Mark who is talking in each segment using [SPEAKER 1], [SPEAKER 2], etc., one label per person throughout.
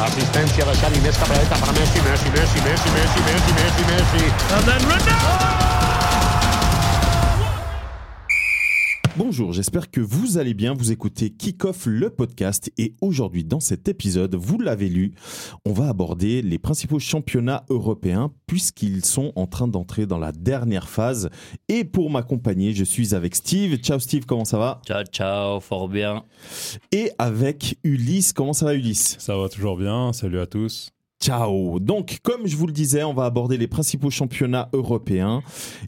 [SPEAKER 1] Asistencia de Xavi, més cap a la dreta per Messi, Messi, Messi, Messi, Messi, Messi, Messi, Messi.
[SPEAKER 2] And then Ronaldo!
[SPEAKER 3] Bonjour, j'espère que vous allez bien. Vous écoutez Kickoff le podcast et aujourd'hui dans cet épisode, vous l'avez lu, on va aborder les principaux championnats européens puisqu'ils sont en train d'entrer dans la dernière phase. Et pour m'accompagner, je suis avec Steve. Ciao Steve, comment ça va
[SPEAKER 4] Ciao, ciao, fort bien.
[SPEAKER 3] Et avec Ulysse, comment ça va Ulysse
[SPEAKER 5] Ça va toujours bien, salut à tous.
[SPEAKER 3] Ciao. Donc, comme je vous le disais, on va aborder les principaux championnats européens.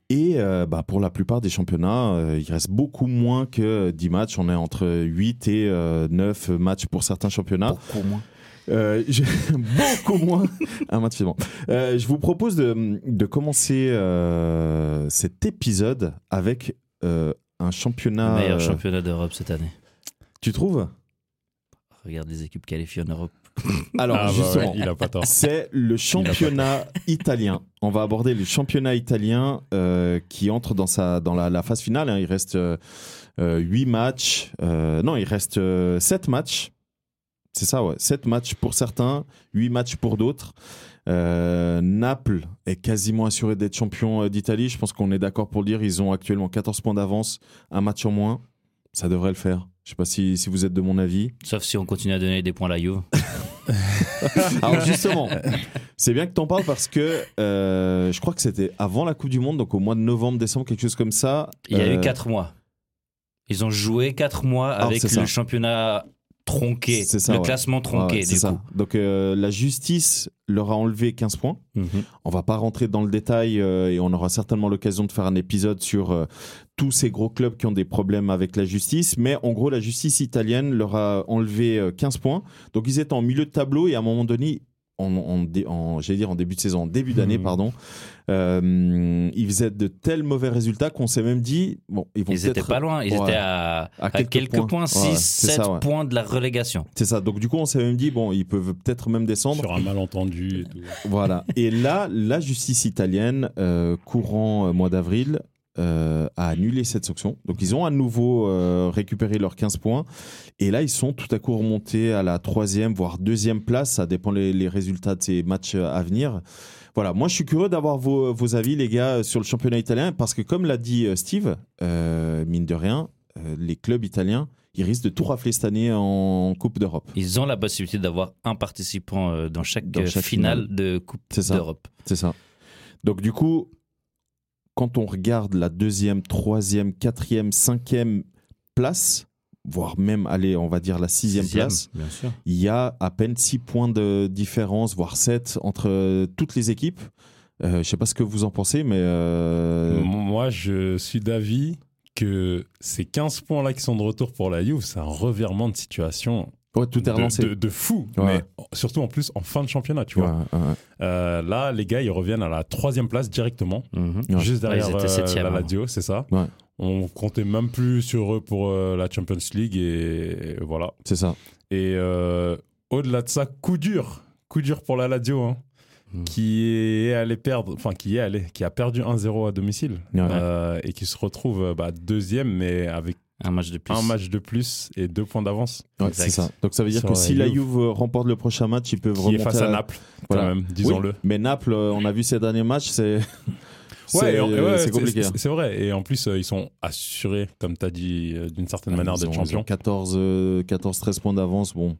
[SPEAKER 3] Et euh, bah, pour la plupart des championnats, euh, il reste beaucoup moins que 10 matchs. On est entre 8 et euh, 9 matchs pour certains championnats.
[SPEAKER 4] Beaucoup moins.
[SPEAKER 3] Euh, je- beaucoup moins. Un match, c'est bon. Euh, je vous propose de, de commencer euh, cet épisode avec euh, un championnat.
[SPEAKER 4] Le meilleur
[SPEAKER 3] euh,
[SPEAKER 4] championnat d'Europe cette année.
[SPEAKER 3] Tu trouves
[SPEAKER 4] Regarde les équipes qualifiées en Europe.
[SPEAKER 3] Alors,
[SPEAKER 5] Ah bah
[SPEAKER 3] justement.
[SPEAKER 5] ouais, il a pas tort.
[SPEAKER 3] C'est le championnat italien. On va aborder le championnat italien euh, qui entre dans, sa, dans la, la phase finale. hein. Il reste 8 matchs. euh, non, il reste 7 matchs. C'est ça, ouais. 7 matchs pour certains, 8 matchs pour d'autres. Euh, Naples est quasiment assuré d'être champion euh, d'Italie. Je pense qu'on est d'accord pour le dire. Ils ont actuellement 14 points d'avance, un match en moins. Ça devrait le faire. Je ne sais pas si, si vous êtes de mon avis.
[SPEAKER 4] Sauf si on continue à donner des points à la Juve.
[SPEAKER 3] Alors justement, c'est bien que t'en parles parce que euh, je crois que c'était avant la Coupe du Monde, donc au mois de novembre, décembre, quelque chose comme ça.
[SPEAKER 4] Il y a
[SPEAKER 3] Euh,
[SPEAKER 4] eu 4 mois. Ils ont joué 4 mois
[SPEAKER 3] Ah,
[SPEAKER 4] avec
[SPEAKER 3] c'est ça.
[SPEAKER 4] le championnat tronqué,
[SPEAKER 3] C'est ça,
[SPEAKER 4] le
[SPEAKER 3] ouais.
[SPEAKER 4] classement
[SPEAKER 3] ouais,
[SPEAKER 4] tronqué
[SPEAKER 3] c'est
[SPEAKER 4] du
[SPEAKER 3] ça.
[SPEAKER 4] coup.
[SPEAKER 3] Donc euh, la justice leur a enlevé 15 points.
[SPEAKER 4] Mhm.
[SPEAKER 3] On va pas rentrer dans le détail euh, et on aura certainement l'occasion de faire un épisode sur euh, tous ces gros clubs qui ont des problèmes avec la justice. Mais en gros, la justice italienne leur a enlevé euh, 15 points. Donc ils étaient en milieu de tableau et à un moment donné, en, en dé- en- j'allais dire en début de saison, en début d'année,
[SPEAKER 4] Mmh.
[SPEAKER 5] Mhm.
[SPEAKER 3] pardon, euh, ils faisaient de tels mauvais résultats qu'on s'est même dit, bon, ils vont
[SPEAKER 4] Ils étaient
[SPEAKER 3] peut-être...
[SPEAKER 4] pas loin, ils
[SPEAKER 3] Ouais.
[SPEAKER 4] étaient à, à quelques, points, 6,
[SPEAKER 3] Ouais, c'est
[SPEAKER 4] 7
[SPEAKER 3] ça, ouais.
[SPEAKER 4] points de la relégation.
[SPEAKER 3] C'est ça. Donc du coup, on s'est même dit, bon, ils peuvent peut-être même descendre.
[SPEAKER 5] Sur un malentendu et tout.
[SPEAKER 3] Voilà. Et là, la justice italienne, euh, courant euh, mois d'avril, euh, a annulé cette sanction. Donc, ils ont à nouveau euh, récupéré leurs 15 points. Et là, ils sont tout à coup remontés à la troisième, voire deuxième place. Ça dépend les, les résultats de ces matchs euh, à venir. Voilà. Moi, je suis curieux d'avoir vos, euh, vos avis, les gars, sur le championnat italien. Parce que, comme l'a dit euh, Steve, euh, mine de rien, euh, les clubs italiens, ils risquent de tout rafler cette année en Coupe d'Europe.
[SPEAKER 4] Ils ont la possibilité d'avoir un participant euh, dans chaque,
[SPEAKER 3] Dans
[SPEAKER 4] euh,
[SPEAKER 3] chaque
[SPEAKER 4] finale de Coupe
[SPEAKER 3] C'est ça.
[SPEAKER 4] d'Europe.
[SPEAKER 3] C'est ça. Donc du coup, quand on regarde la deuxième, troisième, quatrième, cinquième place, voire même, allez, on va dire la sixième, place,
[SPEAKER 4] bien sûr.
[SPEAKER 3] il y a à peine six points de différence, voire sept, entre euh, toutes les équipes. Euh, je ne sais pas ce que vous en pensez, mais... euh,
[SPEAKER 5] Moi, je suis d'avis que ces 15 points-là qui sont de retour pour la Juve, c'est un revirement de situation
[SPEAKER 3] ouais, tout est
[SPEAKER 5] de,
[SPEAKER 3] relancé.
[SPEAKER 5] de- de fou.
[SPEAKER 3] Ouais.
[SPEAKER 5] Mais surtout en plus en fin de championnat, tu vois.
[SPEAKER 3] Ouais, ouais.
[SPEAKER 5] Euh, là, les gars, ils reviennent à la troisième place directement,
[SPEAKER 4] Mhm.
[SPEAKER 3] Ouais.
[SPEAKER 5] juste
[SPEAKER 4] Ouais, ils
[SPEAKER 5] derrière
[SPEAKER 4] étaient
[SPEAKER 5] euh,
[SPEAKER 4] septième hein.
[SPEAKER 5] la
[SPEAKER 4] avant.
[SPEAKER 5] Lazio, c'est ça.
[SPEAKER 3] Ouais.
[SPEAKER 5] On comptait même plus sur eux pour euh, la Champions League et, et voilà.
[SPEAKER 3] C'est ça.
[SPEAKER 5] Et euh, au-delà de ça, coup dur, coup dur pour la Lazio, hein,
[SPEAKER 3] Hmm.
[SPEAKER 4] Mm.
[SPEAKER 5] qui est allé perdre, enfin qui est allé, qui a perdu 1-0 à domicile
[SPEAKER 3] Ouais.
[SPEAKER 5] euh, et qui se retrouve euh, bah, deuxième, mais avec
[SPEAKER 4] Un match de plus.
[SPEAKER 5] un match de plus et deux points d'avance,
[SPEAKER 3] Ouais,
[SPEAKER 4] Exact.
[SPEAKER 3] c'est ça. Donc ça veut dire
[SPEAKER 5] Sur
[SPEAKER 3] que
[SPEAKER 5] la
[SPEAKER 3] si la
[SPEAKER 5] Juve.
[SPEAKER 3] Juve remporte le prochain match, ils peuvent
[SPEAKER 5] qui est
[SPEAKER 3] remonter
[SPEAKER 5] face à Naples,
[SPEAKER 3] Voilà.
[SPEAKER 5] quand même, disons-le.
[SPEAKER 3] Oui, mais Naples, euh, on a vu ces derniers matchs, c'est...
[SPEAKER 5] Ouais,
[SPEAKER 3] c'est- euh,
[SPEAKER 5] et en- ouais,
[SPEAKER 3] c'est compliqué. hein.
[SPEAKER 5] c'est- C'est vrai. Et en plus, euh, ils sont assurés, comme tu as dit, euh, d'une certaine
[SPEAKER 3] Ah,
[SPEAKER 5] manière
[SPEAKER 3] ils ont-
[SPEAKER 5] d'être
[SPEAKER 3] ils ont
[SPEAKER 5] champions.
[SPEAKER 3] 14, euh, 14, 13 points d'avance, bon.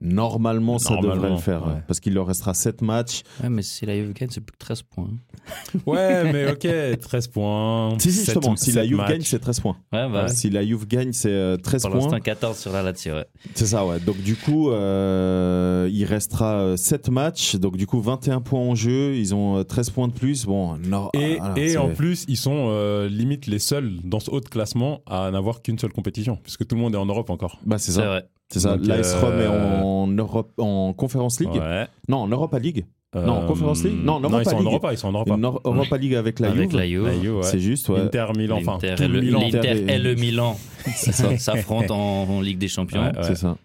[SPEAKER 3] Normalement, ça
[SPEAKER 5] Normalement,
[SPEAKER 3] devrait le faire.
[SPEAKER 5] ouais.
[SPEAKER 3] hein, Parce qu'il leur restera 7 matchs.
[SPEAKER 4] Ouais, mais si la Juve gagne, c'est plus que 13 points. hein.
[SPEAKER 5] Ouais, mais ok, 13 points.
[SPEAKER 3] Si, si,
[SPEAKER 5] sept-
[SPEAKER 3] justement, si la
[SPEAKER 5] sept
[SPEAKER 3] Juve
[SPEAKER 5] matchs.
[SPEAKER 3] gagne, c'est 13 points.
[SPEAKER 4] Ouais, bah,
[SPEAKER 3] Si la Juve gagne, c'est euh, 13
[SPEAKER 4] pour
[SPEAKER 3] points.
[SPEAKER 4] l'instant 14 sur la Lazio. ouais.
[SPEAKER 3] C'est ça, ouais. Donc, du coup, euh, il restera 7 matchs. Donc, du coup, 21 points en jeu. Ils ont euh, 13 points de plus. Bon, non.
[SPEAKER 5] Et,
[SPEAKER 3] ah,
[SPEAKER 5] et
[SPEAKER 3] c'est-
[SPEAKER 5] en plus, ils sont euh, limite les seuls dans ce haut de classement à n'avoir qu'une seule compétition, puisque tout le monde est en Europe encore.
[SPEAKER 3] Bah, c'est
[SPEAKER 4] C'est
[SPEAKER 3] ça.
[SPEAKER 4] vrai.
[SPEAKER 3] C'est ça.
[SPEAKER 5] Donc,
[SPEAKER 3] L'AS Rome est
[SPEAKER 5] euh,
[SPEAKER 3] en, Europe, en Conférence League.
[SPEAKER 5] Ouais.
[SPEAKER 3] Non, en Europa League. Non,
[SPEAKER 5] Euh,
[SPEAKER 3] Conference League Non, en
[SPEAKER 5] non,
[SPEAKER 3] Europa
[SPEAKER 5] ils sont en
[SPEAKER 3] League.
[SPEAKER 5] Europa, ils sont en Europa.
[SPEAKER 3] Une Or- Europa League avec la
[SPEAKER 4] Avec
[SPEAKER 3] Juve.
[SPEAKER 4] la Juve.
[SPEAKER 5] La Juve, ouais.
[SPEAKER 3] C'est juste, ouais.
[SPEAKER 5] Inter Milan, enfin,
[SPEAKER 4] L'Inter
[SPEAKER 5] tout
[SPEAKER 4] et le-
[SPEAKER 5] le Milan.
[SPEAKER 4] l'Inter
[SPEAKER 3] Inter et-
[SPEAKER 4] et le Milan
[SPEAKER 3] C'est ça.
[SPEAKER 4] s'affrontent en, en Ligue des Champions.
[SPEAKER 5] Ouais, ouais.
[SPEAKER 3] C'est ça.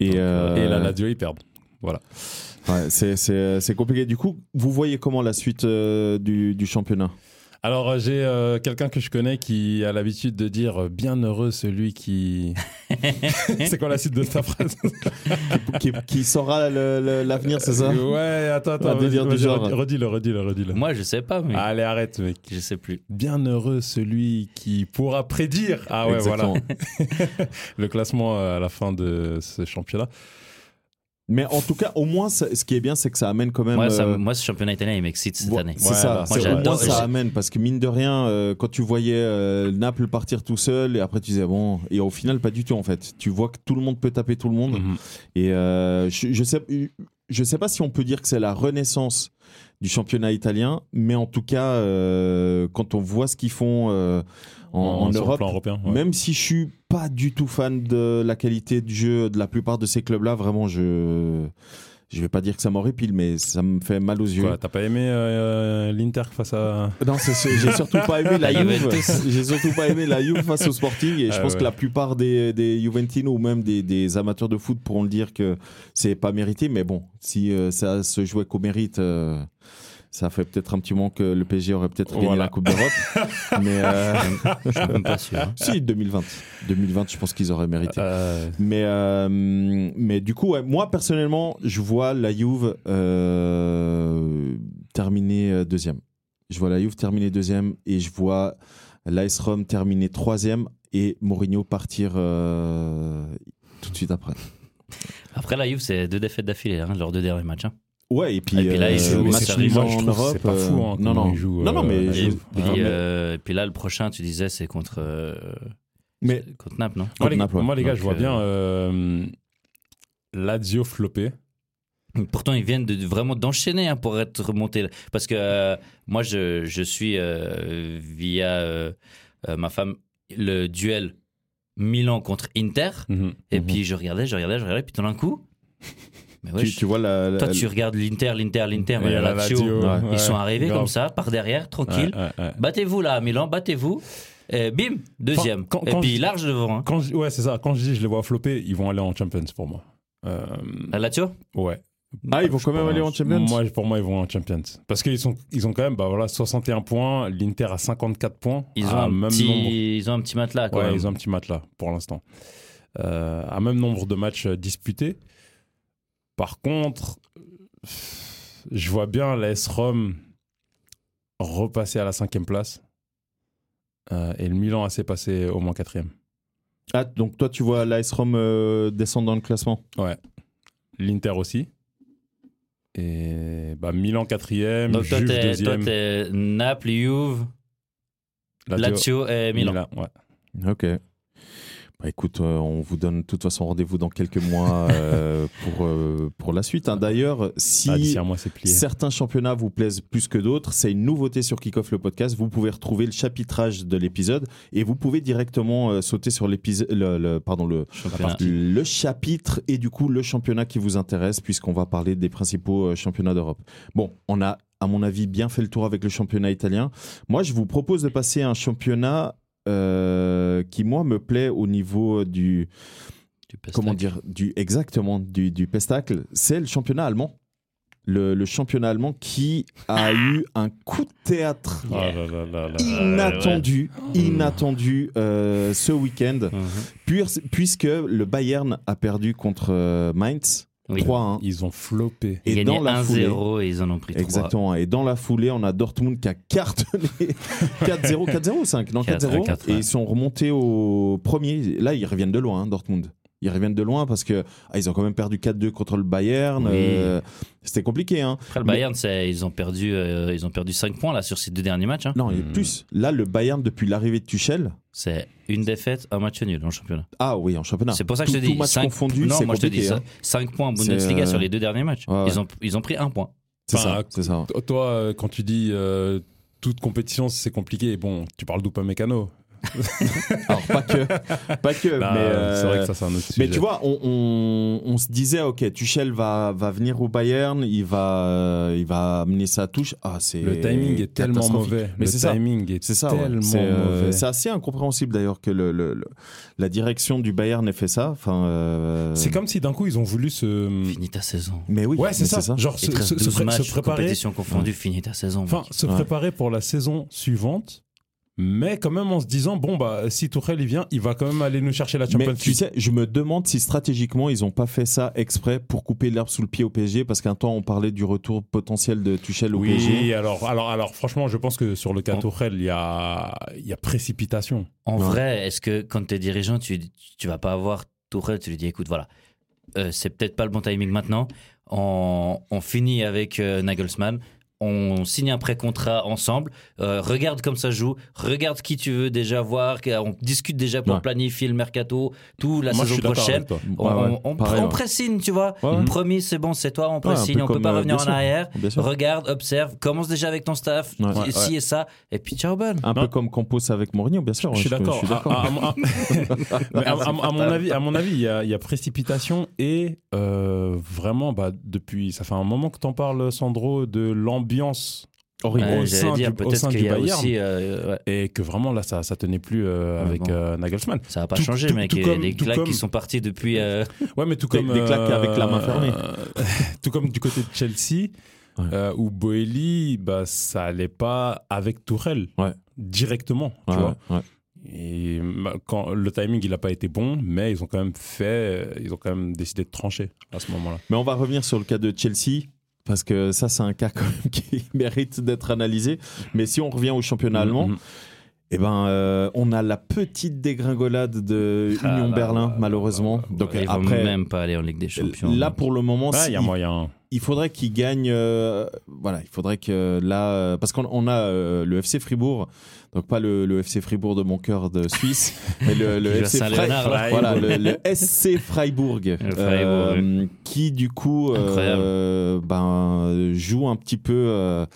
[SPEAKER 3] Et, euh,
[SPEAKER 5] Et la Lazio, ils perdent.
[SPEAKER 3] Ouais, c'est- c'est c'est compliqué. Du coup, vous voyez comment la suite euh, du, du championnat
[SPEAKER 5] Alors, euh, j'ai euh, quelqu'un que je connais qui a l'habitude de dire euh, bien heureux celui qui. c'est quoi la suite de ta phrase
[SPEAKER 3] qui, qui saura le- le- l'avenir, c'est ça
[SPEAKER 5] Ouais, attends,
[SPEAKER 3] Un
[SPEAKER 5] attends.
[SPEAKER 3] délire du genre.
[SPEAKER 5] Redis-le, redis-le, redis-le.
[SPEAKER 4] Moi, je sais pas, mais
[SPEAKER 5] Allez, arrête, mec.
[SPEAKER 4] je sais plus.
[SPEAKER 5] Bien heureux celui qui pourra prédire. Ah ouais,
[SPEAKER 3] Exactement.
[SPEAKER 5] voilà. Le classement euh, à la fin de ce championnat.
[SPEAKER 3] Mais en tout cas, au moins, ça- ce qui est bien, c'est que ça amène quand même.
[SPEAKER 4] Moi, ça-
[SPEAKER 3] euh,
[SPEAKER 4] moi, ce championnat italien, il m'excite cette
[SPEAKER 3] Ouais,
[SPEAKER 4] année.
[SPEAKER 3] C'est
[SPEAKER 5] Ouais,
[SPEAKER 3] ça,
[SPEAKER 5] bah,
[SPEAKER 3] c'est-
[SPEAKER 4] moi,
[SPEAKER 3] au moins
[SPEAKER 4] j'adore.
[SPEAKER 3] ça
[SPEAKER 4] J'ai-
[SPEAKER 3] amène parce que mine de rien, euh, quand tu voyais euh, Naples partir tout seul et après tu disais bon, et au final pas du tout en fait. Tu vois que tout le monde peut taper tout le monde et euh, je, je sais, je sais pas si on peut dire que c'est la renaissance du championnat italien, mais en tout cas, euh, quand on voit ce qu'ils font euh, en, en
[SPEAKER 5] sur le
[SPEAKER 3] Europe,
[SPEAKER 5] plan européen, ouais.
[SPEAKER 3] même si je suis pas du tout fan de la qualité de jeu de la plupart de ces clubs-là, vraiment je je vais pas dire que ça m'horripile, mais ça me fait mal aux yeux.
[SPEAKER 5] Quoi, T'as pas aimé euh, euh, l'Inter face à.
[SPEAKER 3] Non, c'est ce- j'ai surtout pas aimé la
[SPEAKER 4] La
[SPEAKER 3] Juve.
[SPEAKER 4] Juventus.
[SPEAKER 3] J'ai surtout pas aimé la Juve face au Sporting et je
[SPEAKER 5] Ah
[SPEAKER 3] pense
[SPEAKER 5] ouais.
[SPEAKER 3] que la plupart des, des Juventino ou même des, des amateurs de foot pourront le dire que c'est pas mérité. Mais bon, si euh, ça se jouait qu'au mérite, euh, ça fait peut-être un petit moment que le PSG aurait peut-être gagné
[SPEAKER 5] Voilà.
[SPEAKER 3] la Coupe d'Europe. mais euh,
[SPEAKER 4] Je suis même pas sûr. hein.
[SPEAKER 3] si 2020, 2020, je pense qu'ils auraient mérité.
[SPEAKER 5] Euh,
[SPEAKER 3] Mais, euh, mais du coup, ouais, moi personnellement, je vois la Juve euh, terminer euh, deuxième. Je vois la Juve terminer deuxième et je vois l'AS Rome terminer troisième et Mourinho partir euh, tout de suite après.
[SPEAKER 4] Après, la Juve, c'est deux défaites d'affilée, hein, leurs deux derniers matchs. hein.
[SPEAKER 3] Ouais, et puis, euh,
[SPEAKER 4] Et puis là, ils jouent
[SPEAKER 3] match
[SPEAKER 4] aussi,
[SPEAKER 3] nul
[SPEAKER 5] moi,
[SPEAKER 3] en
[SPEAKER 5] je trouve que
[SPEAKER 3] Europe,
[SPEAKER 5] c'est pas
[SPEAKER 3] euh,
[SPEAKER 5] fou, hein,
[SPEAKER 3] non,
[SPEAKER 5] comment
[SPEAKER 3] non.
[SPEAKER 5] ils jouent,
[SPEAKER 3] non, non,
[SPEAKER 5] euh,
[SPEAKER 3] mais
[SPEAKER 4] Et,
[SPEAKER 5] la
[SPEAKER 3] je- Ah,
[SPEAKER 5] Juve.
[SPEAKER 4] puis,
[SPEAKER 3] non, mais-
[SPEAKER 4] euh, puis là, le prochain, tu disais, c'est contre, euh,
[SPEAKER 3] mais
[SPEAKER 4] contre Naples, non
[SPEAKER 5] Moi, les,
[SPEAKER 3] Naples, ouais.
[SPEAKER 5] moi, les gars,
[SPEAKER 4] Donc,
[SPEAKER 5] je vois
[SPEAKER 4] euh,
[SPEAKER 5] bien euh, Lazio flopper.
[SPEAKER 4] Pourtant, ils viennent de, vraiment d'enchaîner hein, pour être remontés. là. Parce que euh, moi, je, je suis euh, via euh, euh, ma femme le duel Milan contre Inter. Et
[SPEAKER 3] Mhm.
[SPEAKER 4] puis je regardais, je regardais, je regardais. Puis tout d'un coup, mais ouais,
[SPEAKER 3] tu,
[SPEAKER 4] je-
[SPEAKER 3] tu vois la, la-
[SPEAKER 4] toi, tu regardes l'Inter, l'Inter, l'Inter.
[SPEAKER 5] Et
[SPEAKER 4] Mais la
[SPEAKER 5] à la
[SPEAKER 4] Lazio,
[SPEAKER 5] Lazio,
[SPEAKER 3] ouais.
[SPEAKER 4] ils sont
[SPEAKER 5] ouais,
[SPEAKER 4] arrivés
[SPEAKER 5] grave.
[SPEAKER 4] comme ça, par derrière, tranquille.
[SPEAKER 5] Ouais, ouais, ouais.
[SPEAKER 4] Battez-vous là à Milan, battez-vous. Et bim, deuxième.
[SPEAKER 5] Quand- quand-
[SPEAKER 4] et
[SPEAKER 5] quand
[SPEAKER 4] puis
[SPEAKER 5] je-
[SPEAKER 4] large devant. Hein.
[SPEAKER 5] Quand je- ouais, c'est ça. Quand je dis je les vois flopper, ils vont aller en Champions pour moi. Euh,
[SPEAKER 4] La Lazio
[SPEAKER 5] ouais.
[SPEAKER 3] Ah, ils vont quand même
[SPEAKER 5] Ouais,
[SPEAKER 3] aller en
[SPEAKER 5] je-
[SPEAKER 3] Champions
[SPEAKER 5] Moi, pour moi, ils vont en Champions. Parce qu'ils sont, ils ont quand même bah, voilà, 61 points, l'Inter a 54 points.
[SPEAKER 4] ils ont,
[SPEAKER 5] à
[SPEAKER 4] un
[SPEAKER 5] Ah, même nombre.
[SPEAKER 4] petit, ils ont un petit matelas Ah, quand
[SPEAKER 5] Ouais,
[SPEAKER 4] même.
[SPEAKER 5] ils ont un petit matelas pour l'instant. Euh, à même nombre de matchs euh, disputés. Par contre, euh, je vois bien la S-Rom repasser à la cinquième place euh, et le Milan assez passer au moins quatrième.
[SPEAKER 3] Ah, donc toi, tu vois l'AS Rome euh, descendre dans le classement
[SPEAKER 5] L'Inter aussi. Et bah, Milan quatrième,
[SPEAKER 4] Donc toi,
[SPEAKER 5] Juve
[SPEAKER 4] t'es- toi,
[SPEAKER 5] deuxième,
[SPEAKER 4] t'es Naples, Juve, Lazio
[SPEAKER 5] Lazio,
[SPEAKER 4] et Milan.
[SPEAKER 5] ouais.
[SPEAKER 3] Ok. Bah écoute, euh, on vous donne de toute façon rendez-vous dans quelques mois euh, pour, euh, pour la suite. hein. D'ailleurs,
[SPEAKER 5] Ah, d'ici
[SPEAKER 3] si
[SPEAKER 5] un mois, c'est plié.
[SPEAKER 3] certains championnats vous plaisent plus que d'autres, c'est une nouveauté sur Kickoff le podcast. Vous pouvez retrouver le chapitrage de l'épisode et vous pouvez directement euh, sauter sur l'épisode, le, le- pardon, le,
[SPEAKER 4] Championnat.
[SPEAKER 3] le chapitre et du coup le championnat qui vous intéresse puisqu'on va parler des principaux euh, championnats d'Europe. Bon, on a à mon avis bien fait le tour avec le championnat italien. Moi, je vous propose de passer à un championnat euh, qui moi me plaît au niveau du
[SPEAKER 4] Tu peux
[SPEAKER 3] comment
[SPEAKER 4] stack.
[SPEAKER 3] dire du exactement du, du pestacle. C'est le championnat allemand. Le, le championnat allemand qui a eu un coup de théâtre
[SPEAKER 5] Ah là là là là.
[SPEAKER 3] inattendu, inattendu euh, ce week-end.
[SPEAKER 4] Mhm.
[SPEAKER 3] Puis- Puisque le Bayern a perdu contre euh, Mainz
[SPEAKER 4] Oui.
[SPEAKER 3] 3-1.
[SPEAKER 5] Ils ont floppé.
[SPEAKER 4] Ils
[SPEAKER 3] Et
[SPEAKER 4] gagnaient
[SPEAKER 3] dans la foulée.
[SPEAKER 4] 1-0 et ils en ont pris 3.
[SPEAKER 3] Exactement. Et dans la foulée, on a Dortmund qui a cartonné 4-0, 4-0 ou 5 Non,
[SPEAKER 4] 4-0,
[SPEAKER 3] 4-0.
[SPEAKER 4] 4-1.
[SPEAKER 3] Et ils sont remontés au premier. Là, ils reviennent de loin, hein, Dortmund. Ils reviennent de loin parce que ah, ils ont quand même perdu 4-2 contre le Bayern.
[SPEAKER 4] Oui.
[SPEAKER 3] Euh, C'était compliqué. Hein.
[SPEAKER 4] Après le Bayern, c'est- ils ont perdu euh, ils ont perdu 5 points là sur ces deux derniers matchs. hein.
[SPEAKER 3] Non, et
[SPEAKER 5] Hmm.
[SPEAKER 3] plus, là, le Bayern, depuis l'arrivée de Tuchel.
[SPEAKER 4] C'est une défaite, un match nul en championnat.
[SPEAKER 3] Ah oui, en championnat.
[SPEAKER 4] C'est pour ça que
[SPEAKER 3] tout,
[SPEAKER 4] je te dis
[SPEAKER 3] Tout match
[SPEAKER 4] cinq-
[SPEAKER 3] confondu,
[SPEAKER 4] non,
[SPEAKER 3] c'est
[SPEAKER 4] moi je te dis
[SPEAKER 3] compliqué. hein.
[SPEAKER 4] 5 points en
[SPEAKER 3] C'est,
[SPEAKER 4] Bundesliga
[SPEAKER 3] euh,
[SPEAKER 4] sur les deux derniers matchs.
[SPEAKER 3] ouais, ouais.
[SPEAKER 4] Ils ont ils ont pris un point.
[SPEAKER 3] C'est
[SPEAKER 5] Enfin,
[SPEAKER 3] ça. C'est ça.
[SPEAKER 5] Toi, Toi, euh, quand tu dis euh, toute compétition, c'est compliqué. Bon, tu parles d'Upamecano.
[SPEAKER 3] Alors, pas que. Pas que,
[SPEAKER 5] Bah,
[SPEAKER 3] mais.
[SPEAKER 5] C'est vrai
[SPEAKER 3] euh,
[SPEAKER 5] que ça, c'est un autre sujet.
[SPEAKER 3] Mais tu vois, on, on- on se disait, ok, Tuchel va, va venir au Bayern, il va, euh, il va amener sa touche. Ah, c'est
[SPEAKER 5] le timing est tellement
[SPEAKER 3] catastrophique.
[SPEAKER 5] mauvais.
[SPEAKER 3] Mais
[SPEAKER 5] le
[SPEAKER 3] c'est ça.
[SPEAKER 5] timing est,
[SPEAKER 3] C'est ça, ouais.
[SPEAKER 5] tellement
[SPEAKER 3] c'est euh,
[SPEAKER 5] mauvais.
[SPEAKER 3] c'est assez incompréhensible d'ailleurs que le, le- le- la direction du Bayern ait fait ça. Enfin, euh,
[SPEAKER 5] C'est comme si d'un coup ils ont voulu
[SPEAKER 3] Mm.
[SPEAKER 5] se.
[SPEAKER 4] Finis ta saison.
[SPEAKER 3] Mais oui,
[SPEAKER 5] ouais,
[SPEAKER 3] mais
[SPEAKER 5] c'est ça. Genre
[SPEAKER 4] Et
[SPEAKER 5] se,
[SPEAKER 4] 13,
[SPEAKER 5] se- se
[SPEAKER 4] 12
[SPEAKER 5] pré- se
[SPEAKER 4] matchs,
[SPEAKER 5] préparer,
[SPEAKER 4] compétition confondue,
[SPEAKER 3] Mm.
[SPEAKER 4] finis ta saison.
[SPEAKER 5] enfin,
[SPEAKER 4] mec.
[SPEAKER 5] se
[SPEAKER 3] Ouais.
[SPEAKER 5] préparer pour la saison suivante, mais quand même en se disant bon bah si Tourelle il vient, il va quand même aller nous chercher la Champions
[SPEAKER 3] Mais
[SPEAKER 5] League.
[SPEAKER 3] tu sais, je me demande si stratégiquement ils n'ont pas fait ça exprès pour couper l'herbe sous le pied au PSG, parce qu'un temps on parlait du retour potentiel de Tuchel au PSG.
[SPEAKER 5] oui, alors, alors, alors franchement, je pense que sur le cas
[SPEAKER 4] On-
[SPEAKER 5] Tourelle, il y a, il y a précipitation.
[SPEAKER 4] En
[SPEAKER 3] Ouais.
[SPEAKER 4] vrai, est-ce que quand t'es dirigeant, tu, tu vas pas avoir Tourelle, tu lui dis écoute, voilà, euh, c'est peut-être pas le bon timing maintenant. On, on finit avec euh, Nagelsmann. On signe un pré-contrat ensemble. euh, regarde comme ça joue. Regarde qui tu veux déjà voir. que- On discute déjà pour
[SPEAKER 3] Ouais.
[SPEAKER 4] planifier le mercato, tout la
[SPEAKER 5] Moi, je
[SPEAKER 4] saison
[SPEAKER 5] suis d'accord
[SPEAKER 4] prochaine.
[SPEAKER 5] avec toi.
[SPEAKER 4] On,
[SPEAKER 3] Ouais, ouais,
[SPEAKER 4] on- on-
[SPEAKER 3] pareil,
[SPEAKER 4] on
[SPEAKER 3] ouais.
[SPEAKER 4] pré-signe, tu vois.
[SPEAKER 3] Ouais, ouais.
[SPEAKER 4] Promis, c'est bon, c'est toi. On
[SPEAKER 3] Ouais, un
[SPEAKER 4] pré-signe.
[SPEAKER 3] peu
[SPEAKER 4] on peut
[SPEAKER 3] comme,
[SPEAKER 4] pas
[SPEAKER 3] euh,
[SPEAKER 4] revenir en
[SPEAKER 3] bien sûr.
[SPEAKER 4] arrière.
[SPEAKER 3] Bien sûr.
[SPEAKER 4] Regarde, observe. Commence déjà avec ton staff.
[SPEAKER 3] Ouais.
[SPEAKER 4] si
[SPEAKER 5] Ouais,
[SPEAKER 4] et ça. Et puis ciao, bonne.
[SPEAKER 3] Un
[SPEAKER 5] Non.
[SPEAKER 3] peu comme Campos avec Mourinho, bien sûr.
[SPEAKER 5] je suis
[SPEAKER 3] ouais,
[SPEAKER 5] d'accord. Ah, À, à- à- ah. mais à- à- à mon avis, à mon avis, il y a, il y a précipitation et euh, vraiment, bah, depuis, ça fait un moment que t'en parles, Sandro, de l'ambiance
[SPEAKER 3] Horrible.
[SPEAKER 5] Ouais. au
[SPEAKER 4] j'allais
[SPEAKER 5] sein
[SPEAKER 4] dire,
[SPEAKER 5] du- au
[SPEAKER 4] peut-être
[SPEAKER 5] sein
[SPEAKER 4] qu'il
[SPEAKER 5] du
[SPEAKER 4] y a
[SPEAKER 5] Bayern.
[SPEAKER 4] aussi. euh, ouais,
[SPEAKER 5] et que vraiment là, ça, ça tenait plus euh,
[SPEAKER 3] Ouais,
[SPEAKER 5] avec
[SPEAKER 3] non.
[SPEAKER 5] euh, Nagelsmann.
[SPEAKER 4] ça n'a pas
[SPEAKER 5] Tout-
[SPEAKER 4] changé,
[SPEAKER 5] tout-
[SPEAKER 4] mec.
[SPEAKER 5] tout
[SPEAKER 4] et
[SPEAKER 5] comme-
[SPEAKER 4] les
[SPEAKER 5] tout
[SPEAKER 4] claques
[SPEAKER 5] comme-
[SPEAKER 4] qui sont parties depuis. euh,
[SPEAKER 5] Ouais, mais tout
[SPEAKER 3] Des-
[SPEAKER 5] comme euh,
[SPEAKER 3] des claques avec la main fermée.
[SPEAKER 5] tout comme du côté de Chelsea,
[SPEAKER 3] Ouais.
[SPEAKER 5] euh, où Boeli, bah, ça allait pas avec Tourelle
[SPEAKER 3] Ouais.
[SPEAKER 5] directement, tu
[SPEAKER 3] Ouais,
[SPEAKER 5] vois.
[SPEAKER 3] ouais.
[SPEAKER 5] Et ma- quand le timing, il n'a pas été bon, mais ils ont quand même fait, euh, ils ont quand même décidé de trancher à ce moment-là.
[SPEAKER 3] Mais on va revenir sur le cas de Chelsea. Parce que ça, c'est un cas quand même qui mérite d'être analysé. Mais si on revient au championnat allemand,
[SPEAKER 5] Mhm.
[SPEAKER 3] eh ben, euh, on a la petite dégringolade de
[SPEAKER 4] Ah,
[SPEAKER 3] Union
[SPEAKER 4] là,
[SPEAKER 3] Berlin,
[SPEAKER 5] là,
[SPEAKER 3] malheureusement. Donc
[SPEAKER 4] ils vont
[SPEAKER 3] après,
[SPEAKER 4] même pas aller en Ligue des Champions.
[SPEAKER 3] là
[SPEAKER 4] donc.
[SPEAKER 3] pour le moment,
[SPEAKER 5] Ouais,
[SPEAKER 3] si-
[SPEAKER 5] il y a moyen.
[SPEAKER 3] il faudrait qu'il gagne. euh, voilà, il faudrait que là, euh, parce qu'on on a euh, le FC Fribourg, donc pas le, le FC Fribourg de mon cœur de Suisse, mais le, le
[SPEAKER 4] Qui joue à
[SPEAKER 3] FC
[SPEAKER 4] Saint-Léonard, là.
[SPEAKER 3] Frei- voilà, le, le SC Freiburg, euh, qui du coup, euh, ben joue un petit peu. euh,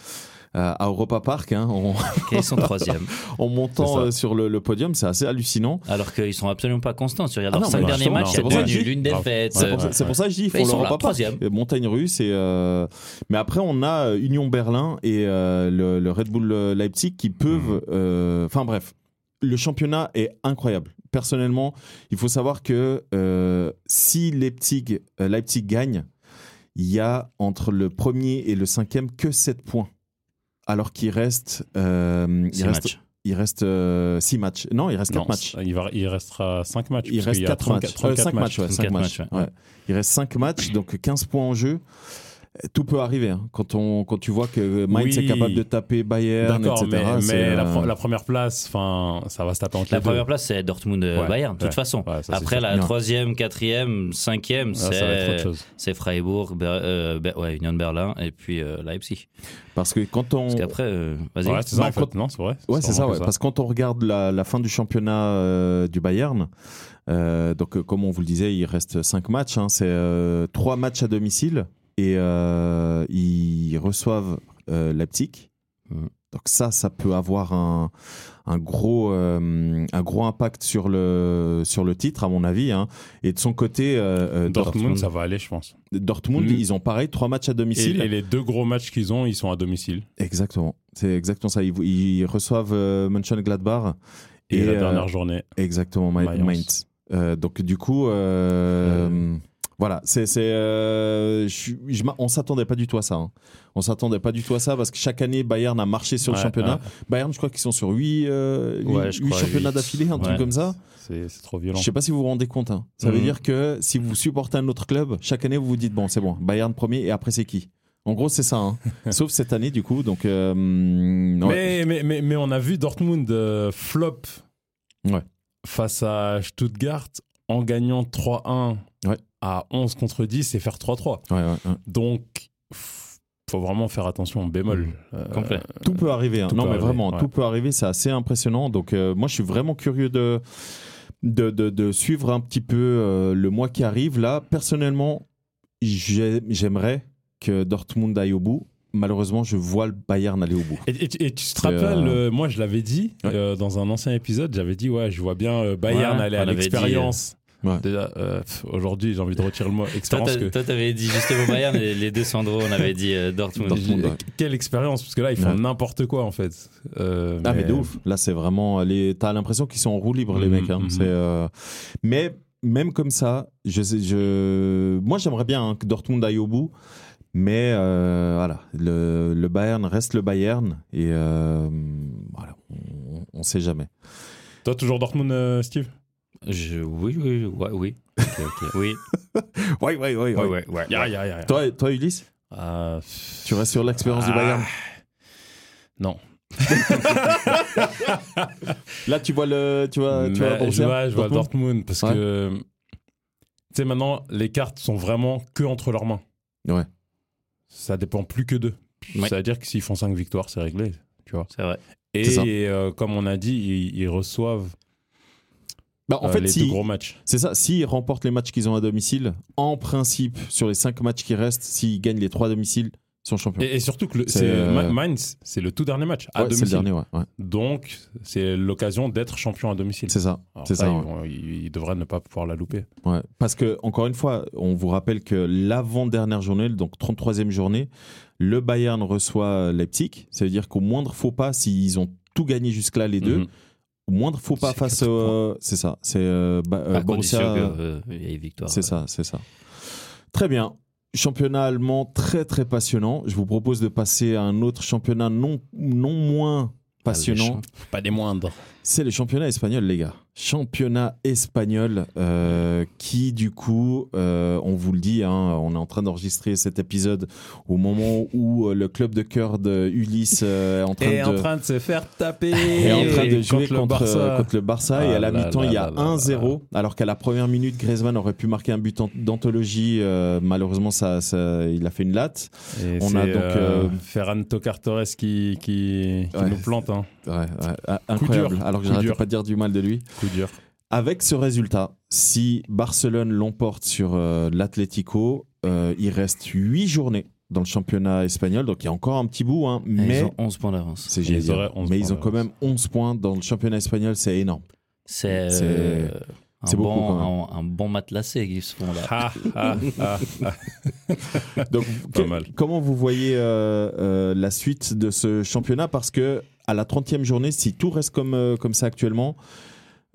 [SPEAKER 3] à Europa Park, hein, en,
[SPEAKER 4] Ok, Ils sont troisième.
[SPEAKER 3] en
[SPEAKER 5] C'est
[SPEAKER 3] montant
[SPEAKER 5] ça.
[SPEAKER 3] euh, sur le, le podium, c'est assez hallucinant.
[SPEAKER 4] Alors qu'ils sont absolument pas constants. Tu regardes
[SPEAKER 3] Ah
[SPEAKER 4] leurs
[SPEAKER 3] non,
[SPEAKER 4] cinq
[SPEAKER 3] mais
[SPEAKER 4] derniers
[SPEAKER 3] justement,
[SPEAKER 4] matchs,
[SPEAKER 3] c'est
[SPEAKER 4] c'est
[SPEAKER 3] pour ça
[SPEAKER 4] deux
[SPEAKER 3] que
[SPEAKER 4] nuls,
[SPEAKER 3] je dis-
[SPEAKER 4] une
[SPEAKER 5] Grave.
[SPEAKER 4] défaite.
[SPEAKER 3] C'est
[SPEAKER 5] Ouais,
[SPEAKER 3] pour, ça-
[SPEAKER 5] ouais,
[SPEAKER 3] c'est pour ça que je dis, il faut
[SPEAKER 4] Ils sont là,
[SPEAKER 3] l'Europa Park.
[SPEAKER 4] troisième.
[SPEAKER 3] Montagne russe. Et, euh, Mais après, on a euh, Union Berlin et euh, le, le Red Bull Leipzig qui
[SPEAKER 4] Mhm.
[SPEAKER 3] peuvent. euh, Enfin bref, le championnat est incroyable. Personnellement, il faut savoir que euh, si Leipzig, euh, Leipzig gagne, il y a entre le premier et le cinquième que 7 points. Alors qu'il reste, euh,
[SPEAKER 4] Six
[SPEAKER 3] il reste,
[SPEAKER 4] matchs.
[SPEAKER 3] il reste 6 matchs. Non, il reste 4
[SPEAKER 5] Non,
[SPEAKER 3] matchs.
[SPEAKER 5] Il, va- il restera 5 matchs.
[SPEAKER 3] Il
[SPEAKER 5] parce
[SPEAKER 3] reste
[SPEAKER 5] qu'il y a
[SPEAKER 3] 4
[SPEAKER 5] 34
[SPEAKER 3] matchs. 5
[SPEAKER 5] 34
[SPEAKER 3] matchs, ouais,
[SPEAKER 4] 34
[SPEAKER 3] cinq matchs.
[SPEAKER 4] matchs,
[SPEAKER 3] ouais. Il reste 5 matchs, donc 15 points en jeu. Tout peut arriver hein. quand, on, quand tu vois que Mainz
[SPEAKER 5] Oui.
[SPEAKER 3] est capable de taper Bayern,
[SPEAKER 5] D'accord,
[SPEAKER 3] etc.
[SPEAKER 5] mais,
[SPEAKER 3] c'est,
[SPEAKER 5] mais la,
[SPEAKER 3] euh,
[SPEAKER 5] pre- la première place, enfin, ça va se taper entre
[SPEAKER 4] La
[SPEAKER 5] les
[SPEAKER 4] première
[SPEAKER 5] deux.
[SPEAKER 4] place, c'est
[SPEAKER 5] Ouais,
[SPEAKER 4] Dortmund-Bayern, de
[SPEAKER 5] ouais.
[SPEAKER 4] toute façon.
[SPEAKER 5] Ouais, ça, c'est
[SPEAKER 4] Après,
[SPEAKER 5] sûr.
[SPEAKER 4] la
[SPEAKER 3] Non.
[SPEAKER 4] troisième, quatrième, cinquième,
[SPEAKER 5] Ah, ça va être autre
[SPEAKER 4] c'est
[SPEAKER 5] chose.
[SPEAKER 4] c'est Freiburg, Ber- euh, Ber- ouais, Union de Berlin et puis euh, Leipzig.
[SPEAKER 3] Parce que quand on.
[SPEAKER 4] Parce qu'après, euh, vas-y.
[SPEAKER 5] Ouais, c'est ça,
[SPEAKER 3] Non,
[SPEAKER 5] en fait. Non, c'est vrai.
[SPEAKER 3] bah, Ouais, c'est ça,
[SPEAKER 5] vraiment
[SPEAKER 3] ouais.
[SPEAKER 5] que
[SPEAKER 3] Parce que quand on regarde la, la fin du championnat euh, du Bayern, euh, donc euh, comme on vous le disait, il reste 5 matchs. hein. c'est 3 matchs à domicile et euh, ils reçoivent euh, Leipzig. Hum.
[SPEAKER 4] Mhm.
[SPEAKER 3] Donc ça, ça peut avoir un, un gros, euh, un gros impact sur le, sur le titre, à mon avis. hein. Et de son côté, euh, euh, Dort-
[SPEAKER 5] Dortmund, ça va aller, je pense.
[SPEAKER 3] Dortmund,
[SPEAKER 5] Mhm.
[SPEAKER 3] ils ont pareil, 3 matchs à
[SPEAKER 5] Et,
[SPEAKER 3] domicile.
[SPEAKER 5] et les deux gros matchs qu'ils ont, ils sont à domicile.
[SPEAKER 3] Exactement. C'est exactement ça. Ils, ils reçoivent euh, Mönchengladbach.
[SPEAKER 5] Et, la
[SPEAKER 3] euh,
[SPEAKER 5] dernière journée.
[SPEAKER 3] Exactement, Ma-
[SPEAKER 5] Mayence.
[SPEAKER 3] Mainz. Euh, donc du coup, euh, voilà, c'est, c'est, euh, je suis- je m'a- on s'attendait pas du tout à ça. hein. On s'attendait pas du tout à ça parce que chaque année Bayern a marché sur
[SPEAKER 5] Ouais,
[SPEAKER 3] le championnat.
[SPEAKER 5] ouais.
[SPEAKER 3] Bayern, je crois qu'ils sont sur 8,
[SPEAKER 4] Ouais, je crois,
[SPEAKER 3] championnats
[SPEAKER 4] huit.
[SPEAKER 3] d'affilée, un truc
[SPEAKER 4] Ouais.
[SPEAKER 3] comme ça.
[SPEAKER 5] C'est c'est trop violent.
[SPEAKER 3] Je sais pas si vous vous rendez compte. hein. Ça veut
[SPEAKER 5] Mhm.
[SPEAKER 3] dire que si vous supportez un autre club, chaque année vous vous dites bon, c'est bon, Bayern premier et après c'est qui En gros, c'est ça. hein. Sauf cette année du coup, donc euh, ouais.
[SPEAKER 5] Mais, mais, mais, mais on a vu Dortmund euh, flop
[SPEAKER 3] Ouais.
[SPEAKER 5] face à Stuttgart en gagnant 3-1
[SPEAKER 3] Ouais.
[SPEAKER 5] à 11 contre 10 et faire 3-3.
[SPEAKER 3] Ouais, ouais, ouais.
[SPEAKER 5] Donc, f- faut vraiment faire attention,
[SPEAKER 3] Mm.
[SPEAKER 5] bémol. Euh,
[SPEAKER 4] Complet.
[SPEAKER 3] Tout peut arriver. hein.
[SPEAKER 5] Tout
[SPEAKER 3] non,
[SPEAKER 5] peut
[SPEAKER 3] mais
[SPEAKER 5] arriver,
[SPEAKER 3] vraiment,
[SPEAKER 5] ouais.
[SPEAKER 3] tout peut arriver. C'est assez impressionnant. Donc, euh, moi, je suis vraiment curieux de, de, de, de suivre un petit peu euh, le mois qui arrive. Là, personnellement, j'ai- j'aimerais que Dortmund aille au bout. malheureusement, je vois le Bayern aller au bout.
[SPEAKER 5] Et, et- et tu te
[SPEAKER 3] Mais, euh,
[SPEAKER 5] rappelles, euh, moi je l'avais dit
[SPEAKER 3] Ouais.
[SPEAKER 5] euh, dans un ancien épisode, j'avais dit ouais, je vois bien euh, Bayern
[SPEAKER 4] Ouais,
[SPEAKER 5] aller
[SPEAKER 4] on
[SPEAKER 5] à
[SPEAKER 4] avait dit,
[SPEAKER 5] l'expérience.
[SPEAKER 3] euh, Ouais.
[SPEAKER 5] Déjà, euh, pff, aujourd'hui j'ai envie de retirer le mot
[SPEAKER 4] Toi,
[SPEAKER 5] expérience.
[SPEAKER 4] t'as-
[SPEAKER 5] que...
[SPEAKER 4] toi, t'avais dit justement Bayern et les deux Sandro, on avait dit euh, Dortmund.
[SPEAKER 3] Dortmund. monde, ouais.
[SPEAKER 5] Quelle expérience, parce que là ils font
[SPEAKER 3] Ouais.
[SPEAKER 5] n'importe quoi en fait. Euh,
[SPEAKER 3] Ah mais de ouf. Là c'est vraiment les. T'as l'impression qu'ils sont en roue libre les
[SPEAKER 5] Mhm,
[SPEAKER 3] mecs. hein.
[SPEAKER 5] mhm.
[SPEAKER 3] C'est, euh, Mais même comme ça, je, sais- je... moi j'aimerais bien hein, que Dortmund aille au bout, mais euh, voilà, le, le Bayern reste le Bayern et euh, voilà, on, on sait jamais.
[SPEAKER 5] Toi toujours Dortmund, euh, Steve
[SPEAKER 4] Je- Oui, oui, ouais, oui. Oui,
[SPEAKER 3] Oui oui
[SPEAKER 4] ouais,
[SPEAKER 3] oui.
[SPEAKER 4] ouais, ouais.
[SPEAKER 5] Ya, ya, ya, ya.
[SPEAKER 3] Toi, toi Ulysse,
[SPEAKER 5] Euh,
[SPEAKER 3] tu restes sur l'expérience du
[SPEAKER 5] Ah.
[SPEAKER 3] Bayern.
[SPEAKER 5] Non.
[SPEAKER 3] Là tu vois le, tu vois, tu vois
[SPEAKER 5] Mais
[SPEAKER 3] le
[SPEAKER 5] je
[SPEAKER 3] Borussia
[SPEAKER 5] vois, je vois
[SPEAKER 3] Dortmund
[SPEAKER 5] Dortmund parce
[SPEAKER 3] Ouais.
[SPEAKER 5] que tu sais maintenant les cartes sont vraiment que entre leurs mains.
[SPEAKER 3] Ouais.
[SPEAKER 5] Ça dépend plus que d'eux.
[SPEAKER 4] Ouais.
[SPEAKER 5] Ça veut dire que s'ils font 5 victoires, c'est réglé, tu vois.
[SPEAKER 4] C'est vrai.
[SPEAKER 3] C'est ça.
[SPEAKER 5] Et euh, comme on a dit, ils, ils reçoivent
[SPEAKER 3] Bah, en
[SPEAKER 5] euh,
[SPEAKER 3] fait,
[SPEAKER 5] les
[SPEAKER 3] si,
[SPEAKER 5] deux gros matchs.
[SPEAKER 3] C'est ça, s'ils remportent les matchs qu'ils ont à domicile, en principe, sur les 5 matchs qui restent, s'ils gagnent les 3 à domicile, ils sont champions.
[SPEAKER 5] Et, et surtout que le-
[SPEAKER 3] C'est,
[SPEAKER 5] c'est
[SPEAKER 3] euh,
[SPEAKER 5] Ma- Mainz, c'est le tout dernier match à
[SPEAKER 3] Ouais, c'est le
[SPEAKER 5] domicile.
[SPEAKER 3] dernier, ouais. ouais.
[SPEAKER 5] Donc, c'est l'occasion d'être champion à domicile.
[SPEAKER 3] C'est ça.
[SPEAKER 5] Alors
[SPEAKER 3] C'est ça.
[SPEAKER 5] ils,
[SPEAKER 3] ouais.
[SPEAKER 5] vont- ils- ils devraient ne pas pouvoir la louper.
[SPEAKER 3] Ouais. Parce que, encore une fois, on vous rappelle que l'avant-dernière journée, donc 33e journée, le Bayern reçoit Leipzig. Ça veut dire qu'au moindre faux pas, s'ils ont tout gagné jusque-là, les deux,
[SPEAKER 5] Mhm.
[SPEAKER 3] au moindre faux pas
[SPEAKER 4] C'est
[SPEAKER 3] face.
[SPEAKER 4] quatre
[SPEAKER 3] euh, c'est ça. C'est euh, Ba- euh,
[SPEAKER 4] à condition
[SPEAKER 3] Borussia.
[SPEAKER 4] que, euh, il y ait victoire.
[SPEAKER 3] C'est ça, c'est ça. Très bien. Championnat allemand très très passionnant. Je vous propose de passer à un autre championnat non, non moins passionnant.
[SPEAKER 4] Alléchant.
[SPEAKER 5] Pas des moindres.
[SPEAKER 4] Ah,
[SPEAKER 3] C'est le championnat espagnol, les gars. Championnat espagnol euh, qui, du coup, euh, on vous le dit, hein, on est en train d'enregistrer cet épisode au moment où euh, le club de cœur de Ulysse euh, est en train de
[SPEAKER 5] de se faire taper.
[SPEAKER 3] est en train de
[SPEAKER 5] Et
[SPEAKER 3] jouer
[SPEAKER 5] contre
[SPEAKER 3] contre, euh,
[SPEAKER 5] le Barça.
[SPEAKER 3] contre le Barça et
[SPEAKER 5] Ah
[SPEAKER 3] à la
[SPEAKER 5] là
[SPEAKER 3] mi-temps
[SPEAKER 5] là
[SPEAKER 3] il y a
[SPEAKER 5] là là
[SPEAKER 3] 1-0 alors qu'à la première minute Griezmann aurait pu marquer un but en- d'anthologie euh, malheureusement ça, ça- il a fait une latte
[SPEAKER 5] Et
[SPEAKER 3] On
[SPEAKER 5] c'est,
[SPEAKER 3] a donc,
[SPEAKER 5] euh,
[SPEAKER 3] euh,
[SPEAKER 5] Ferran Tocar Torres qui, qui, qui
[SPEAKER 3] Ouais.
[SPEAKER 5] nous plante. Hein.
[SPEAKER 3] Ouais, ouais, ah, incroyable
[SPEAKER 5] dur,
[SPEAKER 3] alors que
[SPEAKER 5] coup
[SPEAKER 3] j'arrête
[SPEAKER 5] dur.
[SPEAKER 3] pas de dire du mal de lui
[SPEAKER 5] Coup dur.
[SPEAKER 3] avec ce résultat si Barcelone l'emporte sur euh, l'Atlético euh, il reste 8 journées dans le championnat espagnol donc il y a encore un petit bout hein,
[SPEAKER 4] Et
[SPEAKER 3] mais
[SPEAKER 4] Ils ont 11 points d'avance.
[SPEAKER 3] c'est génial.
[SPEAKER 5] ils auraient 11
[SPEAKER 3] mais ils
[SPEAKER 5] points
[SPEAKER 3] ont quand même 11 points dans le championnat espagnol c'est énorme
[SPEAKER 4] C'est
[SPEAKER 3] C'est-
[SPEAKER 4] euh, un,
[SPEAKER 3] c'est beaucoup,
[SPEAKER 4] bon,
[SPEAKER 3] quand
[SPEAKER 4] un, un bon matelassé qu'ils se font là.
[SPEAKER 5] Ah, ah, ah.
[SPEAKER 3] Donc,
[SPEAKER 5] Pas
[SPEAKER 3] que-
[SPEAKER 5] mal.
[SPEAKER 3] comment vous voyez euh, euh, la suite de ce championnat Parce que à la 30e journée, si tout reste comme, euh, comme ça actuellement,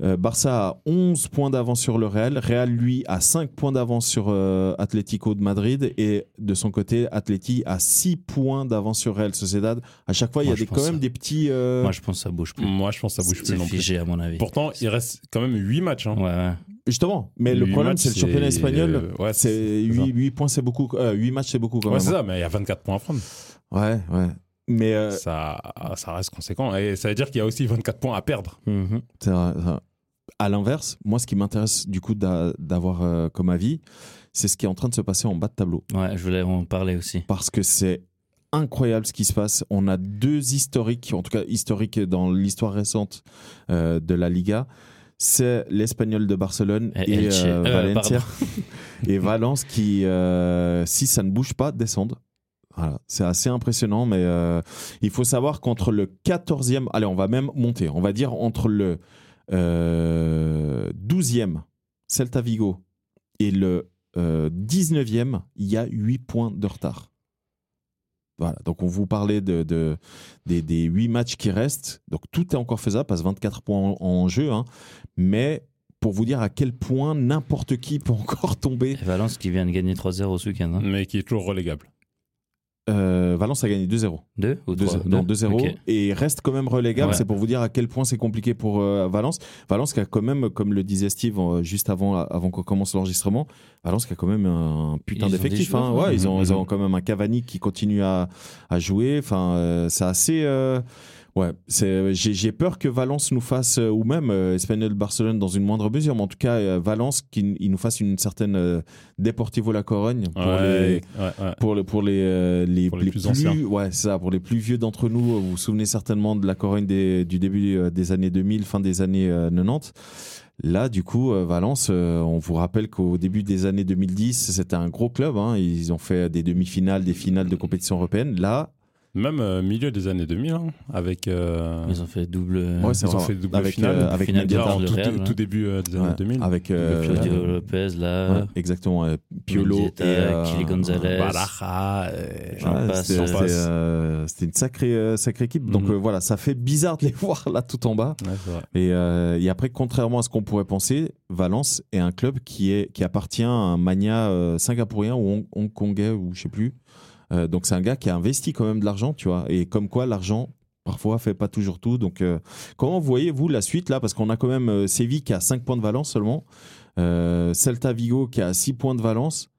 [SPEAKER 3] euh, Barça a 11 points d'avance sur le Real. Real, lui, a 5 points d'avance sur euh, Atlético de Madrid. Et de son côté, Atleti a 6 points d'avance sur Real Sociedad. À chaque fois, il y
[SPEAKER 4] Moi,
[SPEAKER 3] a
[SPEAKER 4] je
[SPEAKER 3] des,
[SPEAKER 4] pense
[SPEAKER 3] quand même
[SPEAKER 4] ça.
[SPEAKER 3] des petits. euh,
[SPEAKER 4] Moi, je pense que ça bouge plus.
[SPEAKER 5] Moi, je pense que Mm. ça bouge
[SPEAKER 4] C'est
[SPEAKER 5] plus non plus.
[SPEAKER 4] figé, à mon avis.
[SPEAKER 5] Pourtant, il reste quand même 8 matchs. Hein.
[SPEAKER 4] Ouais, ouais.
[SPEAKER 3] Justement, mais le
[SPEAKER 5] Huit
[SPEAKER 3] problème,
[SPEAKER 5] matchs,
[SPEAKER 3] c'est le championnat espagnol.
[SPEAKER 5] euh, Ouais, c'est
[SPEAKER 3] C'est 8, points, c'est beaucoup. 8 matchs, c'est beaucoup quand
[SPEAKER 5] ouais, c'est
[SPEAKER 3] même. hein.
[SPEAKER 5] ça, mais il y a 24 points à prendre.
[SPEAKER 3] Ouais, ouais. Mais euh,
[SPEAKER 5] Ça, ça reste conséquent. Et ça veut dire qu'il y a aussi 24 points à perdre.
[SPEAKER 4] Mhm.
[SPEAKER 3] C'est vrai, c'est vrai. À l'inverse, moi, ce qui m'intéresse du coup d'a- d'avoir euh, comme avis, c'est ce qui est en train de se passer en bas de tableau.
[SPEAKER 4] Ouais, je voulais en parler aussi.
[SPEAKER 3] Parce que c'est incroyable ce qui se passe. On a deux historiques, en tout cas historiques dans l'histoire récente euh, de la Liga. C'est l'Espagnol de Barcelone
[SPEAKER 4] Et
[SPEAKER 3] et,
[SPEAKER 4] Elche.
[SPEAKER 3] euh,
[SPEAKER 4] Euh,
[SPEAKER 3] Valencia. et Valence qui, euh, si ça ne bouge pas, descendent. Voilà. C'est assez impressionnant, mais euh, il faut savoir qu'entre le 14e, allez, on va même monter, on va dire entre le euh, 12e, Celta Vigo, et le euh, 19e, il y a 8 points de retard. Voilà, donc on vous parlait de, de- des, des 8 matchs qui restent, donc tout est encore faisable, passe 24 points en, en jeu, hein. mais pour vous dire à quel point n'importe qui peut encore tomber.
[SPEAKER 4] Et Valence qui vient de gagner 3-0 ce week-end. hein.
[SPEAKER 5] Mais qui est toujours relégable.
[SPEAKER 3] Euh, Valence a gagné 2-0.
[SPEAKER 4] Deux ou
[SPEAKER 3] Deux-
[SPEAKER 4] trois
[SPEAKER 3] non,
[SPEAKER 4] Deux
[SPEAKER 3] 2-0
[SPEAKER 4] Ok.
[SPEAKER 3] et il reste quand même relégable.
[SPEAKER 4] Ouais.
[SPEAKER 3] C'est pour vous dire à quel point c'est compliqué pour euh, Valence. Valence qui a quand même, comme le disait Steve euh, juste avant, avant qu'on commence l'enregistrement, Valence qui a quand même un putain
[SPEAKER 4] Ils ont des
[SPEAKER 3] d'effectif.
[SPEAKER 4] joueurs,
[SPEAKER 3] hein.
[SPEAKER 4] ouais. Mmh.
[SPEAKER 3] Ouais, ils, ont, ils
[SPEAKER 5] Mhm.
[SPEAKER 3] ont quand même un Cavani qui continue à, à jouer. Enfin, euh, c'est assez. euh, Ouais, c'est- j'ai j'ai peur que Valence nous fasse, euh, ou même euh, Espanyol Barcelone dans une moindre mesure, mais en tout cas, euh, Valence, qu'il il nous fasse une certaine euh, Deportivo La Corogne pour les.
[SPEAKER 5] Ouais, ouais, ouais.
[SPEAKER 3] Pour, le, pour les, euh, les,
[SPEAKER 5] Pour les plus anciens.
[SPEAKER 3] ouais, c'est ça, pour les plus vieux d'entre nous, euh, vous vous souvenez certainement de la Corogne des- du début euh, des années 2000, fin des années euh, 90. Là, du coup, euh, Valence, euh, on vous rappelle qu'au début des années 2010, c'était un gros club. hein. ils ont fait des demi-finales, des finales de compétition européenne. Là,
[SPEAKER 5] Même euh, milieu des années 2000, hein, avec. euh,
[SPEAKER 4] Ils ont fait double. euh,
[SPEAKER 3] Ouais, c'est
[SPEAKER 5] ils ont
[SPEAKER 3] vrai.
[SPEAKER 5] fait double
[SPEAKER 3] avec,
[SPEAKER 5] finale,
[SPEAKER 3] euh, avec
[SPEAKER 4] finale
[SPEAKER 3] Nadia
[SPEAKER 5] Là, en
[SPEAKER 4] le
[SPEAKER 5] tout,
[SPEAKER 4] Real,
[SPEAKER 5] tout
[SPEAKER 4] hein.
[SPEAKER 5] début euh, des
[SPEAKER 3] Ouais,
[SPEAKER 5] années 2000.
[SPEAKER 3] Avec euh,
[SPEAKER 5] Depuis
[SPEAKER 4] Claudio
[SPEAKER 3] euh,
[SPEAKER 4] Lopez,
[SPEAKER 3] ouais,
[SPEAKER 4] là.
[SPEAKER 3] exactement euh, Piolo euh, et
[SPEAKER 4] Mendieta, Kili Gonzalez.
[SPEAKER 5] Baraja, euh,
[SPEAKER 4] j'en
[SPEAKER 3] ouais,
[SPEAKER 4] passe, Mm-hmm.
[SPEAKER 3] c'était
[SPEAKER 4] j'en
[SPEAKER 3] c'était,
[SPEAKER 5] passe.
[SPEAKER 3] euh, c'était une sacrée euh, sacrée équipe. Donc
[SPEAKER 5] Mhm.
[SPEAKER 3] euh, voilà, ça fait bizarre de les voir là tout en bas.
[SPEAKER 5] ouais, c'est vrai.
[SPEAKER 3] Et, euh, et après, contrairement à ce qu'on pourrait penser, Valence est un club qui est qui appartient à un mania euh, singapourien ou hong- hongkongais ou je sais plus. Euh, donc c'est un gars qui a investi quand même de l'argent, tu vois. Et comme quoi l'argent parfois fait pas toujours tout. Donc euh, comment voyez-vous la suite là Parce qu'on a quand même euh, Séville qui a 5 points de Valence seulement, euh, Celta Vigo qui a 6 points de Valence.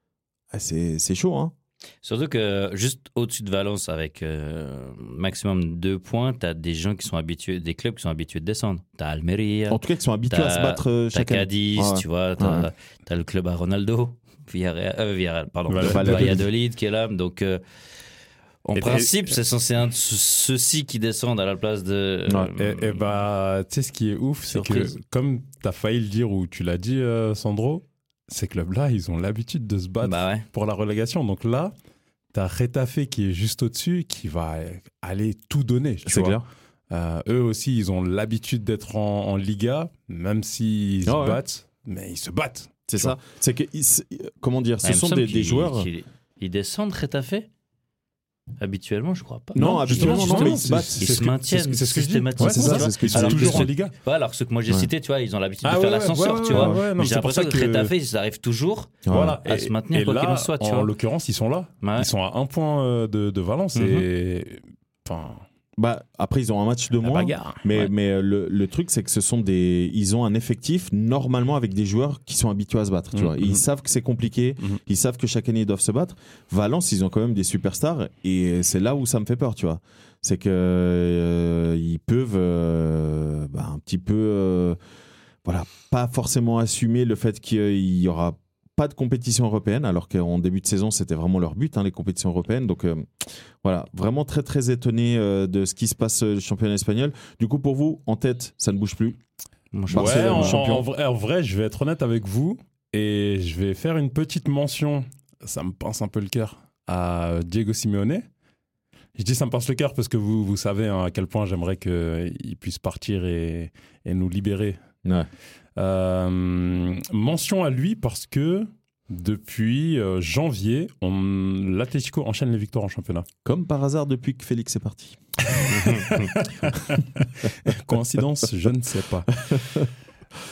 [SPEAKER 3] Ah, c'est c'est chaud, hein
[SPEAKER 4] Surtout que juste au-dessus de Valence, avec euh, maximum deux points, t'as des gens qui sont habitués, des clubs qui sont habitués de descendre. T'as Almeria,
[SPEAKER 3] En tout cas, ils sont habitués à
[SPEAKER 4] T'as-
[SPEAKER 3] se battre euh,
[SPEAKER 4] t'as
[SPEAKER 3] chaque année.
[SPEAKER 4] Cadiz,
[SPEAKER 3] Oh, Ouais.
[SPEAKER 4] tu vois, t'as
[SPEAKER 3] Ouais.
[SPEAKER 4] t'as le club à Ronaldo, Villarreal, euh, Villarreal, pardon,
[SPEAKER 5] Valladolid.
[SPEAKER 4] Valladolid qui est là. Donc, euh, en
[SPEAKER 5] Et-
[SPEAKER 4] principe, c'est censé être ceux- ceux-ci qui descendent à la place de. euh,
[SPEAKER 5] Et,
[SPEAKER 3] Mm.
[SPEAKER 5] et bah, tu sais, ce qui est ouf, c'est que,
[SPEAKER 4] Surprise.
[SPEAKER 5] comme t'as failli le dire ou tu l'as dit, euh, Sandro, ces clubs-là, ils ont l'habitude de se battre
[SPEAKER 4] bah ouais.
[SPEAKER 5] pour la relégation. Donc là, t'as Retafe qui est juste au-dessus, qui va euh, aller tout donner. tu
[SPEAKER 3] C'est
[SPEAKER 5] vois.
[SPEAKER 3] clair.
[SPEAKER 5] Euh, eux aussi, ils ont l'habitude d'être en, en Liga, même s'ils
[SPEAKER 3] Ah
[SPEAKER 5] se
[SPEAKER 3] ouais.
[SPEAKER 5] battent, mais ils se battent.
[SPEAKER 3] C'est
[SPEAKER 5] Tu
[SPEAKER 3] ça. C'est que ils se- comment dire,
[SPEAKER 4] Ah,
[SPEAKER 3] ce
[SPEAKER 4] il me
[SPEAKER 3] sont
[SPEAKER 4] semble
[SPEAKER 3] des, des
[SPEAKER 4] qu'ils-
[SPEAKER 3] joueurs.
[SPEAKER 4] qu'ils- Ils descendent Retafe Habituellement, je crois pas.
[SPEAKER 3] Non, habituellement,
[SPEAKER 5] justement,
[SPEAKER 3] non, mais ils se battent.
[SPEAKER 5] c'est-
[SPEAKER 4] Ils
[SPEAKER 5] c'est
[SPEAKER 4] se
[SPEAKER 5] ce que-
[SPEAKER 4] maintiennent
[SPEAKER 5] c'est ce que- c'est ce que je dis.
[SPEAKER 4] systématiquement.
[SPEAKER 5] Ouais, c'est ça,
[SPEAKER 3] C'est
[SPEAKER 5] c'est
[SPEAKER 3] ce que
[SPEAKER 5] ce
[SPEAKER 3] je
[SPEAKER 5] sont
[SPEAKER 4] dis.
[SPEAKER 5] toujours en
[SPEAKER 4] Alors que-
[SPEAKER 5] Liga.
[SPEAKER 4] Ouais, alors ceux que moi j'ai
[SPEAKER 3] Ouais.
[SPEAKER 4] cités, tu vois, ils ont l'habitude
[SPEAKER 5] Ah
[SPEAKER 4] de
[SPEAKER 5] ouais,
[SPEAKER 4] faire
[SPEAKER 5] ouais,
[SPEAKER 4] l'ascenseur,
[SPEAKER 5] ouais,
[SPEAKER 4] tu
[SPEAKER 5] ouais,
[SPEAKER 4] vois.
[SPEAKER 5] ouais, ouais, non,
[SPEAKER 4] Mais j'ai
[SPEAKER 5] c'est pour
[SPEAKER 4] l'impression
[SPEAKER 5] ça
[SPEAKER 4] que,
[SPEAKER 5] que-
[SPEAKER 4] Retafe, ils arrivent toujours.
[SPEAKER 5] Voilà.
[SPEAKER 4] à se maintenir,
[SPEAKER 5] et
[SPEAKER 4] quoi qu'il
[SPEAKER 5] là,
[SPEAKER 4] en soit, tu
[SPEAKER 5] En
[SPEAKER 4] vois.
[SPEAKER 5] l'occurrence, ils sont là.
[SPEAKER 4] Ouais.
[SPEAKER 5] Ils sont à un point euh, de, de Valence et.
[SPEAKER 3] Mhm.
[SPEAKER 5] Enfin,
[SPEAKER 3] Bah, après, ils ont un match de
[SPEAKER 5] la
[SPEAKER 3] moins.
[SPEAKER 5] bagarre. hein.
[SPEAKER 3] Mais,
[SPEAKER 4] Ouais.
[SPEAKER 3] mais euh, le, le truc, c'est que ce sont des. Ils ont un effectif normalement avec des joueurs qui sont habitués à se battre. Tu
[SPEAKER 5] Mhm.
[SPEAKER 3] vois. Ils savent que c'est compliqué.
[SPEAKER 5] Mhm.
[SPEAKER 3] Ils savent que chaque année, ils doivent se battre. Valence, ils ont quand même des superstars. Et c'est là où ça me fait peur, tu vois. C'est que euh, ils peuvent euh, bah, un petit peu. euh, voilà, pas forcément assumer le fait qu'il y aura pas de compétition européenne, alors qu'en début de saison, c'était vraiment leur but, hein, les compétitions européennes. Donc euh, voilà, vraiment très très étonné euh, de ce qui se passe euh, du championnat espagnol. Du coup, pour vous, en tête, ça ne bouge plus.
[SPEAKER 4] Moi, je
[SPEAKER 5] Ouais,
[SPEAKER 4] pense que-
[SPEAKER 3] Barcelone,
[SPEAKER 5] en,
[SPEAKER 3] champion.
[SPEAKER 5] en vrai, en vrai, je vais être honnête avec vous et je vais faire une petite mention. Ça me pince un peu le cœur à Diego Simeone. Je dis ça me pince le cœur parce que vous, vous savez hein, à quel point j'aimerais qu'il puisse partir et, et nous libérer.
[SPEAKER 3] Ouais.
[SPEAKER 5] Euh, mention à lui parce que depuis euh, janvier, on- l'Atlético enchaîne les victoires en championnat.
[SPEAKER 3] Comme par hasard depuis que Félix est parti.
[SPEAKER 5] Coïncidence, je ne sais pas.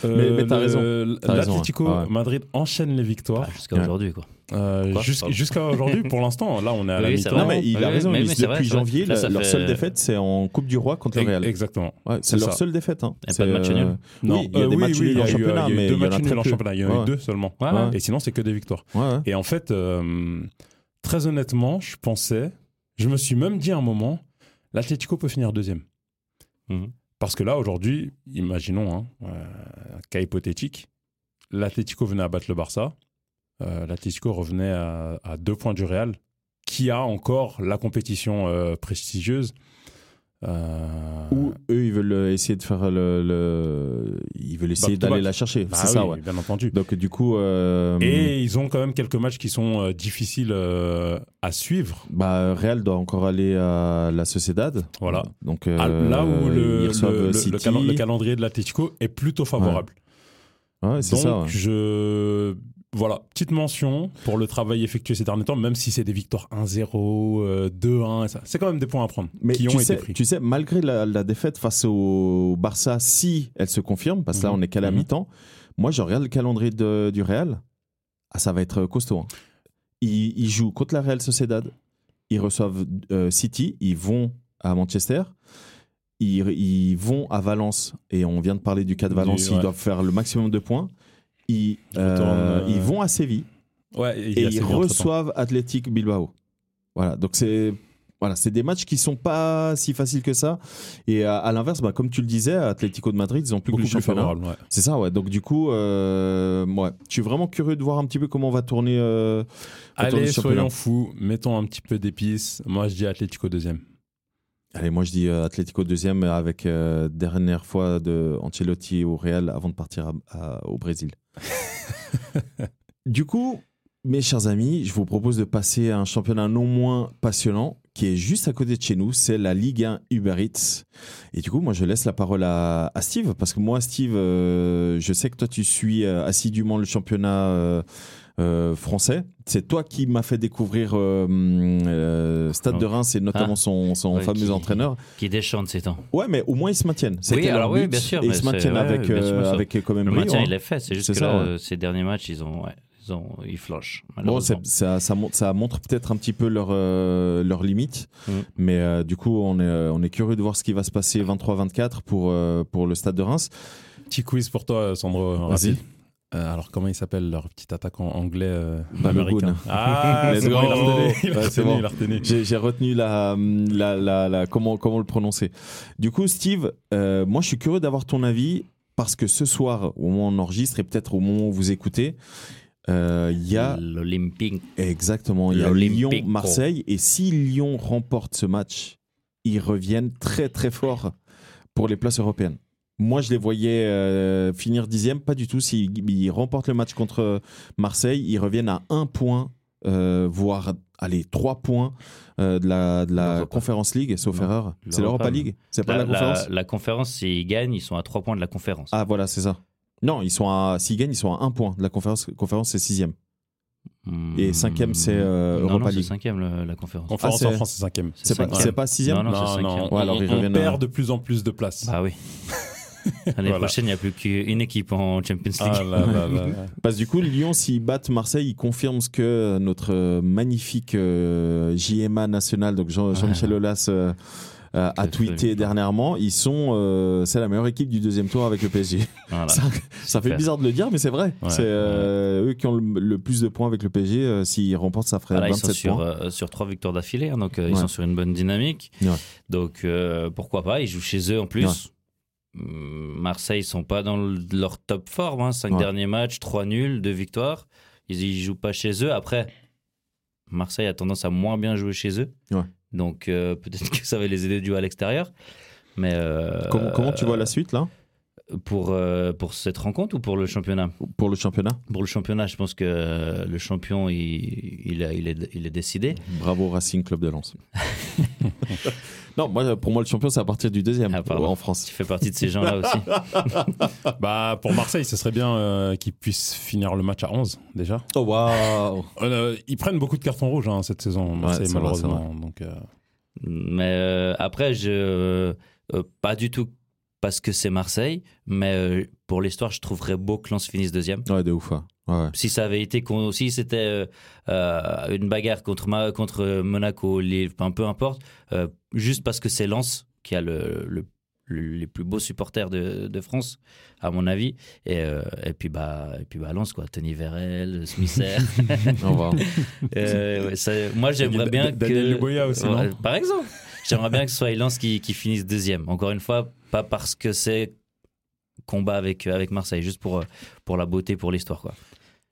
[SPEAKER 5] Euh,
[SPEAKER 3] mais t'as
[SPEAKER 5] le-
[SPEAKER 3] raison. T'as raison,
[SPEAKER 5] L'Atlético
[SPEAKER 3] hein. Ouais. Ah,
[SPEAKER 5] Madrid enchaîne les victoires.
[SPEAKER 4] Ah, Jusqu'à aujourd'hui, quoi.
[SPEAKER 5] Euh,
[SPEAKER 4] Quoi
[SPEAKER 5] jus-
[SPEAKER 4] Pardon.
[SPEAKER 5] Jusqu'à aujourd'hui, pour l'instant, là on est à la
[SPEAKER 4] Oui,
[SPEAKER 5] mi-temps.
[SPEAKER 4] c'est vrai.
[SPEAKER 3] Non, mais il a
[SPEAKER 4] Oui,
[SPEAKER 3] raison.
[SPEAKER 4] mais oui,
[SPEAKER 3] Ils-
[SPEAKER 4] c'est
[SPEAKER 3] depuis
[SPEAKER 4] vrai, c'est vrai.
[SPEAKER 3] janvier,
[SPEAKER 4] Là,
[SPEAKER 3] le-
[SPEAKER 4] ça
[SPEAKER 3] leur
[SPEAKER 4] fait-
[SPEAKER 3] seule défaite, c'est en Coupe du Roi contre le Real.
[SPEAKER 5] Exactement.
[SPEAKER 3] Ouais, c'est
[SPEAKER 5] c'est
[SPEAKER 3] leur
[SPEAKER 5] ça.
[SPEAKER 3] seule défaite. hein.
[SPEAKER 4] Et pas
[SPEAKER 3] C'est,
[SPEAKER 4] de match
[SPEAKER 3] euh,
[SPEAKER 4] nul.
[SPEAKER 3] Oui, il y a des matchs nuls en
[SPEAKER 5] eu, euh,
[SPEAKER 3] championnat,
[SPEAKER 5] il y a eu
[SPEAKER 3] mais
[SPEAKER 5] deux
[SPEAKER 3] il y en a
[SPEAKER 5] matchs
[SPEAKER 3] très
[SPEAKER 5] nuls en
[SPEAKER 3] peu.
[SPEAKER 5] championnat. Il y en a eu
[SPEAKER 3] Ouais.
[SPEAKER 5] deux seulement.
[SPEAKER 4] Ouais,
[SPEAKER 3] ouais.
[SPEAKER 5] Et sinon, c'est que des victoires.
[SPEAKER 3] Ouais, ouais.
[SPEAKER 5] Et en fait, euh, très honnêtement, je pensais, je me suis même dit à un moment, l'Atlético peut finir deuxième.
[SPEAKER 4] Mhm.
[SPEAKER 5] Parce que là, aujourd'hui, imaginons, hein, euh, un cas hypothétique, l'Atlético venait à battre le Barça, euh, l'Atlético revenait à, à deux points du Real, qui a encore la compétition euh, prestigieuse. Euh,
[SPEAKER 3] Ou eux, ils veulent euh, essayer de faire le. le- Ils veulent essayer
[SPEAKER 5] Back to
[SPEAKER 3] d'aller
[SPEAKER 5] back.
[SPEAKER 3] la chercher.
[SPEAKER 5] bah
[SPEAKER 3] c'est
[SPEAKER 5] oui,
[SPEAKER 3] ça, ouais.
[SPEAKER 5] bien entendu.
[SPEAKER 3] Donc, du coup. euh,
[SPEAKER 5] Et ils ont quand même quelques matchs qui sont euh, difficiles euh, à suivre.
[SPEAKER 3] Bah, Real doit encore aller à la Sociedad.
[SPEAKER 5] Voilà.
[SPEAKER 3] Donc,
[SPEAKER 5] Ah,
[SPEAKER 3] euh,
[SPEAKER 5] là où le,
[SPEAKER 3] ils reçoivent
[SPEAKER 5] le- le-
[SPEAKER 3] City.
[SPEAKER 5] le calen- le calendrier de l'Atlético est plutôt favorable.
[SPEAKER 3] Ouais, c'est
[SPEAKER 5] Donc,
[SPEAKER 3] ça. ouais.
[SPEAKER 5] je. Voilà, petite mention pour le travail effectué ces derniers temps, même si c'est des victoires 1-0, euh, 2-1, et ça. c'est quand même des points à prendre
[SPEAKER 3] Mais
[SPEAKER 5] qui
[SPEAKER 3] tu,
[SPEAKER 5] ont
[SPEAKER 3] sais,
[SPEAKER 5] été pris.
[SPEAKER 3] tu sais, malgré la, la défaite face au Barça, si elle se confirme, parce que là
[SPEAKER 5] Mhm.
[SPEAKER 3] on est qu'à la
[SPEAKER 5] Mhm.
[SPEAKER 3] mi-temps, moi je regarde le calendrier de- du Real, ah, ça va être costaud. hein. Ils, ils jouent contre la Real Sociedad, ils reçoivent euh, City, ils vont à Manchester, ils, ils vont à Valence, et on vient de parler du cas de
[SPEAKER 5] Du-
[SPEAKER 3] Valence, ils
[SPEAKER 5] ouais.
[SPEAKER 3] doivent faire le maximum de points. Ils, euh,
[SPEAKER 5] retournent, euh,
[SPEAKER 3] ils vont à Séville
[SPEAKER 5] Ouais, il y
[SPEAKER 3] et
[SPEAKER 5] a
[SPEAKER 3] ils
[SPEAKER 5] Séville entre-temps.
[SPEAKER 3] reçoivent Athletic Bilbao. Voilà, donc c'est Voilà, c'est des matchs qui sont pas si faciles que ça. Et à, à l'inverse, bah, comme tu le disais, Atlético de Madrid, ils ont plus que
[SPEAKER 5] Beaucoup
[SPEAKER 3] le
[SPEAKER 5] plus
[SPEAKER 3] championnat.
[SPEAKER 5] favorable, ouais.
[SPEAKER 3] C'est ça, ouais. Donc du coup, euh, ouais. je suis vraiment curieux de voir un petit peu comment va tourner. euh, va tourner
[SPEAKER 5] Allez,
[SPEAKER 3] le championnat.
[SPEAKER 5] soyons fous, mettons un petit peu d'épices. Moi, je dis Atlético deuxième.
[SPEAKER 3] Allez, moi je dis euh, Atlético deuxième avec euh, dernière fois de Ancelotti au Real avant de partir à- à- au Brésil. du coup, mes chers amis, je vous propose de passer à un championnat non moins passionnant qui est juste à côté de chez nous, c'est la Ligue 1 Uber Eats. Et du coup, moi je laisse la parole à, à Steve parce que moi, Steve, euh, je sais que toi tu suis euh, assidûment le championnat. euh, euh, français, c'est toi qui m'as fait découvrir euh, hum, euh, Stade de Reims et notamment son, son
[SPEAKER 4] Ouais,
[SPEAKER 3] fameux
[SPEAKER 4] qui-
[SPEAKER 3] entraîneur.
[SPEAKER 4] Qui déchante ces temps.
[SPEAKER 3] Ouais, mais au moins ils se maintiennent. C'était leur
[SPEAKER 4] alors oui,
[SPEAKER 3] but,
[SPEAKER 4] bien sûr,
[SPEAKER 3] Et ils
[SPEAKER 4] mais
[SPEAKER 3] se
[SPEAKER 4] c'est-
[SPEAKER 3] maintiennent
[SPEAKER 4] ouais,
[SPEAKER 3] avec,
[SPEAKER 4] ouais, bien sûr,
[SPEAKER 3] euh,
[SPEAKER 4] bien sûr.
[SPEAKER 3] avec quand même
[SPEAKER 4] Le
[SPEAKER 3] brio,
[SPEAKER 4] maintien,
[SPEAKER 3] hein.
[SPEAKER 4] il l'a fait. C'est juste
[SPEAKER 3] C'est
[SPEAKER 4] que
[SPEAKER 3] ça,
[SPEAKER 4] là,
[SPEAKER 3] ouais.
[SPEAKER 4] euh, ces derniers matchs, ils ont, ouais, ils ont, ils flochent.
[SPEAKER 3] Bon, c'est-
[SPEAKER 4] malheureusement.
[SPEAKER 3] ça, ça, montre- ça montre peut-être un petit peu leurs euh, leurs limites.
[SPEAKER 4] Mm.
[SPEAKER 3] Mais euh, du coup, on est, euh, on est curieux de voir ce qui va se passer 23-24 pour, euh, pour le Stade de Reims.
[SPEAKER 5] Petit quiz pour toi, Sandro.
[SPEAKER 3] Vas-y.
[SPEAKER 5] rapide. Euh, alors, comment il s'appelle leur petit attaquant anglais euh,
[SPEAKER 3] Balogun.
[SPEAKER 5] américain Ah,
[SPEAKER 3] Let's
[SPEAKER 5] c'est bon,
[SPEAKER 3] go.
[SPEAKER 5] il a retenu, il a
[SPEAKER 3] Ouais, c'est
[SPEAKER 5] retenu,
[SPEAKER 3] bon.
[SPEAKER 5] il a retenu.
[SPEAKER 3] J'ai j'ai retenu la, la, la- la- comment, comment le prononcer. Du coup, Steve, euh, moi, je suis curieux d'avoir ton avis parce que ce soir, au moment où on enregistre et peut-être au moment où vous écoutez, euh, il y a
[SPEAKER 4] L'Olympique.
[SPEAKER 3] Exactement. Il y a Lyon,
[SPEAKER 4] L'Olympico.
[SPEAKER 3] Marseille. Et si Lyon remporte ce match, ils reviennent très très fort pour les places européennes. Moi, je les voyais euh, finir dixième, pas du tout. S'ils ils remportent le match contre Marseille, ils reviennent à un point, euh, voire allez, trois points euh, de la, de la
[SPEAKER 4] L'Europa.
[SPEAKER 3] Conference League, sauf
[SPEAKER 4] Non,
[SPEAKER 3] erreur. C'est l'Europa
[SPEAKER 4] l'Europa,
[SPEAKER 3] League C'est pas
[SPEAKER 4] La,
[SPEAKER 3] la,
[SPEAKER 4] la-
[SPEAKER 3] conférence
[SPEAKER 4] la conférence, s'ils gagnent, ils sont à 3 points de la conférence.
[SPEAKER 3] Ah, voilà, c'est ça. Non, ils sont à. S'ils gagnent, ils sont à un point. de La conférence, conférence c'est sixième.
[SPEAKER 4] Hmm.
[SPEAKER 3] Et cinquième, c'est euh,
[SPEAKER 4] Non,
[SPEAKER 3] Europa
[SPEAKER 4] non, c'est
[SPEAKER 3] League.
[SPEAKER 4] cinquième le- la conférence.
[SPEAKER 5] Conférence
[SPEAKER 3] Ah,
[SPEAKER 5] en
[SPEAKER 3] c'est-
[SPEAKER 5] France, c'est cinquième.
[SPEAKER 3] C'est pas,
[SPEAKER 4] cinquième.
[SPEAKER 3] c'est pas sixième
[SPEAKER 5] Ah
[SPEAKER 4] Non, non, c'est cinquième.
[SPEAKER 5] on,
[SPEAKER 3] Ouais, alors ils
[SPEAKER 5] on
[SPEAKER 3] reviennent,
[SPEAKER 5] perd
[SPEAKER 3] euh, Ah,
[SPEAKER 5] de plus en plus de places.
[SPEAKER 4] Bah oui. L'année
[SPEAKER 5] Voilà.
[SPEAKER 4] prochaine, il n'y a plus qu'une équipe en Champions League.
[SPEAKER 5] Ah là là là là.
[SPEAKER 3] Parce que du coup, Lyon, s'ils battent Marseille, ils confirment ce que notre euh, magnifique euh, JMA national, donc Jean- Jean-Michel Aulas, euh, euh, a
[SPEAKER 4] Tout à
[SPEAKER 3] tweeté
[SPEAKER 4] fait.
[SPEAKER 3] dernièrement. Ils sont, euh, c'est la meilleure équipe du deuxième tour avec le PSG.
[SPEAKER 4] Voilà.
[SPEAKER 3] Ah, Ça, ça fait
[SPEAKER 4] Super.
[SPEAKER 3] bizarre de le dire, mais c'est vrai.
[SPEAKER 5] Ouais.
[SPEAKER 3] c'est euh, eux qui ont le, le plus de points avec le PSG. euh, s'ils remportent, ça ferait
[SPEAKER 4] Voilà, ils sont
[SPEAKER 3] 27
[SPEAKER 4] sur,
[SPEAKER 3] points.
[SPEAKER 4] euh, sur trois victoires d'affilée, hein, donc euh,
[SPEAKER 3] Ouais.
[SPEAKER 4] ils sont sur une bonne dynamique.
[SPEAKER 3] Ouais.
[SPEAKER 4] Donc euh, pourquoi pas Ils jouent chez eux en plus.
[SPEAKER 3] Ouais.
[SPEAKER 4] Hum, Marseille, ils sont pas dans le- leur top forme. Hein. Cinq
[SPEAKER 3] Ouais.
[SPEAKER 4] derniers matchs, trois nuls, deux victoires. Ils, ils jouent pas chez eux. Après, Marseille a tendance à moins bien jouer chez eux.
[SPEAKER 3] Ouais.
[SPEAKER 4] Donc euh, peut-être que ça va les aider du haut à l'extérieur. Mais euh,
[SPEAKER 3] Comment, comment tu vois la suite là
[SPEAKER 4] pour euh, pour cette rencontre ou pour le championnat
[SPEAKER 3] pour le championnat
[SPEAKER 4] Pour le championnat, je pense que euh, le champion il il, a- il est il est décidé.
[SPEAKER 3] Bravo Racing Club de Lens. non, moi, pour moi, le champion, c'est à partir du deuxième
[SPEAKER 4] Ah, pardon.
[SPEAKER 3] en France.
[SPEAKER 4] Tu fais partie de ces gens-là aussi.
[SPEAKER 5] Bah, pour Marseille, ce serait bien euh, qu'ils puissent finir le match à 11 déjà.
[SPEAKER 3] Oh waouh
[SPEAKER 5] Euh, ils prennent beaucoup de cartons rouges hein, cette saison, Marseille,
[SPEAKER 3] c'est vrai,
[SPEAKER 5] malheureusement. donc, euh,
[SPEAKER 4] Mais euh, après, je. euh, pas du tout parce que c'est Marseille, mais euh, pour l'histoire, je trouverais beau que Lens finisse deuxième.
[SPEAKER 3] Ouais, de ouf. ouais. Ouais.
[SPEAKER 4] Si ça avait été. con- Si c'était euh, euh, une bagarre contre, Ma- contre Monaco, Lille, enfin, peu importe, euh, juste parce que c'est Lens qui a le. le- le- les plus beaux supporters de, de France, à mon avis. Et, euh, et puis, bah, et puis bah, Lens, quoi. Tony Vérel, Smither.
[SPEAKER 3] Au revoir.
[SPEAKER 4] Euh, ouais, ça- moi, j'aimerais
[SPEAKER 5] Da-
[SPEAKER 4] bien
[SPEAKER 5] Da-
[SPEAKER 4] que.
[SPEAKER 5] Daniel Lugoya aussi,
[SPEAKER 4] Ouais,
[SPEAKER 5] non
[SPEAKER 4] Par exemple, j'aimerais bien que ce soit Lens qui, qui finisse deuxième. Encore une fois, pas parce que c'est combat avec, avec Marseille, juste pour, euh, pour la beauté, pour l'histoire. quoi.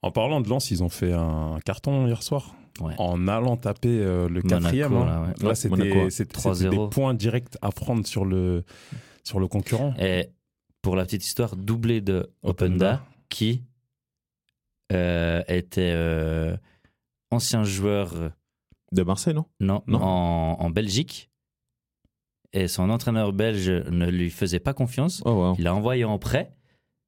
[SPEAKER 5] En parlant de Lens, ils ont fait un carton hier soir
[SPEAKER 4] Ouais.
[SPEAKER 5] en allant taper euh, le
[SPEAKER 4] Monaco,
[SPEAKER 5] quatrième. hein.
[SPEAKER 4] là, ouais.
[SPEAKER 5] Là,
[SPEAKER 4] Ouais,
[SPEAKER 5] c'était
[SPEAKER 4] Monaco,
[SPEAKER 5] c'était-
[SPEAKER 4] 3-0.
[SPEAKER 5] c'était des points directs à prendre sur le, sur le concurrent.
[SPEAKER 4] Et pour la petite histoire, doublé de
[SPEAKER 5] Openda.
[SPEAKER 4] Openda, qui euh, était euh, ancien joueur euh,
[SPEAKER 3] De Marseille, non
[SPEAKER 4] non,
[SPEAKER 3] Non.
[SPEAKER 4] En, en Belgique. Et son entraîneur belge ne lui faisait pas confiance.
[SPEAKER 3] Oh, wow.
[SPEAKER 4] Il a envoyé en prêt,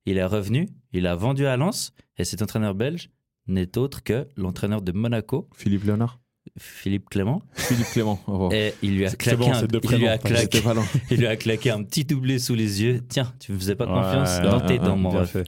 [SPEAKER 4] il est revenu, il a vendu à Lens, et cet entraîneur belge n'est autre que l'entraîneur de Monaco,
[SPEAKER 3] Philippe Léonard
[SPEAKER 4] Philippe Clément,
[SPEAKER 3] Philippe Clément, oh, au revoir.
[SPEAKER 4] et il lui a
[SPEAKER 5] C'est-
[SPEAKER 4] claqué,
[SPEAKER 5] c'est bon,
[SPEAKER 4] un,
[SPEAKER 5] c'est deux
[SPEAKER 4] il lui
[SPEAKER 5] prénoms,
[SPEAKER 4] a
[SPEAKER 5] t'inquiète.
[SPEAKER 4] claqué-
[SPEAKER 3] J'étais pas loin.
[SPEAKER 4] il lui a claqué un petit doublé sous les yeux. Tiens, tu me faisais pas confiance
[SPEAKER 5] Ouais,
[SPEAKER 4] dans
[SPEAKER 3] ouais,
[SPEAKER 4] tes
[SPEAKER 3] ouais,
[SPEAKER 4] dents, mon
[SPEAKER 5] bien,
[SPEAKER 4] ref.
[SPEAKER 5] fait.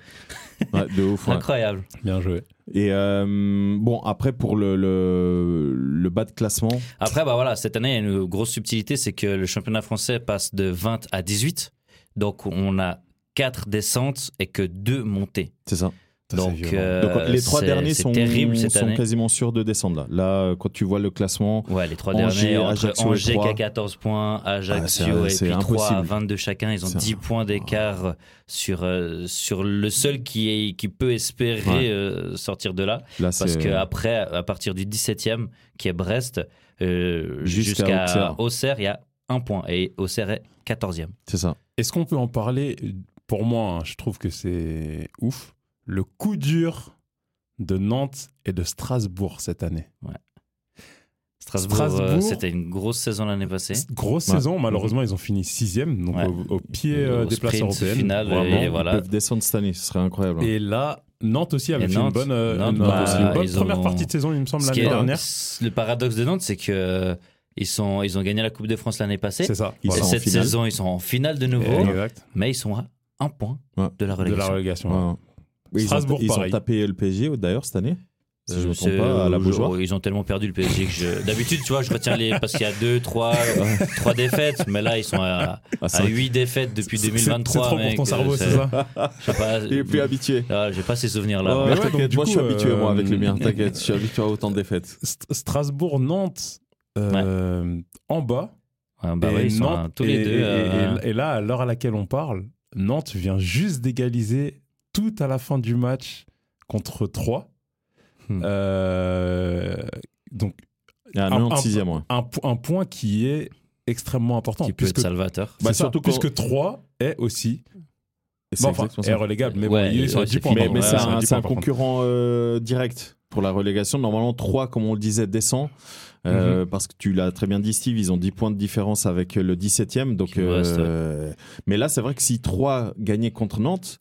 [SPEAKER 3] Ouais, de ouf. ouais.
[SPEAKER 4] Incroyable.
[SPEAKER 5] bien joué.
[SPEAKER 3] Et euh, bon, après, pour le, le, le bas de classement,
[SPEAKER 4] Après, bah voilà, cette année, il y a une grosse subtilité, c'est que le championnat français passe de 20 à 18, donc on a 4 descentes et que 2 montées.
[SPEAKER 3] c'est ça.
[SPEAKER 5] Ça, c'est
[SPEAKER 4] Donc,
[SPEAKER 5] violent.
[SPEAKER 4] euh,
[SPEAKER 3] Donc, les trois
[SPEAKER 4] c'est-
[SPEAKER 3] derniers
[SPEAKER 4] c'est
[SPEAKER 3] sont,
[SPEAKER 4] terrible cette
[SPEAKER 3] sont
[SPEAKER 4] année.
[SPEAKER 3] quasiment sûrs de descendre là. Là, euh, quand tu vois le classement,
[SPEAKER 4] Ouais, les trois
[SPEAKER 3] Angers,
[SPEAKER 4] derniers, entre
[SPEAKER 3] Ajaccio et
[SPEAKER 4] Angers qui
[SPEAKER 3] Troyes.
[SPEAKER 4] a 14 points, Ajaccio
[SPEAKER 3] Ah, c'est-
[SPEAKER 4] et
[SPEAKER 3] c'est
[SPEAKER 4] puis Troyes à
[SPEAKER 3] impossible.
[SPEAKER 4] 22 chacun, ils ont
[SPEAKER 3] C'est- Oh.
[SPEAKER 4] 10 points d'écart sur, euh, sur le seul qui, est, qui peut espérer
[SPEAKER 3] Ouais.
[SPEAKER 4] euh, sortir de là.
[SPEAKER 3] là
[SPEAKER 4] Parce
[SPEAKER 3] c'est-
[SPEAKER 4] que après, à partir du 17e, qui est Brest, euh,
[SPEAKER 3] Jusqu'à
[SPEAKER 4] jusqu'à
[SPEAKER 3] Auxerre.
[SPEAKER 4] Auxerre, il y a un point. Et Auxerre est 14e.
[SPEAKER 3] c'est ça.
[SPEAKER 5] Est-ce qu'on peut en parler Pour moi, hein, je trouve que c'est ouf. Le coup dur de Nantes et de Strasbourg cette année.
[SPEAKER 4] Strasbourg,
[SPEAKER 5] Strasbourg.
[SPEAKER 4] euh, c'était une grosse saison l'année passée.
[SPEAKER 5] Grosse
[SPEAKER 3] Ouais.
[SPEAKER 5] saison, malheureusement, ils ont fini sixième, donc
[SPEAKER 4] Mhm. Ouais.
[SPEAKER 5] au, au pied euh,
[SPEAKER 4] Au
[SPEAKER 5] des places
[SPEAKER 4] sprint
[SPEAKER 5] européennes.
[SPEAKER 4] final, euh,
[SPEAKER 5] Vraiment.
[SPEAKER 4] et voilà.
[SPEAKER 3] Ils peuvent descendre cette année, ce serait incroyable. hein.
[SPEAKER 5] Et là, Nantes aussi avait
[SPEAKER 4] Et
[SPEAKER 5] fait une
[SPEAKER 4] Nantes,
[SPEAKER 5] bonne, euh,
[SPEAKER 4] Nantes,
[SPEAKER 5] une-
[SPEAKER 4] bah,
[SPEAKER 5] aussi une bonne
[SPEAKER 4] ils
[SPEAKER 5] première
[SPEAKER 4] ont-
[SPEAKER 5] partie de saison, il me semble,
[SPEAKER 4] Ce qui
[SPEAKER 5] l'année
[SPEAKER 4] est-
[SPEAKER 5] dernière.
[SPEAKER 4] le paradoxe de Nantes, c'est que euh, ils, sont, ils ont gagné la Coupe de France l'année passée.
[SPEAKER 5] C'est ça.
[SPEAKER 4] Et
[SPEAKER 3] Ils
[SPEAKER 5] voilà.
[SPEAKER 3] sont en
[SPEAKER 4] cette
[SPEAKER 3] finale.
[SPEAKER 4] saison, ils sont en finale de nouveau,
[SPEAKER 5] Exact.
[SPEAKER 4] mais ils sont à un point
[SPEAKER 3] Ouais.
[SPEAKER 4] de la
[SPEAKER 5] De la
[SPEAKER 4] relégation.
[SPEAKER 5] relégation.
[SPEAKER 3] Ouais. Ils ont-
[SPEAKER 5] Strasbourg,
[SPEAKER 3] ils ont,
[SPEAKER 5] pareil.
[SPEAKER 3] tapé le PSG d'ailleurs cette année, si je
[SPEAKER 4] Euh,
[SPEAKER 3] me trompe
[SPEAKER 4] c'est-
[SPEAKER 3] pas, à la
[SPEAKER 4] je-
[SPEAKER 3] Beaujoire.
[SPEAKER 4] Ils ont tellement perdu le PSG que je... d'habitude, tu vois, je retiens les parce qu'il y a deux, trois, euh, trois défaites, mais là ils sont à,
[SPEAKER 3] Ah,
[SPEAKER 4] à
[SPEAKER 3] c'est-
[SPEAKER 4] huit défaites depuis
[SPEAKER 5] C'est- c'est-
[SPEAKER 4] 2023.
[SPEAKER 5] C'est trop pour
[SPEAKER 4] mec,
[SPEAKER 5] ton cerveau,
[SPEAKER 4] euh,
[SPEAKER 5] c'est ça
[SPEAKER 4] je sais pas.
[SPEAKER 3] Il est plus habitué.
[SPEAKER 4] Ah, j'ai pas ces souvenirs là.
[SPEAKER 5] ouais,
[SPEAKER 3] Ouais,
[SPEAKER 5] donc,
[SPEAKER 3] t'inquiète,
[SPEAKER 5] du
[SPEAKER 3] moi je suis
[SPEAKER 5] coup,
[SPEAKER 3] habitué moi
[SPEAKER 5] euh,
[SPEAKER 3] avec les miens, t'inquiète, je suis habitué à autant de défaites.
[SPEAKER 5] St- Strasbourg, Nantes, euh, en bas.
[SPEAKER 4] bah ouais,
[SPEAKER 5] et
[SPEAKER 4] ils sont
[SPEAKER 5] Nantes-
[SPEAKER 4] à- tous les
[SPEAKER 5] et-
[SPEAKER 4] deux.
[SPEAKER 5] et-
[SPEAKER 4] euh,
[SPEAKER 5] Et, et là, à l'heure à laquelle on parle, Nantes vient juste d'égaliser tout à la fin du match contre 3.
[SPEAKER 4] Hmm.
[SPEAKER 5] donc,
[SPEAKER 3] Il y a
[SPEAKER 5] un-
[SPEAKER 3] un
[SPEAKER 5] un-
[SPEAKER 3] 6 e ouais.
[SPEAKER 5] un, po- un point qui est extrêmement important.
[SPEAKER 4] qui peut
[SPEAKER 5] puisque,
[SPEAKER 4] être salvateur.
[SPEAKER 5] c'est
[SPEAKER 3] Bah,
[SPEAKER 5] ça,
[SPEAKER 3] surtout quand-
[SPEAKER 5] puisque 3 est aussi.
[SPEAKER 3] Et c'est
[SPEAKER 5] Bon, enfin,
[SPEAKER 3] exactement
[SPEAKER 5] est
[SPEAKER 3] ça.
[SPEAKER 5] relégable, mais
[SPEAKER 4] Ouais,
[SPEAKER 5] bon, ils sont à
[SPEAKER 4] ouais,
[SPEAKER 5] 10
[SPEAKER 4] c'est
[SPEAKER 5] points.
[SPEAKER 4] fini.
[SPEAKER 3] Mais, mais
[SPEAKER 5] par contre.
[SPEAKER 3] c'est
[SPEAKER 5] Ils sont à
[SPEAKER 3] un,
[SPEAKER 5] 10
[SPEAKER 3] c'est un
[SPEAKER 5] points, par contre.
[SPEAKER 3] concurrent euh, direct pour la relégation. Normalement, 3, comme on le disait, descend. Euh, Parce que tu l'as très bien dit, Steve, ils ont 10 points de différence avec euh, le 17ème. Donc,
[SPEAKER 4] Qui nous reste,
[SPEAKER 3] euh, Mais là, c'est vrai que si 3 gagnait contre Nantes,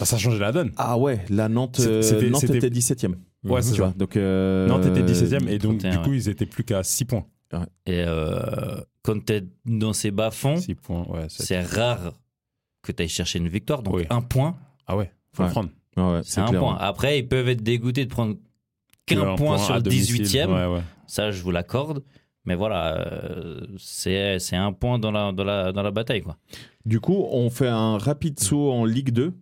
[SPEAKER 5] Ah, Ça a changé la donne.
[SPEAKER 3] ah ouais, là, Nantes,
[SPEAKER 5] C'est-
[SPEAKER 3] euh,
[SPEAKER 5] c'était-
[SPEAKER 3] Nantes
[SPEAKER 5] c'était-
[SPEAKER 3] était 17ème.
[SPEAKER 5] Ouais, c'est
[SPEAKER 3] Mmh, tu vois.
[SPEAKER 5] ça.
[SPEAKER 3] Donc, euh,
[SPEAKER 5] Nantes était 17ème et donc,
[SPEAKER 4] 31,
[SPEAKER 5] du coup, ils étaient plus qu'à 6 points.
[SPEAKER 4] Et euh, quand t'es dans ces bas fonds,
[SPEAKER 5] 6 points, ouais. c'est-
[SPEAKER 4] c'est rare que tu ailles chercher une victoire. Donc
[SPEAKER 5] Oui.
[SPEAKER 4] un point,
[SPEAKER 5] Ah ouais, faut
[SPEAKER 3] Ouais.
[SPEAKER 5] le prendre.
[SPEAKER 3] Ah ouais,
[SPEAKER 4] c'est un
[SPEAKER 3] clair.
[SPEAKER 4] point. Après, ils peuvent être dégoûtés de prendre qu'un
[SPEAKER 5] Un
[SPEAKER 4] point sur
[SPEAKER 5] à
[SPEAKER 4] le
[SPEAKER 5] domicile.
[SPEAKER 4] 18e.
[SPEAKER 5] Ouais, ouais.
[SPEAKER 4] Ça, je vous l'accorde. Mais voilà, euh, c'est c'est un point dans la, dans la, dans la bataille. Quoi.
[SPEAKER 3] Du coup, on fait un rapide saut en Ligue 2.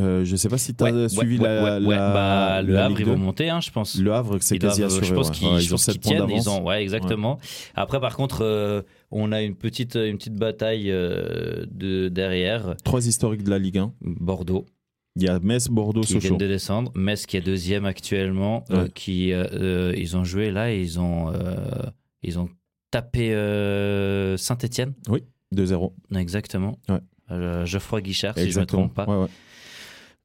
[SPEAKER 3] Euh, je sais pas si tu as
[SPEAKER 4] Ouais, ouais,
[SPEAKER 3] suivi
[SPEAKER 4] ouais,
[SPEAKER 3] la,
[SPEAKER 4] ouais, ouais.
[SPEAKER 3] la-
[SPEAKER 4] Bah, Le
[SPEAKER 3] la
[SPEAKER 4] Havre,
[SPEAKER 3] Ligue
[SPEAKER 4] ils
[SPEAKER 3] 2.
[SPEAKER 4] vont monter, hein, je pense.
[SPEAKER 3] Le Havre, c'est
[SPEAKER 4] Ils
[SPEAKER 3] quasi
[SPEAKER 4] doivent-
[SPEAKER 3] assuré.
[SPEAKER 4] Je pense
[SPEAKER 3] ouais.
[SPEAKER 4] qu'ils
[SPEAKER 3] Ouais,
[SPEAKER 4] je
[SPEAKER 3] ils ont
[SPEAKER 4] pense
[SPEAKER 3] 7
[SPEAKER 4] qu'ils
[SPEAKER 3] points
[SPEAKER 4] tiennent.
[SPEAKER 3] d'avance.
[SPEAKER 4] Ils ont, ouais, exactement. Après, par contre, euh, on a une petite, une petite bataille euh, de, derrière.
[SPEAKER 3] Trois historiques de la Ligue 1.
[SPEAKER 4] Bordeaux,
[SPEAKER 3] Il y a Metz, Bordeaux,
[SPEAKER 4] qui
[SPEAKER 3] Sochaux.
[SPEAKER 4] viennent de descendre. Metz, qui est deuxième actuellement. euh,
[SPEAKER 3] Ouais.
[SPEAKER 4] qui, euh, euh, ils ont joué là et ils ont, euh, ils ont tapé euh, Saint-Etienne.
[SPEAKER 3] 2-0.
[SPEAKER 4] Exactement.
[SPEAKER 3] Ouais.
[SPEAKER 4] Euh, Geoffroy Guichard, si je ne me
[SPEAKER 3] Exactement.
[SPEAKER 4] trompe pas.
[SPEAKER 3] Ouais, ouais.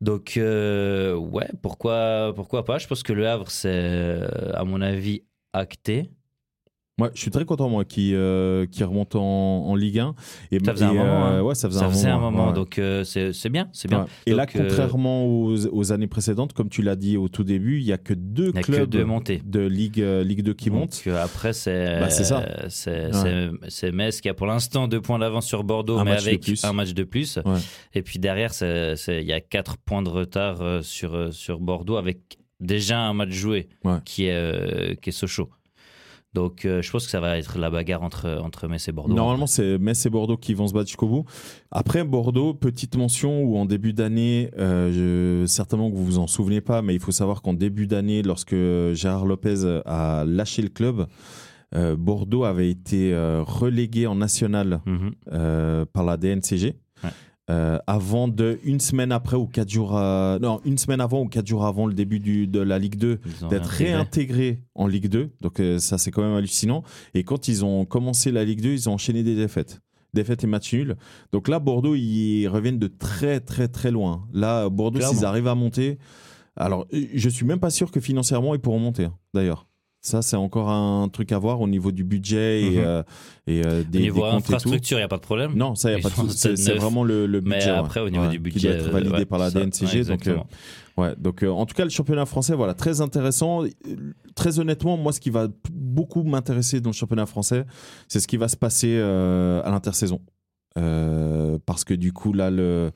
[SPEAKER 4] Donc, euh, ouais, pourquoi, pourquoi pas Je pense que Le Havre, c'est, euh, à mon avis, acté.
[SPEAKER 3] Ouais, je suis très content, moi, qui, euh, qui remonte en, en Ligue 1. Et,
[SPEAKER 4] Ça faisait un
[SPEAKER 3] et, euh,
[SPEAKER 4] moment, hein.
[SPEAKER 3] ouais, ça faisait
[SPEAKER 4] Ça
[SPEAKER 3] un
[SPEAKER 4] faisait
[SPEAKER 3] moment.
[SPEAKER 4] un moment,
[SPEAKER 3] ouais.
[SPEAKER 4] donc euh, c'est c'est bien, c'est bien.
[SPEAKER 3] Ouais. Et là,
[SPEAKER 4] Donc, euh,
[SPEAKER 3] contrairement aux, aux années précédentes, comme tu l'as dit au tout début, il n'y a que deux
[SPEAKER 4] Il n'y a que
[SPEAKER 3] clubs
[SPEAKER 4] deux montées.
[SPEAKER 3] de Ligue, euh, Ligue 2 qui
[SPEAKER 4] Donc,
[SPEAKER 3] montent.
[SPEAKER 4] euh, Après, c'est
[SPEAKER 3] Bah, c'est ça.
[SPEAKER 4] Euh, c'est-
[SPEAKER 3] Ouais.
[SPEAKER 4] c'est- c'est Metz qui a pour l'instant deux points d'avance sur Bordeaux,
[SPEAKER 3] Un
[SPEAKER 4] mais
[SPEAKER 3] match de
[SPEAKER 4] avec
[SPEAKER 3] plus.
[SPEAKER 4] un match de plus.
[SPEAKER 3] Ouais.
[SPEAKER 4] Et puis derrière, c'est- c'est- il y a quatre points de retard euh, sur, euh, sur Bordeaux avec déjà un match joué
[SPEAKER 3] Ouais.
[SPEAKER 4] qui, est, euh, qui est Sochaux. Donc euh, je pense que ça va être la bagarre entre, entre Metz et Bordeaux.
[SPEAKER 3] Normalement, c'est Metz et Bordeaux qui vont se battre jusqu'au bout. Après, Bordeaux, petite mention où en début d'année, euh, je- certainement que vous vous en souvenez pas, mais il faut savoir qu'en début d'année, lorsque euh, Gérard Lopez a lâché le club, euh, Bordeaux avait été euh, relégué en national
[SPEAKER 4] Mhm.
[SPEAKER 3] euh, par la DNCG.
[SPEAKER 4] Ouais.
[SPEAKER 3] Euh, avant de une semaine après ou quatre jours à- non une semaine avant ou quatre jours avant le début du- de la Ligue 2
[SPEAKER 4] Ils ont
[SPEAKER 3] d'être
[SPEAKER 4] intégré.
[SPEAKER 3] hein. réintégré en Ligue 2. Donc euh, ça, c'est quand même hallucinant. Et quand ils ont commencé la Ligue 2, ils ont enchaîné des défaites. Défaites et matchs nuls. Donc là, Bordeaux, ils reviennent de très, très, très loin. Là, Bordeaux,
[SPEAKER 4] Clairement.
[SPEAKER 3] s'ils arrivent à monter... Alors, euh, je suis même pas sûr que financièrement, ils pourront monter, hein, d'ailleurs. Ça, c'est encore un truc à voir au niveau du budget et,
[SPEAKER 5] Mhm.
[SPEAKER 3] euh, et euh, des,
[SPEAKER 4] Au niveau
[SPEAKER 3] des comptes et tout.
[SPEAKER 4] infrastructure, il n'y a pas de problème.
[SPEAKER 3] Non, ça, y a
[SPEAKER 4] Ils
[SPEAKER 3] pas de
[SPEAKER 4] sont
[SPEAKER 3] sou- C'est
[SPEAKER 4] à
[SPEAKER 3] c'est
[SPEAKER 4] 9.
[SPEAKER 3] vraiment le, le budget.
[SPEAKER 4] Mais après,
[SPEAKER 3] ouais.
[SPEAKER 4] au niveau
[SPEAKER 3] Ouais,
[SPEAKER 4] du budget, euh,
[SPEAKER 3] Qui doit être validé
[SPEAKER 4] ouais,
[SPEAKER 3] par la
[SPEAKER 4] ça,
[SPEAKER 3] DNCG.
[SPEAKER 4] ouais,
[SPEAKER 3] donc, euh,
[SPEAKER 4] exactement.
[SPEAKER 3] Ouais, donc euh, en tout cas, le championnat français, voilà, très intéressant. Euh, Très honnêtement, moi, ce qui va p- beaucoup m'intéresser dans le championnat français, c'est ce qui va se passer euh, à l'intersaison. Euh, parce que du coup, là, le,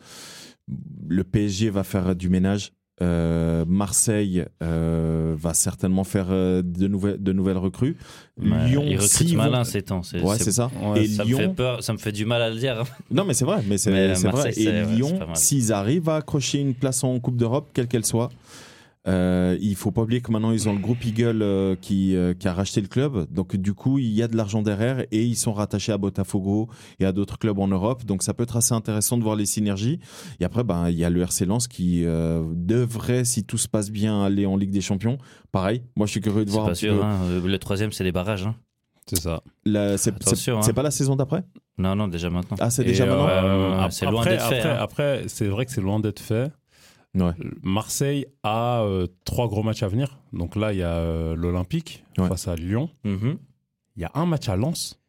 [SPEAKER 3] le PSG va faire du ménage. Euh, Marseille euh, va certainement faire euh, de, nouvelles, de nouvelles recrues.
[SPEAKER 4] Ouais,
[SPEAKER 3] euh, Lyon,
[SPEAKER 4] ils recrutent
[SPEAKER 3] s'ils vont-
[SPEAKER 4] malin ces temps. C'est-
[SPEAKER 3] Ouais,
[SPEAKER 4] c'est-
[SPEAKER 3] c'est ça.
[SPEAKER 5] Ouais,
[SPEAKER 3] et
[SPEAKER 4] ça me fait
[SPEAKER 3] Lyon,
[SPEAKER 4] peur, ça me fait du mal à le dire.
[SPEAKER 3] non mais c'est vrai, mais
[SPEAKER 4] Mais
[SPEAKER 3] c'est c'est vrai.
[SPEAKER 4] Marseille,
[SPEAKER 3] Et
[SPEAKER 4] c'est- ouais, c'est
[SPEAKER 3] Lyon,
[SPEAKER 4] pas mal.
[SPEAKER 3] s'ils arrivent à accrocher une place en Coupe d'Europe, quelle qu'elle soit, euh, il faut pas oublier que maintenant ils ont le groupe Eagle euh, qui, euh, qui a racheté le club, donc du coup il y a de l'argent derrière et ils sont rattachés à Botafogo et à d'autres clubs en Europe, donc ça peut être assez intéressant de voir les synergies. Et après ben il y a le RC Lens qui euh, devrait, si tout se passe bien, aller en Ligue des Champions. Pareil, moi je suis curieux de
[SPEAKER 4] C'est
[SPEAKER 3] voir un
[SPEAKER 4] pas
[SPEAKER 3] petit
[SPEAKER 4] sûr.
[SPEAKER 3] peu.
[SPEAKER 4] hein. Euh, Le troisième, c'est les barrages. hein.
[SPEAKER 5] C'est ça.
[SPEAKER 3] La- c'est- c'est
[SPEAKER 4] Attention, hein.
[SPEAKER 3] c'est pas la saison d'après
[SPEAKER 4] Non, non, déjà maintenant.
[SPEAKER 3] Ah c'est
[SPEAKER 5] Et,
[SPEAKER 3] déjà
[SPEAKER 5] euh,
[SPEAKER 3] maintenant.
[SPEAKER 4] maintenant C'est loin
[SPEAKER 5] après-
[SPEAKER 4] d'être fait,
[SPEAKER 5] Après,
[SPEAKER 4] hein.
[SPEAKER 5] après, c'est vrai que c'est loin d'être fait.
[SPEAKER 3] Ouais.
[SPEAKER 5] Marseille a euh, trois gros matchs à venir. Donc là, il y a euh, l'Olympique
[SPEAKER 3] Ouais.
[SPEAKER 5] face à Lyon.
[SPEAKER 4] Mhm.
[SPEAKER 5] Il y a un match à Lens.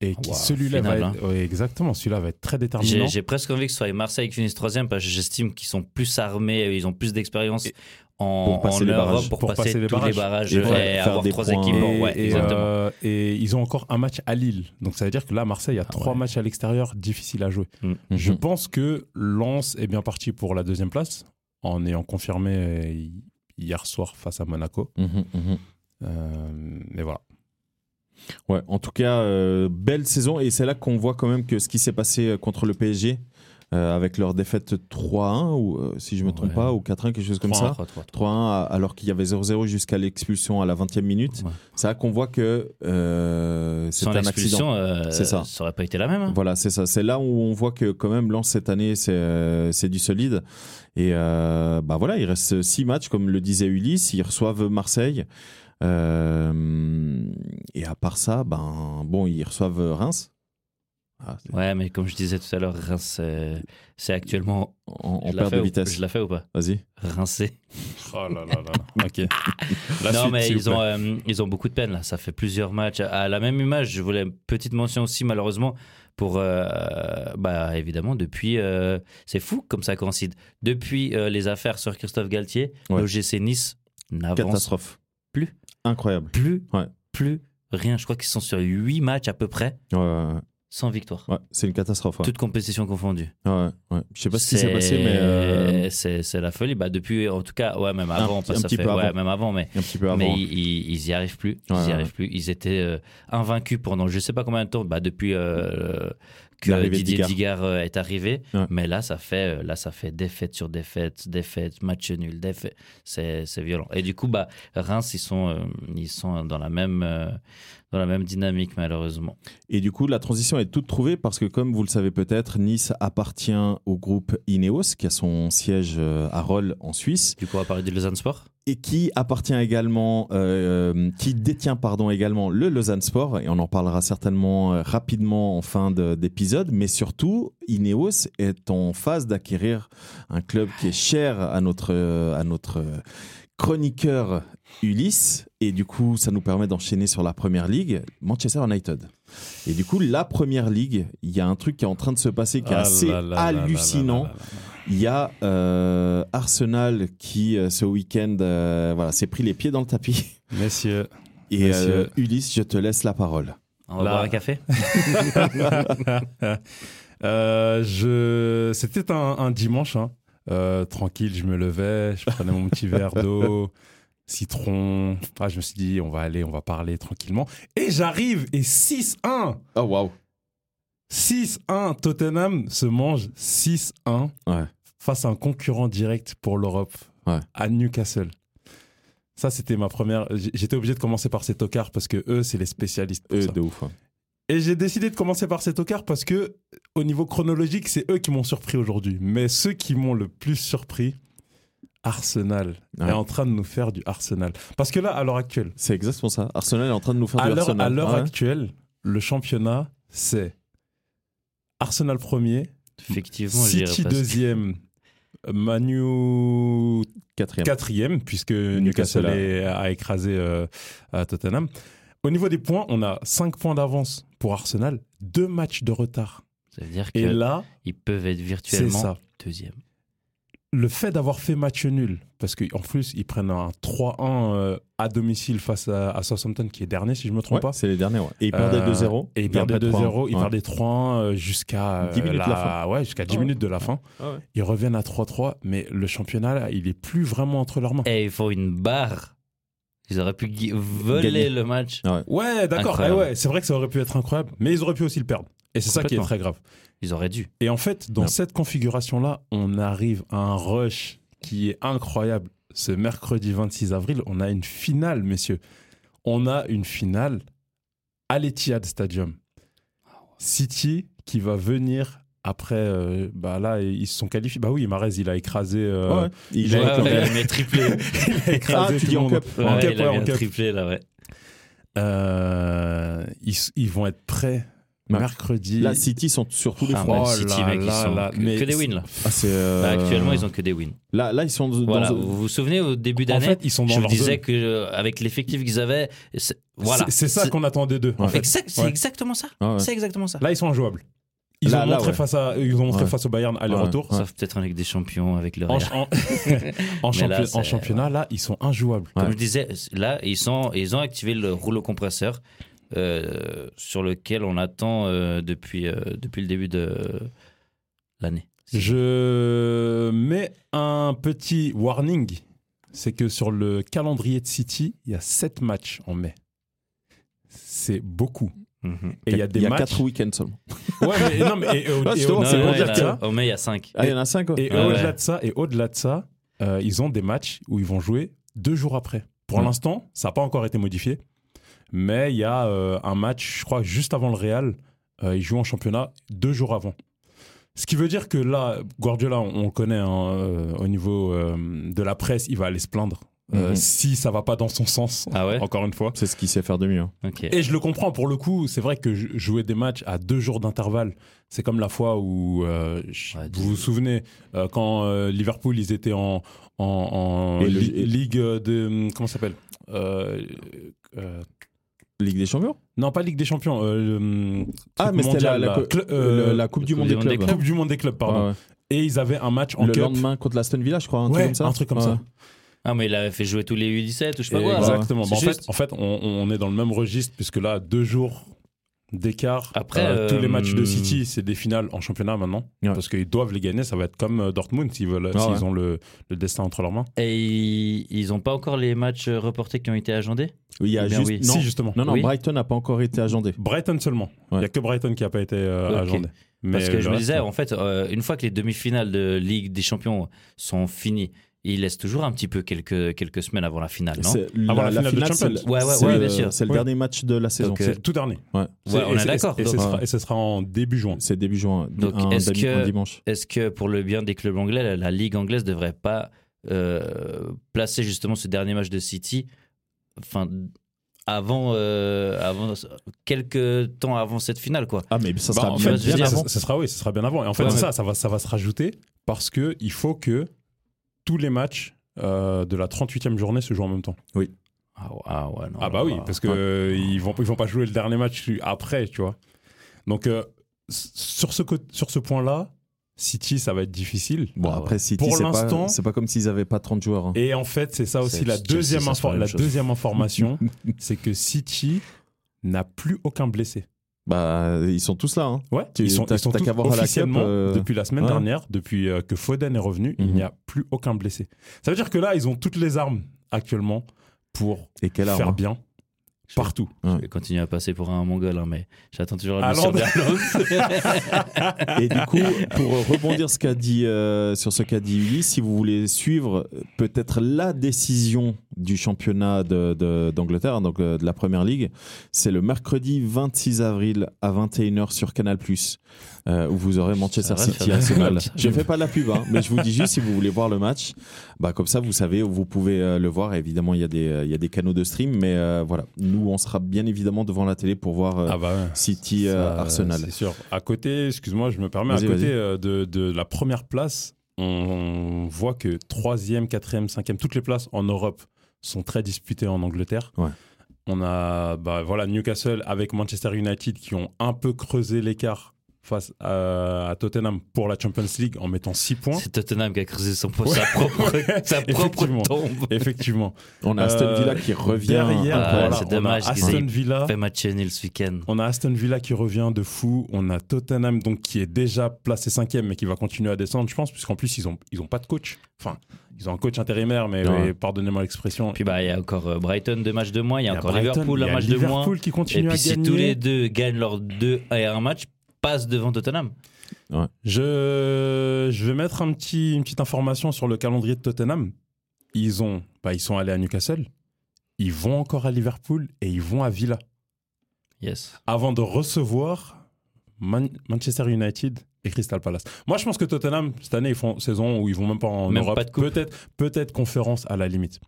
[SPEAKER 5] Et qui-
[SPEAKER 4] Wow,
[SPEAKER 5] celui-là va
[SPEAKER 4] finale,
[SPEAKER 5] être. ouais, exactement, celui-là va être très déterminant.
[SPEAKER 4] J'ai hein. j'ai presque envie que ce soit Marseille qui finisse troisième parce que j'estime qu'ils sont plus armés, et ils ont plus d'expérience
[SPEAKER 5] Et-
[SPEAKER 4] en,
[SPEAKER 3] Pour passer
[SPEAKER 4] en
[SPEAKER 3] les
[SPEAKER 4] Europe
[SPEAKER 3] barrages.
[SPEAKER 4] pour,
[SPEAKER 5] Pour
[SPEAKER 4] passer,
[SPEAKER 5] passer les
[SPEAKER 4] tous
[SPEAKER 5] barrages.
[SPEAKER 4] les barrages euh,
[SPEAKER 3] Et
[SPEAKER 4] et,
[SPEAKER 3] faire
[SPEAKER 4] avoir
[SPEAKER 3] des
[SPEAKER 4] trois
[SPEAKER 3] points.
[SPEAKER 4] équipes. en-
[SPEAKER 5] Et-
[SPEAKER 4] ouais,
[SPEAKER 5] et,
[SPEAKER 4] exactement.
[SPEAKER 5] euh, et ils ont encore un match à Lille. Donc ça veut dire que là, Marseille il y a trois
[SPEAKER 4] Ah ouais.
[SPEAKER 5] matchs à l'extérieur difficiles à jouer. Je
[SPEAKER 3] Mhm.
[SPEAKER 5] pense que Lens est bien parti pour la deuxième place en ayant confirmé euh, hier soir face à Monaco.
[SPEAKER 3] Mhm, mhm.
[SPEAKER 5] Euh, Mais voilà.
[SPEAKER 3] Ouais, en tout cas, euh, belle saison. Et c'est là qu'on voit quand même que ce qui s'est passé euh, contre le PSG, euh, avec leur défaite 3-1, ou euh, si je me trompe
[SPEAKER 4] Ouais.
[SPEAKER 3] pas, ou 4-1, quelque chose comme ça. 3-1, à- alors qu'il y avait 0-0 jusqu'à l'expulsion à la 20e minute.
[SPEAKER 4] Ouais.
[SPEAKER 3] C'est là qu'on voit que euh, c'est
[SPEAKER 4] Sans
[SPEAKER 3] un accident.
[SPEAKER 4] l'expulsion, euh,
[SPEAKER 3] C'est ça.
[SPEAKER 4] ça aurait pas été la même. hein.
[SPEAKER 3] Voilà, c'est ça. C'est là où on voit que quand même Lens cette année, c'est euh, c'est du solide. Et euh, bah voilà, il reste six matchs, comme le disait Ulysse. Ils reçoivent Marseille. Euh, et à part ça, ben bon, ils reçoivent Reims. Ah, c'est-
[SPEAKER 4] Ouais, mais comme je disais tout à l'heure, Reims, euh, c'est actuellement.
[SPEAKER 3] En, en
[SPEAKER 4] je la
[SPEAKER 3] perte
[SPEAKER 4] fais
[SPEAKER 3] de
[SPEAKER 4] ou-
[SPEAKER 3] vitesse.
[SPEAKER 4] Je la fais ou pas
[SPEAKER 3] Vas-y.
[SPEAKER 4] Rincé.
[SPEAKER 5] Oh là là là là. Ok. La
[SPEAKER 4] non,
[SPEAKER 5] suite,
[SPEAKER 4] mais
[SPEAKER 5] s'il vous
[SPEAKER 4] ils
[SPEAKER 5] plaît.
[SPEAKER 4] ont, euh, ils ont beaucoup de peine là. Ça fait plusieurs matchs. À la même image, je voulais une petite mention aussi, malheureusement, pour. euh, bah, évidemment, depuis. euh, c'est fou comme ça coïncide. Depuis euh, les affaires sur Christophe Galtier,
[SPEAKER 3] Ouais.
[SPEAKER 4] l'OGC Nice n'avance
[SPEAKER 3] Catastrophe.
[SPEAKER 4] plus.
[SPEAKER 3] Incroyable.
[SPEAKER 4] plus,
[SPEAKER 3] Ouais.
[SPEAKER 4] plus rien. Je crois qu'ils sont sur 8 matchs à peu près
[SPEAKER 3] Ouais, ouais, ouais.
[SPEAKER 4] sans victoire.
[SPEAKER 3] Ouais, c'est une catastrophe. Ouais.
[SPEAKER 4] Toutes compétitions confondues.
[SPEAKER 3] Ouais, ouais. Je sais pas ce qui s'est passé, mais euh,
[SPEAKER 4] c'est c'est la folie. Bah depuis, en tout cas, ouais, même avant, parce
[SPEAKER 3] petit-
[SPEAKER 4] que
[SPEAKER 3] un
[SPEAKER 4] ça
[SPEAKER 3] petit
[SPEAKER 4] fait-
[SPEAKER 3] peu
[SPEAKER 4] ouais,
[SPEAKER 3] avant.
[SPEAKER 4] même avant, mais
[SPEAKER 3] un petit peu avant.
[SPEAKER 5] hein.
[SPEAKER 3] hein.
[SPEAKER 4] Mais ils, ils- ils y arrivent plus. Ils
[SPEAKER 3] Ouais,
[SPEAKER 4] y
[SPEAKER 3] ouais.
[SPEAKER 4] arrivent plus. Ils étaient euh, invaincus pendant je sais pas combien de temps, bah, depuis euh, que
[SPEAKER 3] L'arrivée de
[SPEAKER 4] Didier
[SPEAKER 3] Digard.
[SPEAKER 4] Digard euh, est arrivé.
[SPEAKER 3] Ouais.
[SPEAKER 4] Mais là, ça fait euh, là, ça fait défaite sur défaite, défaite, match nul, défaite. C'est c'est violent. Et du coup, bah Reims, ils sont euh, ils sont dans la même euh, dans la même dynamique malheureusement.
[SPEAKER 3] Et du coup, la transition est toute trouvée parce que, comme vous le savez peut-être, Nice appartient au groupe Ineos, qui a son siège euh, à Rolle en Suisse,
[SPEAKER 4] Du coup, on va parler du Lausanne Sport.
[SPEAKER 3] et qui appartient également, euh, qui détient pardon également le Lausanne Sport. Et on en parlera certainement euh, rapidement en fin de- d'épisode. Mais surtout, Ineos est en phase d'acquérir un club qui est cher à notre euh, à notre euh, chroniqueur Ulysse. Et du coup, ça nous permet d'enchaîner sur la première ligue, Manchester United. Et du coup, la première ligue, il y a un truc qui est en train de se passer qui est
[SPEAKER 5] Ah
[SPEAKER 3] assez
[SPEAKER 5] là là là là
[SPEAKER 3] hallucinant.
[SPEAKER 5] là là là là.
[SPEAKER 3] Il y a euh, Arsenal qui, euh, ce week-end, euh, voilà, s'est pris les pieds dans le tapis.
[SPEAKER 5] Messieurs,
[SPEAKER 3] Et
[SPEAKER 5] Monsieur.
[SPEAKER 3] euh, Ulysse, je te laisse la parole.
[SPEAKER 4] On va
[SPEAKER 5] Là.
[SPEAKER 4] boire un café.
[SPEAKER 5] Euh, je... c'était un, un dimanche, hein. Euh, tranquille, je me levais, je prenais mon petit verre d'eau, citron. Ah, je me suis dit, on va aller, on va parler tranquillement. Et j'arrive, et 6-1
[SPEAKER 3] Oh, waouh.
[SPEAKER 5] 6-1, Tottenham se mange 6-1
[SPEAKER 3] Ouais.
[SPEAKER 5] face à un concurrent direct pour l'Europe
[SPEAKER 3] Ouais.
[SPEAKER 5] à Newcastle. Ça, c'était ma première. j- J'étais obligé de commencer par ces tocards parce que eux, c'est les spécialistes. pour
[SPEAKER 3] Euh,
[SPEAKER 5] ça.
[SPEAKER 3] de ouf. hein.
[SPEAKER 5] Et j'ai décidé de commencer par ces tocards parce que, au niveau chronologique, c'est eux qui m'ont surpris aujourd'hui. Mais ceux qui m'ont le plus surpris, Arsenal
[SPEAKER 3] Ouais.
[SPEAKER 5] est en train de nous faire du Arsenal. Parce que là, à l'heure actuelle,
[SPEAKER 3] C'est exactement ça. Arsenal est en train de nous faire
[SPEAKER 5] à
[SPEAKER 3] du
[SPEAKER 5] l'heure,
[SPEAKER 3] Arsenal.
[SPEAKER 5] à l'heure
[SPEAKER 3] Ouais.
[SPEAKER 5] actuelle, le championnat, c'est Arsenal premier,
[SPEAKER 4] Effectivement, je dirais
[SPEAKER 5] City
[SPEAKER 4] presque.
[SPEAKER 5] deuxième, Manu
[SPEAKER 3] Quatrième.
[SPEAKER 5] quatrième, puisque Newcastle
[SPEAKER 3] a-
[SPEAKER 5] est- a écrasé euh, à Tottenham. Au niveau des points, on a 5 points d'avance pour Arsenal, deux matchs de retard.
[SPEAKER 4] Ça veut dire
[SPEAKER 5] Et
[SPEAKER 4] qu'ils
[SPEAKER 5] là,
[SPEAKER 4] peuvent être
[SPEAKER 5] c'est
[SPEAKER 4] virtuellement
[SPEAKER 5] ça.
[SPEAKER 4] deuxième.
[SPEAKER 5] le fait d'avoir fait match nul, parce qu'en plus, ils prennent un 3-1 euh, à domicile face à, à Southampton, qui est dernier, si je me trompe
[SPEAKER 3] Ouais,
[SPEAKER 5] pas.
[SPEAKER 3] c'est les derniers, ouais. Et ils perdaient
[SPEAKER 5] Euh,
[SPEAKER 3] 2-0.
[SPEAKER 5] Et ils
[SPEAKER 3] perdent
[SPEAKER 5] perdaient 2-0, ils perdaient 3-1 euh, jusqu'à euh,
[SPEAKER 3] 10 minutes de la fin.
[SPEAKER 5] Ouais, jusqu'à 10
[SPEAKER 3] Ouais.
[SPEAKER 5] minutes de la fin. Ils reviennent à 3-3, mais le championnat, là, il est plus vraiment entre leurs mains.
[SPEAKER 4] Et ils font Eh, une barre. Ils auraient pu gui- voler
[SPEAKER 3] Gagner.
[SPEAKER 4] le match.
[SPEAKER 5] Ouais, d'accord, eh
[SPEAKER 4] Incroyable.
[SPEAKER 5] ouais, c'est vrai que ça aurait pu être incroyable, mais ils auraient pu aussi le perdre. Et c'est ça qui est
[SPEAKER 4] Complètement.
[SPEAKER 5] très grave.
[SPEAKER 4] Ils auraient dû.
[SPEAKER 5] Et en fait, dans
[SPEAKER 3] Ouais.
[SPEAKER 5] cette configuration-là, on arrive à un rush qui est incroyable. Ce mercredi 26 avril, on a une finale, messieurs. On a une finale à l'Etihad Stadium. City qui va venir après. euh, bah là, ils se sont qualifiés. Bah oui, Marez, il a écrasé. euh,
[SPEAKER 3] Ouais. Ils
[SPEAKER 5] ils
[SPEAKER 3] ont
[SPEAKER 5] ont-
[SPEAKER 3] été-
[SPEAKER 5] ouais,
[SPEAKER 4] il a mis triplé.
[SPEAKER 5] il a écrasé
[SPEAKER 3] Ah, tu
[SPEAKER 5] tout
[SPEAKER 3] dis
[SPEAKER 5] le
[SPEAKER 3] en
[SPEAKER 5] monde.
[SPEAKER 3] cup.
[SPEAKER 5] En
[SPEAKER 4] Ouais,
[SPEAKER 5] cup,
[SPEAKER 4] il a
[SPEAKER 5] ouais,
[SPEAKER 4] mis
[SPEAKER 5] en
[SPEAKER 4] un
[SPEAKER 5] cup.
[SPEAKER 4] triplé, là, ouais.
[SPEAKER 5] Euh, ils, ils vont être prêts
[SPEAKER 3] Ouais.
[SPEAKER 5] mercredi.
[SPEAKER 3] Là, City sont sur tous les
[SPEAKER 4] Ah,
[SPEAKER 3] fronts.
[SPEAKER 4] mais
[SPEAKER 5] Oh
[SPEAKER 4] City,
[SPEAKER 5] là
[SPEAKER 4] mec, ils
[SPEAKER 5] là
[SPEAKER 4] sont
[SPEAKER 5] là,
[SPEAKER 4] que-
[SPEAKER 5] mais
[SPEAKER 4] que des
[SPEAKER 5] c'est-
[SPEAKER 4] wins, là.
[SPEAKER 3] Ah, c'est, euh,
[SPEAKER 4] Là, Actuellement, ils ont que des wins.
[SPEAKER 3] Là, là, ils sont dans.
[SPEAKER 4] Voilà.
[SPEAKER 3] dans-
[SPEAKER 4] Vous vous souvenez au début
[SPEAKER 5] en
[SPEAKER 4] d'année
[SPEAKER 5] fait, ils sont
[SPEAKER 4] Je
[SPEAKER 5] dans
[SPEAKER 4] vous
[SPEAKER 5] leur
[SPEAKER 4] disais
[SPEAKER 5] zone.
[SPEAKER 4] que euh, avec l'effectif qu'ils avaient, c'est- voilà.
[SPEAKER 5] C'est- C'est ça qu'on attendait d'eux. en fait.
[SPEAKER 4] Exact, c'est
[SPEAKER 5] Ouais.
[SPEAKER 4] exactement ça.
[SPEAKER 3] Ah ouais.
[SPEAKER 4] C'est exactement ça.
[SPEAKER 5] Là, ils sont injouables. Ils
[SPEAKER 3] Là-
[SPEAKER 5] ont
[SPEAKER 3] là,
[SPEAKER 5] montré,
[SPEAKER 3] ouais.
[SPEAKER 5] face, à, euh, ils ont montré
[SPEAKER 3] Ouais.
[SPEAKER 5] face au Bayern aller-retour.
[SPEAKER 3] Ouais.
[SPEAKER 4] Sauf peut-être en Ligue des Champions avec le Real.
[SPEAKER 5] En, en- en
[SPEAKER 4] Mais là,
[SPEAKER 5] champion- en
[SPEAKER 4] c'est-
[SPEAKER 5] championnat, là, ils sont injouables.
[SPEAKER 3] Ouais.
[SPEAKER 4] Comme je disais, là, ils, sont, ils ont activé le rouleau compresseur euh, sur lequel on attend euh, depuis, euh, depuis le début de l'année.
[SPEAKER 5] Je mets un petit warning. C'est que sur le calendrier de City, il y a 7 matchs en mai. C'est beaucoup.
[SPEAKER 4] Mhm.
[SPEAKER 5] Et il y a des
[SPEAKER 3] il y a
[SPEAKER 5] matchs.
[SPEAKER 3] 4 week-ends seulement.
[SPEAKER 5] Ouais, mais non, mais et- et-
[SPEAKER 3] Ouais,
[SPEAKER 5] et-
[SPEAKER 3] c'est
[SPEAKER 5] et
[SPEAKER 3] drôle,
[SPEAKER 5] au-delà
[SPEAKER 3] c'est pour
[SPEAKER 4] il y
[SPEAKER 5] de
[SPEAKER 4] en a-
[SPEAKER 5] ça-
[SPEAKER 4] au mai, il y a 5.
[SPEAKER 3] Ah, il y en a 5
[SPEAKER 5] et
[SPEAKER 4] Ouais,
[SPEAKER 5] au-delà
[SPEAKER 4] ouais.
[SPEAKER 5] de ça, et au-delà de ça, euh, ils ont des matchs où ils vont jouer deux jours après. Pour
[SPEAKER 4] Mm.
[SPEAKER 3] Ouais.
[SPEAKER 5] l'instant, ça n'a pas encore été modifié, mais il y a euh, un match, je crois, juste avant le Real, euh, ils jouent en championnat deux jours avant. Ce qui veut dire que là, Guardiola, on, on le connaît hein, euh, au niveau euh, de la presse, il va aller se plaindre euh,
[SPEAKER 3] Mhm.
[SPEAKER 5] si ça va pas dans son sens.
[SPEAKER 4] Mm-hmm. Ah ouais
[SPEAKER 5] Encore une fois.
[SPEAKER 3] C'est ce qu'il sait faire de mieux. hein.
[SPEAKER 4] Ok.
[SPEAKER 5] Et je le comprends pour le coup, c'est vrai que j- jouer des matchs à deux jours d'intervalle, c'est comme la fois où, euh, je-
[SPEAKER 4] Ouais,
[SPEAKER 5] vous vous souvenez, euh, quand euh, Liverpool, ils étaient en, en, en
[SPEAKER 3] Et le-
[SPEAKER 5] li- ligue de... hum, Comment ça s'appelle Euh, euh,
[SPEAKER 3] Ligue des Champions
[SPEAKER 5] Non, pas Ligue des Champions. euh, hum,
[SPEAKER 3] Ah,
[SPEAKER 5] truc
[SPEAKER 3] mais c'était la,
[SPEAKER 5] mondial,
[SPEAKER 3] la,
[SPEAKER 5] là.
[SPEAKER 3] co-
[SPEAKER 5] Cl-
[SPEAKER 3] le-
[SPEAKER 5] euh,
[SPEAKER 3] la Coupe du
[SPEAKER 4] Coupe
[SPEAKER 3] Monde des clubs.
[SPEAKER 5] Coupe du Monde des clubs, pardon.
[SPEAKER 3] Ouais, ouais.
[SPEAKER 5] Et ils avaient un match en
[SPEAKER 3] Le
[SPEAKER 5] cup.
[SPEAKER 3] lendemain contre l'Aston Villa, je crois. Un
[SPEAKER 5] Ouais,
[SPEAKER 3] truc comme ça.
[SPEAKER 5] un truc comme ça.
[SPEAKER 4] Ah, mais il avait fait jouer tous les U17 ou je sais pas quoi. là.
[SPEAKER 5] Exactement.
[SPEAKER 4] C'est
[SPEAKER 5] Bah, en,
[SPEAKER 4] juste-
[SPEAKER 5] fait, en fait, on, on est dans le même registre, puisque là, deux jours d'écart.
[SPEAKER 4] Après,
[SPEAKER 5] Euh, tous
[SPEAKER 4] euh,
[SPEAKER 5] les matchs de City, c'est des finales en championnat maintenant.
[SPEAKER 3] Ouais.
[SPEAKER 5] Parce qu'ils doivent les gagner. Ça va être comme euh, Dortmund s'ils veulent,
[SPEAKER 3] Ah
[SPEAKER 5] s'ils
[SPEAKER 3] ouais.
[SPEAKER 5] ont le, le destin entre leurs mains.
[SPEAKER 4] Et ils- ils n'ont pas encore les matchs euh, reportés qui ont été agendés
[SPEAKER 3] Oui, il y a
[SPEAKER 4] Eh bien,
[SPEAKER 3] juste.
[SPEAKER 4] oui.
[SPEAKER 3] Non,
[SPEAKER 5] Si, justement.
[SPEAKER 3] non, non,
[SPEAKER 4] Oui.
[SPEAKER 3] Brighton n'a pas encore été agendé.
[SPEAKER 5] Brighton seulement. Il
[SPEAKER 3] Ouais.
[SPEAKER 5] n'y a que Brighton qui n'a pas été euh,
[SPEAKER 4] Ok.
[SPEAKER 5] agendé. Mais
[SPEAKER 4] Parce que
[SPEAKER 5] le
[SPEAKER 4] je me
[SPEAKER 5] reste,
[SPEAKER 4] disais, en fait, euh, une fois que les demi-finales de Ligue des Champions sont finies, ils laissent toujours un petit peu quelques, quelques semaines avant la finale, Ah non
[SPEAKER 3] C'est la,
[SPEAKER 5] Avant
[SPEAKER 3] la
[SPEAKER 5] la finale de
[SPEAKER 3] finale, c'est
[SPEAKER 5] Champions.
[SPEAKER 3] le-
[SPEAKER 4] Ouais, ouais,
[SPEAKER 3] c'est
[SPEAKER 4] ouais,
[SPEAKER 3] le-
[SPEAKER 4] bien sûr.
[SPEAKER 3] c'est le
[SPEAKER 5] Ouais.
[SPEAKER 3] dernier match de la saison.
[SPEAKER 4] Donc,
[SPEAKER 5] c'est le tout dernier.
[SPEAKER 3] Ouais.
[SPEAKER 5] C'est-
[SPEAKER 4] Ouais, on
[SPEAKER 5] et
[SPEAKER 4] est
[SPEAKER 5] c'est-
[SPEAKER 4] d'accord.
[SPEAKER 5] Et, ce
[SPEAKER 4] Donc,
[SPEAKER 5] sera- et ce sera en début juin.
[SPEAKER 3] C'est début juin,
[SPEAKER 4] Donc,
[SPEAKER 3] un,
[SPEAKER 4] est-ce
[SPEAKER 3] dami-
[SPEAKER 4] que-
[SPEAKER 3] un dimanche.
[SPEAKER 4] Est-ce que pour le bien des clubs anglais, la, la Ligue anglaise ne devrait pas euh, placer justement ce dernier match de City enfin, avant, euh, avant, quelques temps avant cette finale, quoi
[SPEAKER 3] Ah, mais ça
[SPEAKER 5] Bah,
[SPEAKER 3] sera
[SPEAKER 5] en
[SPEAKER 3] bien,
[SPEAKER 5] fait,
[SPEAKER 4] je veux
[SPEAKER 3] bien
[SPEAKER 4] dire,
[SPEAKER 3] avant.
[SPEAKER 5] Ce, ce sera oui, ce sera bien avant. Et en fait,
[SPEAKER 4] Ouais,
[SPEAKER 5] c'est
[SPEAKER 4] ouais.
[SPEAKER 5] ça, ça va, ça va se rajouter parce que il faut que tous les matchs euh, de la 38e journée se jouent en même temps.
[SPEAKER 4] Ah, ouais, ah ouais, non,
[SPEAKER 5] ah bah oui,
[SPEAKER 4] non.
[SPEAKER 5] parce que euh, ils vont ils vont pas jouer le dernier match après, tu vois. Donc euh, s- sur ce co- sur ce point-là, City ça va être difficile.
[SPEAKER 3] Bon,
[SPEAKER 4] Ah ouais.
[SPEAKER 3] après, City,
[SPEAKER 5] Pour
[SPEAKER 3] c'est pas,
[SPEAKER 5] l'instant-
[SPEAKER 3] c'est pas comme s'ils n'avaient pas 30 joueurs. hein.
[SPEAKER 5] Et en fait, c'est ça aussi
[SPEAKER 4] C'est-
[SPEAKER 5] la
[SPEAKER 4] Chelsea,
[SPEAKER 5] deuxième
[SPEAKER 4] ça sera la
[SPEAKER 5] infor- la
[SPEAKER 4] même chose.
[SPEAKER 5] deuxième information, c'est que City n'a plus aucun blessé.
[SPEAKER 3] Bah, ils sont tous là. hein.
[SPEAKER 5] Ouais,
[SPEAKER 3] Tu-
[SPEAKER 5] ils sont,
[SPEAKER 3] t'as-
[SPEAKER 5] ils sont
[SPEAKER 3] t'as
[SPEAKER 5] tous
[SPEAKER 3] qu'à voir à la Cup,
[SPEAKER 5] officiellement,
[SPEAKER 3] euh,
[SPEAKER 5] depuis la semaine
[SPEAKER 3] ouais.
[SPEAKER 5] dernière, depuis euh, que Foden est revenu, il
[SPEAKER 3] Mhm.
[SPEAKER 5] n'y a plus aucun blessé. Ça veut dire que là, ils ont toutes les armes actuellement pour
[SPEAKER 3] Et quelle
[SPEAKER 5] faire
[SPEAKER 3] arme. hein.
[SPEAKER 5] bien partout.
[SPEAKER 4] Je vais continuer à passer pour un mongol, hein, mais j'attends toujours la blessure
[SPEAKER 5] Haaland.
[SPEAKER 4] d'Haaland.
[SPEAKER 3] Et du coup, pour rebondir ce qu'a dit, euh, sur ce qu'a dit Uli, si vous voulez suivre euh, peut-être la décision du championnat de- de- d'Angleterre, hein, donc euh, de la Première Ligue, c'est le mercredi 26 avril à 21h sur Canal+, euh, où vous aurez Manchester
[SPEAKER 4] Ça va, ça
[SPEAKER 3] City
[SPEAKER 4] va.
[SPEAKER 3] Arsenal. Je fais pas de la pub, hein, mais je vous dis juste, si vous voulez voir le match, bah, comme ça, vous savez, vous pouvez euh, le voir. Évidemment, il y, a des, euh, il y a des canaux de stream, mais euh, voilà, nous, on sera bien évidemment devant la télé pour voir euh,
[SPEAKER 5] Ah bah ouais.
[SPEAKER 3] City euh,
[SPEAKER 5] Ça,
[SPEAKER 3] Arsenal.
[SPEAKER 5] C'est sûr. À côté, excuse-moi, je me permets, à
[SPEAKER 3] Vas-y, vas-y.
[SPEAKER 5] côté euh, de, de la première place, on voit que troisième, quatrième, cinquième, toutes les places en Europe sont très disputées en Angleterre.
[SPEAKER 3] Ouais.
[SPEAKER 5] On a bah, voilà, Newcastle avec Manchester United qui ont un peu creusé l'écart face à, à Tottenham pour la Champions League en mettant 6 points.
[SPEAKER 4] C'est Tottenham qui a creusé son, sa propre, sa propre
[SPEAKER 5] Effectivement.
[SPEAKER 4] tombe.
[SPEAKER 5] Effectivement.
[SPEAKER 3] On a Aston
[SPEAKER 5] Euh,
[SPEAKER 3] Villa qui revient. euh,
[SPEAKER 5] Derrière,
[SPEAKER 4] Ah,
[SPEAKER 5] voilà,
[SPEAKER 4] c'est
[SPEAKER 5] on a
[SPEAKER 4] dommage qu'ils
[SPEAKER 5] Aston
[SPEAKER 4] aient
[SPEAKER 5] Villa.
[SPEAKER 4] Fait match nul ce week-end.
[SPEAKER 5] On a Aston Villa qui revient de fou. On a Tottenham donc qui est déjà placé cinquième mais qui va continuer à descendre, je pense, puisqu'en plus ils ont ils ont pas de coach. Enfin, ils ont un coach intérimaire, mais
[SPEAKER 3] Ouais.
[SPEAKER 5] mais pardonnez-moi l'expression.
[SPEAKER 4] Puis bah, il y a encore euh, Brighton, deux matchs de moins. Il y a, encore
[SPEAKER 5] Brighton,
[SPEAKER 4] Liverpool,
[SPEAKER 5] il
[SPEAKER 4] un
[SPEAKER 5] y a
[SPEAKER 4] match de moins.
[SPEAKER 5] Liverpool qui
[SPEAKER 4] Et
[SPEAKER 5] continue à
[SPEAKER 4] puis si
[SPEAKER 5] gagner.
[SPEAKER 4] tous les deux gagnent leurs deux et un match, passent devant Tottenham.
[SPEAKER 5] Je je vais mettre un petit une petite information sur le calendrier de Tottenham. Ils ont bah, ils sont allés à Newcastle. Ils vont encore à Liverpool et ils vont à Villa
[SPEAKER 4] Yes.
[SPEAKER 5] avant de recevoir Man- Manchester United et Crystal Palace. Moi, je pense que Tottenham, cette année, ils font saison où ils vont même pas en
[SPEAKER 4] Même
[SPEAKER 5] Europe.
[SPEAKER 4] pas de coupe.
[SPEAKER 5] peut-être, peut-être conférence à la limite.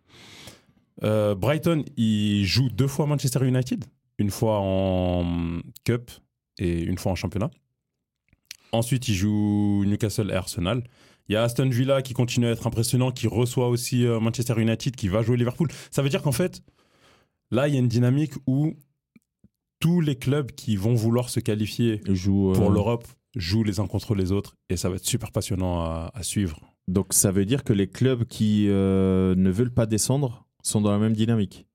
[SPEAKER 5] Euh, Brighton, ils jouent deux fois Manchester United, une fois en Cup et une fois en championnat. Ensuite, ils jouent Newcastle et Arsenal. Il y a Aston Villa qui continue à être impressionnant, qui reçoit aussi euh, Manchester United, qui va jouer Liverpool. Ça veut dire qu'en fait, là, il y a une dynamique où tous les clubs qui vont vouloir se qualifier
[SPEAKER 3] Joue, euh,
[SPEAKER 5] pour l'Europe jouent les uns contre les autres et ça va être super passionnant à, à suivre.
[SPEAKER 3] Donc ça veut dire que les clubs qui euh, ne veulent pas descendre sont dans la même dynamique.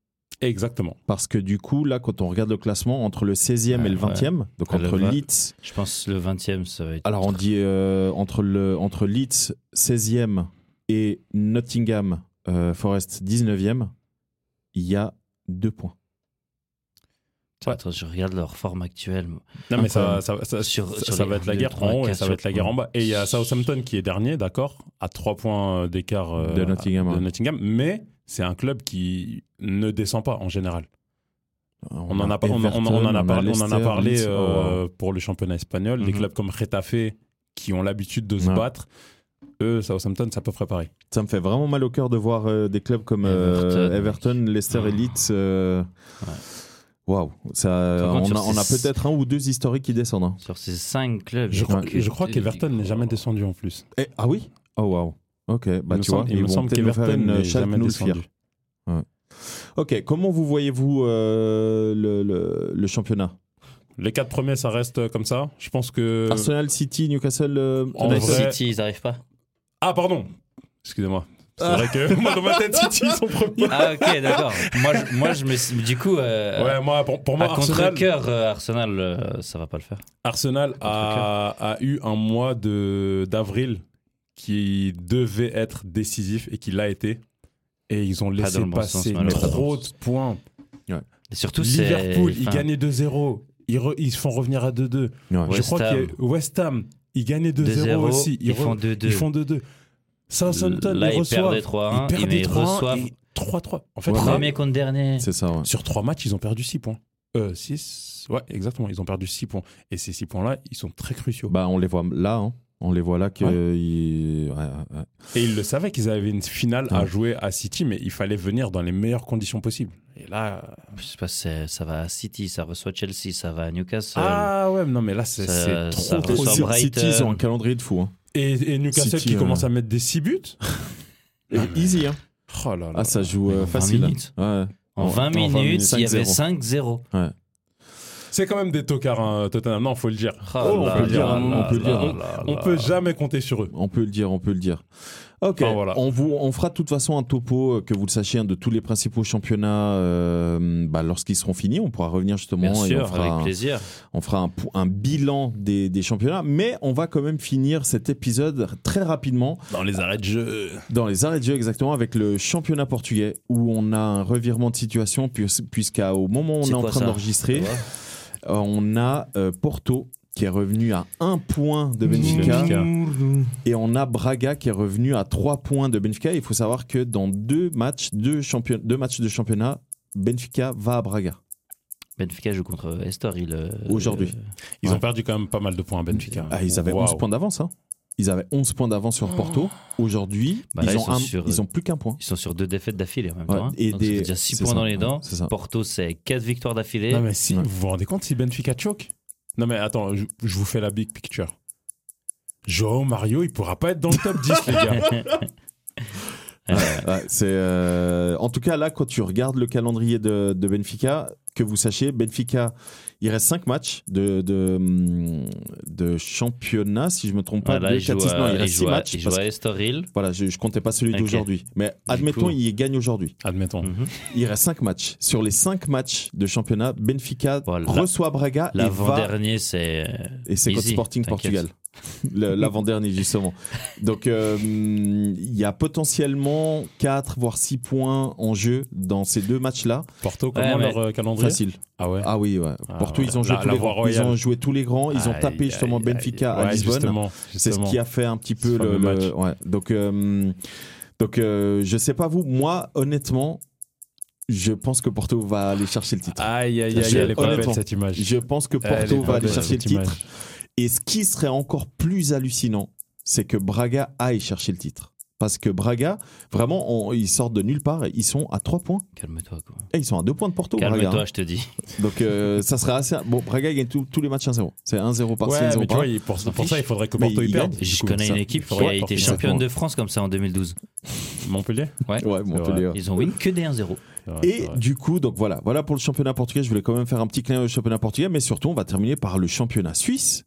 [SPEAKER 5] Exactement.
[SPEAKER 3] Parce que du coup, là, quand on regarde le classement entre le 16e et le
[SPEAKER 5] Ah,
[SPEAKER 4] Ouais.
[SPEAKER 3] 20e, donc
[SPEAKER 4] Elle
[SPEAKER 3] entre
[SPEAKER 4] va-
[SPEAKER 3] Leeds,
[SPEAKER 4] Je pense le 20 e ça va être.
[SPEAKER 3] alors on dit euh, entre, le, entre Leeds 16e et Nottingham euh, Forest 19e, il y a deux points.
[SPEAKER 4] Attends, je regarde leur forme actuelle.
[SPEAKER 5] Non, mais ça,
[SPEAKER 4] Incroyable.
[SPEAKER 5] ça, ça-
[SPEAKER 4] Sur-
[SPEAKER 5] ça-
[SPEAKER 4] sur
[SPEAKER 5] ça
[SPEAKER 4] les
[SPEAKER 5] va être la
[SPEAKER 4] deux,
[SPEAKER 5] guerre
[SPEAKER 4] trois,
[SPEAKER 5] en haut et
[SPEAKER 4] quatre,
[SPEAKER 5] ça va être la
[SPEAKER 4] sur-
[SPEAKER 5] guerre en bas. Et il y a Southampton qui est dernier, d'accord, à trois points d'écart euh,
[SPEAKER 3] De Nottingham,
[SPEAKER 5] de
[SPEAKER 3] ouais.
[SPEAKER 5] Nottingham, mais c'est un club qui ne descend pas en général. On, en a, pas- on, on-
[SPEAKER 3] Everton, oh,
[SPEAKER 5] on en a parlé, on en
[SPEAKER 3] Leicester,
[SPEAKER 5] a parlé
[SPEAKER 3] Leeds.
[SPEAKER 5] euh, pour le championnat espagnol. Des
[SPEAKER 4] Mhm.
[SPEAKER 5] clubs comme Retafe qui ont l'habitude de se
[SPEAKER 3] Ouais.
[SPEAKER 5] battre, eux, Southampton, ça peut préparer.
[SPEAKER 3] Ça me fait vraiment mal au cœur de voir euh, des clubs comme euh, Everton,
[SPEAKER 4] Everton.
[SPEAKER 3] Leicester et Leeds. euh,
[SPEAKER 4] Ouais.
[SPEAKER 3] Waouh, ça,
[SPEAKER 4] Par contre,
[SPEAKER 3] on a,
[SPEAKER 4] sur
[SPEAKER 3] on a
[SPEAKER 4] ces-
[SPEAKER 3] peut-être un ou deux historiques qui descendent. hein.
[SPEAKER 4] Sur ces 5 clubs.
[SPEAKER 5] Je crois,
[SPEAKER 3] Ouais.
[SPEAKER 5] que- je crois qu'Everton n'est jamais descendu en plus.
[SPEAKER 3] Eh, ah oui Oh waouh. Ok, bah
[SPEAKER 5] il me
[SPEAKER 3] tu
[SPEAKER 5] semble,
[SPEAKER 3] vois,
[SPEAKER 5] il
[SPEAKER 3] ils
[SPEAKER 5] me
[SPEAKER 3] vont
[SPEAKER 5] semble
[SPEAKER 3] peut-être nous faire
[SPEAKER 5] qu'Everton
[SPEAKER 3] une
[SPEAKER 5] n'est
[SPEAKER 3] chatte
[SPEAKER 5] jamais
[SPEAKER 3] nous le
[SPEAKER 5] descendu.
[SPEAKER 3] fier. Ok, comment vous voyez-vous euh, le, le- le championnat
[SPEAKER 5] Les quatre premiers, ça reste comme ça. Je pense que.
[SPEAKER 3] Arsenal, City, Newcastle, euh,
[SPEAKER 5] Euh, en
[SPEAKER 3] United
[SPEAKER 5] vrai-
[SPEAKER 4] City, ils n'arrivent pas.
[SPEAKER 5] Ah, pardon Excusez-moi. C'est
[SPEAKER 3] Ah.
[SPEAKER 5] vrai que moi, dans ma tête, City, ils sont premiers.
[SPEAKER 4] Ah, ok, d'accord. moi, je, moi, je me suis- Du coup, euh,
[SPEAKER 5] Ouais, moi, pour, pour
[SPEAKER 4] à
[SPEAKER 5] moi, Arsenal,
[SPEAKER 4] contre-coeur, euh, Arsenal, euh, ça va pas le faire.
[SPEAKER 5] Arsenal a, a eu un mois de- d'avril qui devait être décisif et qui l'a été. Et ils ont laissé
[SPEAKER 4] dans le bon sens,
[SPEAKER 5] passer
[SPEAKER 4] malheureusement.
[SPEAKER 5] trop de points.
[SPEAKER 4] Et surtout, c'est.
[SPEAKER 5] Liverpool, ils
[SPEAKER 4] enfin,
[SPEAKER 5] gagnaient 2-0. Ils, re- ils se font revenir à 2-2.
[SPEAKER 3] Ouais.
[SPEAKER 5] Je
[SPEAKER 4] West
[SPEAKER 5] crois qu'il y a
[SPEAKER 4] Ham.
[SPEAKER 5] West Ham, ils gagnaient 2-0
[SPEAKER 4] 2-0
[SPEAKER 5] aussi.
[SPEAKER 4] Ils
[SPEAKER 5] re-
[SPEAKER 4] font 2-2.
[SPEAKER 5] Ils font 2-2. Southampton,
[SPEAKER 4] Là,
[SPEAKER 5] ils
[SPEAKER 4] ils perdent
[SPEAKER 5] reçoivent.
[SPEAKER 4] des 3-1,
[SPEAKER 5] ils perdent
[SPEAKER 4] mais
[SPEAKER 5] des
[SPEAKER 4] ils
[SPEAKER 5] 3-1
[SPEAKER 4] reçoivent.
[SPEAKER 5] et 3-3. En fait, là,
[SPEAKER 4] Premier contre dernier.
[SPEAKER 3] C'est ça, ouais.
[SPEAKER 5] sur 3 matchs, ils ont perdu 6 points. Euh, 6. Ouais, exactement. Ils ont perdu 6 points. Et ces 6 points-là, ils sont très cruciaux.
[SPEAKER 3] Bah, on les voit là, hein. On les voit là que. ils- ouais, ouais, ouais.
[SPEAKER 5] Et ils le savaient qu'ils avaient une finale à
[SPEAKER 3] Ouais.
[SPEAKER 5] jouer à City, mais il fallait venir dans les meilleures conditions possibles. Et là.
[SPEAKER 4] Je sais pas, c'est- ça va à City, ça reçoit Chelsea, ça va à Newcastle.
[SPEAKER 5] Ah ouais, non, mais là, c'est c'est
[SPEAKER 4] Ça-
[SPEAKER 5] trop,
[SPEAKER 4] ça
[SPEAKER 5] trop.
[SPEAKER 4] ressemble.
[SPEAKER 5] dur.
[SPEAKER 3] City,
[SPEAKER 4] Brighton.
[SPEAKER 3] ils ont un calendrier de fou. hein.
[SPEAKER 5] Et, et Newcastle
[SPEAKER 3] City,
[SPEAKER 5] qui
[SPEAKER 3] euh.
[SPEAKER 5] commence à mettre des 6 buts.
[SPEAKER 3] Et easy, hein.
[SPEAKER 5] Oh là là.
[SPEAKER 3] Ah, ça joue
[SPEAKER 4] Mais en
[SPEAKER 3] euh,
[SPEAKER 4] 20
[SPEAKER 3] facile.
[SPEAKER 4] minutes.
[SPEAKER 3] Ouais.
[SPEAKER 4] En 20 minutes, il y avait
[SPEAKER 3] 5-0.
[SPEAKER 4] 5-0.
[SPEAKER 5] C'est quand même des tocards, hein, Tottenham. Non, faut le dire.
[SPEAKER 4] Oh
[SPEAKER 3] on
[SPEAKER 4] là
[SPEAKER 3] peut le dire,
[SPEAKER 4] là
[SPEAKER 3] on
[SPEAKER 4] là
[SPEAKER 3] peut le
[SPEAKER 4] là
[SPEAKER 3] dire.
[SPEAKER 4] là
[SPEAKER 5] On
[SPEAKER 4] Ah là.
[SPEAKER 5] peut jamais compter sur eux.
[SPEAKER 3] On peut le dire, on peut le dire. Ok,
[SPEAKER 5] Enfin, voilà.
[SPEAKER 3] on, vous, on fera de toute façon un topo, euh, que vous le sachiez, hein, de tous les principaux championnats euh, bah, lorsqu'ils seront finis. On pourra revenir justement
[SPEAKER 4] Bien
[SPEAKER 3] et on
[SPEAKER 4] sûr,
[SPEAKER 3] fera,
[SPEAKER 4] avec
[SPEAKER 3] un,
[SPEAKER 4] plaisir.
[SPEAKER 3] on fera un, po- un bilan des, des championnats. Mais on va quand même finir cet épisode très rapidement
[SPEAKER 5] Dans les arrêts de jeu.
[SPEAKER 3] dans les arrêts de jeu exactement avec le championnat portugais où on a un revirement de situation puis- puisqu'à au moment où on est,
[SPEAKER 4] C'est
[SPEAKER 3] en
[SPEAKER 4] quoi
[SPEAKER 3] train
[SPEAKER 4] ça
[SPEAKER 3] d'enregistrer,
[SPEAKER 4] Ça
[SPEAKER 3] euh, on a euh, Porto qui est revenu à un point
[SPEAKER 4] Mmh.
[SPEAKER 3] de Benfica.
[SPEAKER 5] Benfica.
[SPEAKER 3] Et on a Braga qui est revenu à 3 points de Benfica. Il faut savoir que dans deux matchs, deux, champion- deux matchs de championnat, Benfica va à Braga.
[SPEAKER 4] Benfica joue contre Estor. il, euh,
[SPEAKER 3] Aujourd'hui.
[SPEAKER 4] euh,
[SPEAKER 5] Ils
[SPEAKER 3] Ouais.
[SPEAKER 5] ont perdu quand même pas mal de points à Benfica.
[SPEAKER 3] Ah, ils avaient
[SPEAKER 5] Waouh.
[SPEAKER 3] 11 points d'avance. hein. Ils avaient 11 points d'avance sur Porto. Aujourd'hui,
[SPEAKER 4] Bah
[SPEAKER 3] ils,
[SPEAKER 4] là, ils
[SPEAKER 3] ont
[SPEAKER 4] sont
[SPEAKER 3] un-
[SPEAKER 4] sur-
[SPEAKER 3] ils ont plus qu'un point.
[SPEAKER 4] Ils sont sur deux défaites d'affilée en même
[SPEAKER 3] Ouais,
[SPEAKER 4] temps. hein.
[SPEAKER 3] et
[SPEAKER 4] Donc,
[SPEAKER 3] des-
[SPEAKER 4] ça fait déjà 6
[SPEAKER 3] c'est
[SPEAKER 4] points
[SPEAKER 3] ça,
[SPEAKER 4] dans les
[SPEAKER 3] ouais,
[SPEAKER 4] dents.
[SPEAKER 3] c'est ça.
[SPEAKER 4] Porto, c'est 4 victoires d'affilée.
[SPEAKER 5] Non, mais si,
[SPEAKER 3] Ouais.
[SPEAKER 5] vous vous rendez compte si Benfica choque Non, mais attends, je, je vous fais la big picture. Joao Mario, il pourra pas être dans le top 10, les gars.
[SPEAKER 3] Ouais, ouais, c'est, euh, En tout cas, là, quand tu regardes le calendrier de, de Benfica, que vous sachiez, Benfica, il reste 5 matchs de, de, hum, de championnat, si je ne me trompe pas.
[SPEAKER 4] Voilà,
[SPEAKER 3] deux,
[SPEAKER 4] il joue
[SPEAKER 3] quatre, six, non,
[SPEAKER 4] à-
[SPEAKER 3] il
[SPEAKER 4] il
[SPEAKER 3] reste 6
[SPEAKER 4] joue à-
[SPEAKER 3] matchs.
[SPEAKER 4] il joue
[SPEAKER 3] parce
[SPEAKER 4] à
[SPEAKER 3] que-
[SPEAKER 4] Estoril.
[SPEAKER 3] voilà, je ne comptais pas celui
[SPEAKER 4] Ok.
[SPEAKER 3] d'aujourd'hui. Mais admettons,
[SPEAKER 4] coup-
[SPEAKER 3] il gagne aujourd'hui.
[SPEAKER 5] Admettons.
[SPEAKER 4] Mhm.
[SPEAKER 3] Il reste 5 matchs. Sur les 5 matchs de championnat, Benfica
[SPEAKER 4] Voilà.
[SPEAKER 3] reçoit Braga et va
[SPEAKER 4] L'avant-dernier, c'est.
[SPEAKER 3] et c'est contre
[SPEAKER 4] Easy,
[SPEAKER 3] Sporting
[SPEAKER 4] t'inquiète.
[SPEAKER 3] Portugal. Le- L'avant-dernier, justement. Donc, euh, il y a potentiellement 4, voire 6 points en jeu dans ces deux matchs-là.
[SPEAKER 5] Porto, comment
[SPEAKER 4] Ouais,
[SPEAKER 5] leur euh, calendrier
[SPEAKER 3] Facile.
[SPEAKER 5] Ah ouais.
[SPEAKER 3] Ah oui, ouais.
[SPEAKER 5] Ah
[SPEAKER 3] Porto,
[SPEAKER 5] ouais.
[SPEAKER 3] ils, ont joué
[SPEAKER 5] La-
[SPEAKER 3] tous
[SPEAKER 5] la
[SPEAKER 3] les
[SPEAKER 5] voie
[SPEAKER 3] grands. ils ont
[SPEAKER 5] royale.
[SPEAKER 3] joué tous les grands. Ils ont
[SPEAKER 4] Aïe,
[SPEAKER 3] tapé justement
[SPEAKER 4] aïe, aïe.
[SPEAKER 3] Benfica à
[SPEAKER 5] Ouais,
[SPEAKER 3] Lisbonne.
[SPEAKER 5] justement.
[SPEAKER 3] C'est ce
[SPEAKER 5] justement.
[SPEAKER 3] qui a fait un petit
[SPEAKER 5] Ce
[SPEAKER 3] peu le.
[SPEAKER 5] fameux
[SPEAKER 3] le- ouais. Donc, euh, donc euh, je sais pas vous. Moi, honnêtement, je pense que Porto va aller chercher le titre.
[SPEAKER 5] Aïe, aïe, aïe,
[SPEAKER 3] Je-
[SPEAKER 5] elle est pas belle
[SPEAKER 3] honnêtement,
[SPEAKER 5] cette image.
[SPEAKER 3] Je pense que
[SPEAKER 5] Ah, Elle est
[SPEAKER 3] Porto
[SPEAKER 5] pas
[SPEAKER 3] va aller
[SPEAKER 5] belle,
[SPEAKER 3] chercher le
[SPEAKER 5] cette
[SPEAKER 3] titre.
[SPEAKER 5] image.
[SPEAKER 3] Et ce qui serait encore plus hallucinant, c'est que Braga aille chercher le titre. Parce que Braga, vraiment, on- ils sortent de nulle part. Ils sont à 3 points.
[SPEAKER 4] Calme-toi, quoi.
[SPEAKER 3] Et ils sont à 2 points de Porto, Braga.
[SPEAKER 4] Calme-toi,
[SPEAKER 3] hein.
[SPEAKER 4] je te dis.
[SPEAKER 3] Donc, euh, ça serait assez. Bon, Braga gagne tous- tous les matchs 1-0. C'est 1-0 par-ci,
[SPEAKER 5] Ouais,
[SPEAKER 3] 1-0
[SPEAKER 5] mais tu vois,
[SPEAKER 3] par-là.
[SPEAKER 5] il- pour,
[SPEAKER 3] S'en
[SPEAKER 5] pour ça,
[SPEAKER 3] fiche.
[SPEAKER 5] il faudrait que
[SPEAKER 3] Mais
[SPEAKER 5] Porto
[SPEAKER 3] il
[SPEAKER 5] y perde.
[SPEAKER 3] gagne.
[SPEAKER 5] du
[SPEAKER 4] Je
[SPEAKER 5] coup,
[SPEAKER 4] connais
[SPEAKER 5] ça.
[SPEAKER 4] une équipe qui
[SPEAKER 5] Ouais,
[SPEAKER 4] a été
[SPEAKER 5] Porto,
[SPEAKER 4] championne
[SPEAKER 3] exactement.
[SPEAKER 4] de France comme ça en 2012.
[SPEAKER 5] Montpellier
[SPEAKER 3] Ouais, Montpellier.
[SPEAKER 4] Ils ont win que des 1-0.
[SPEAKER 5] C'est vrai, c'est
[SPEAKER 3] Et
[SPEAKER 5] vrai.
[SPEAKER 3] du coup, donc voilà, voilà pour le championnat portugais. Je voulais quand même faire un petit clin d'œil au championnat portugais, mais surtout, on va terminer par le championnat suisse.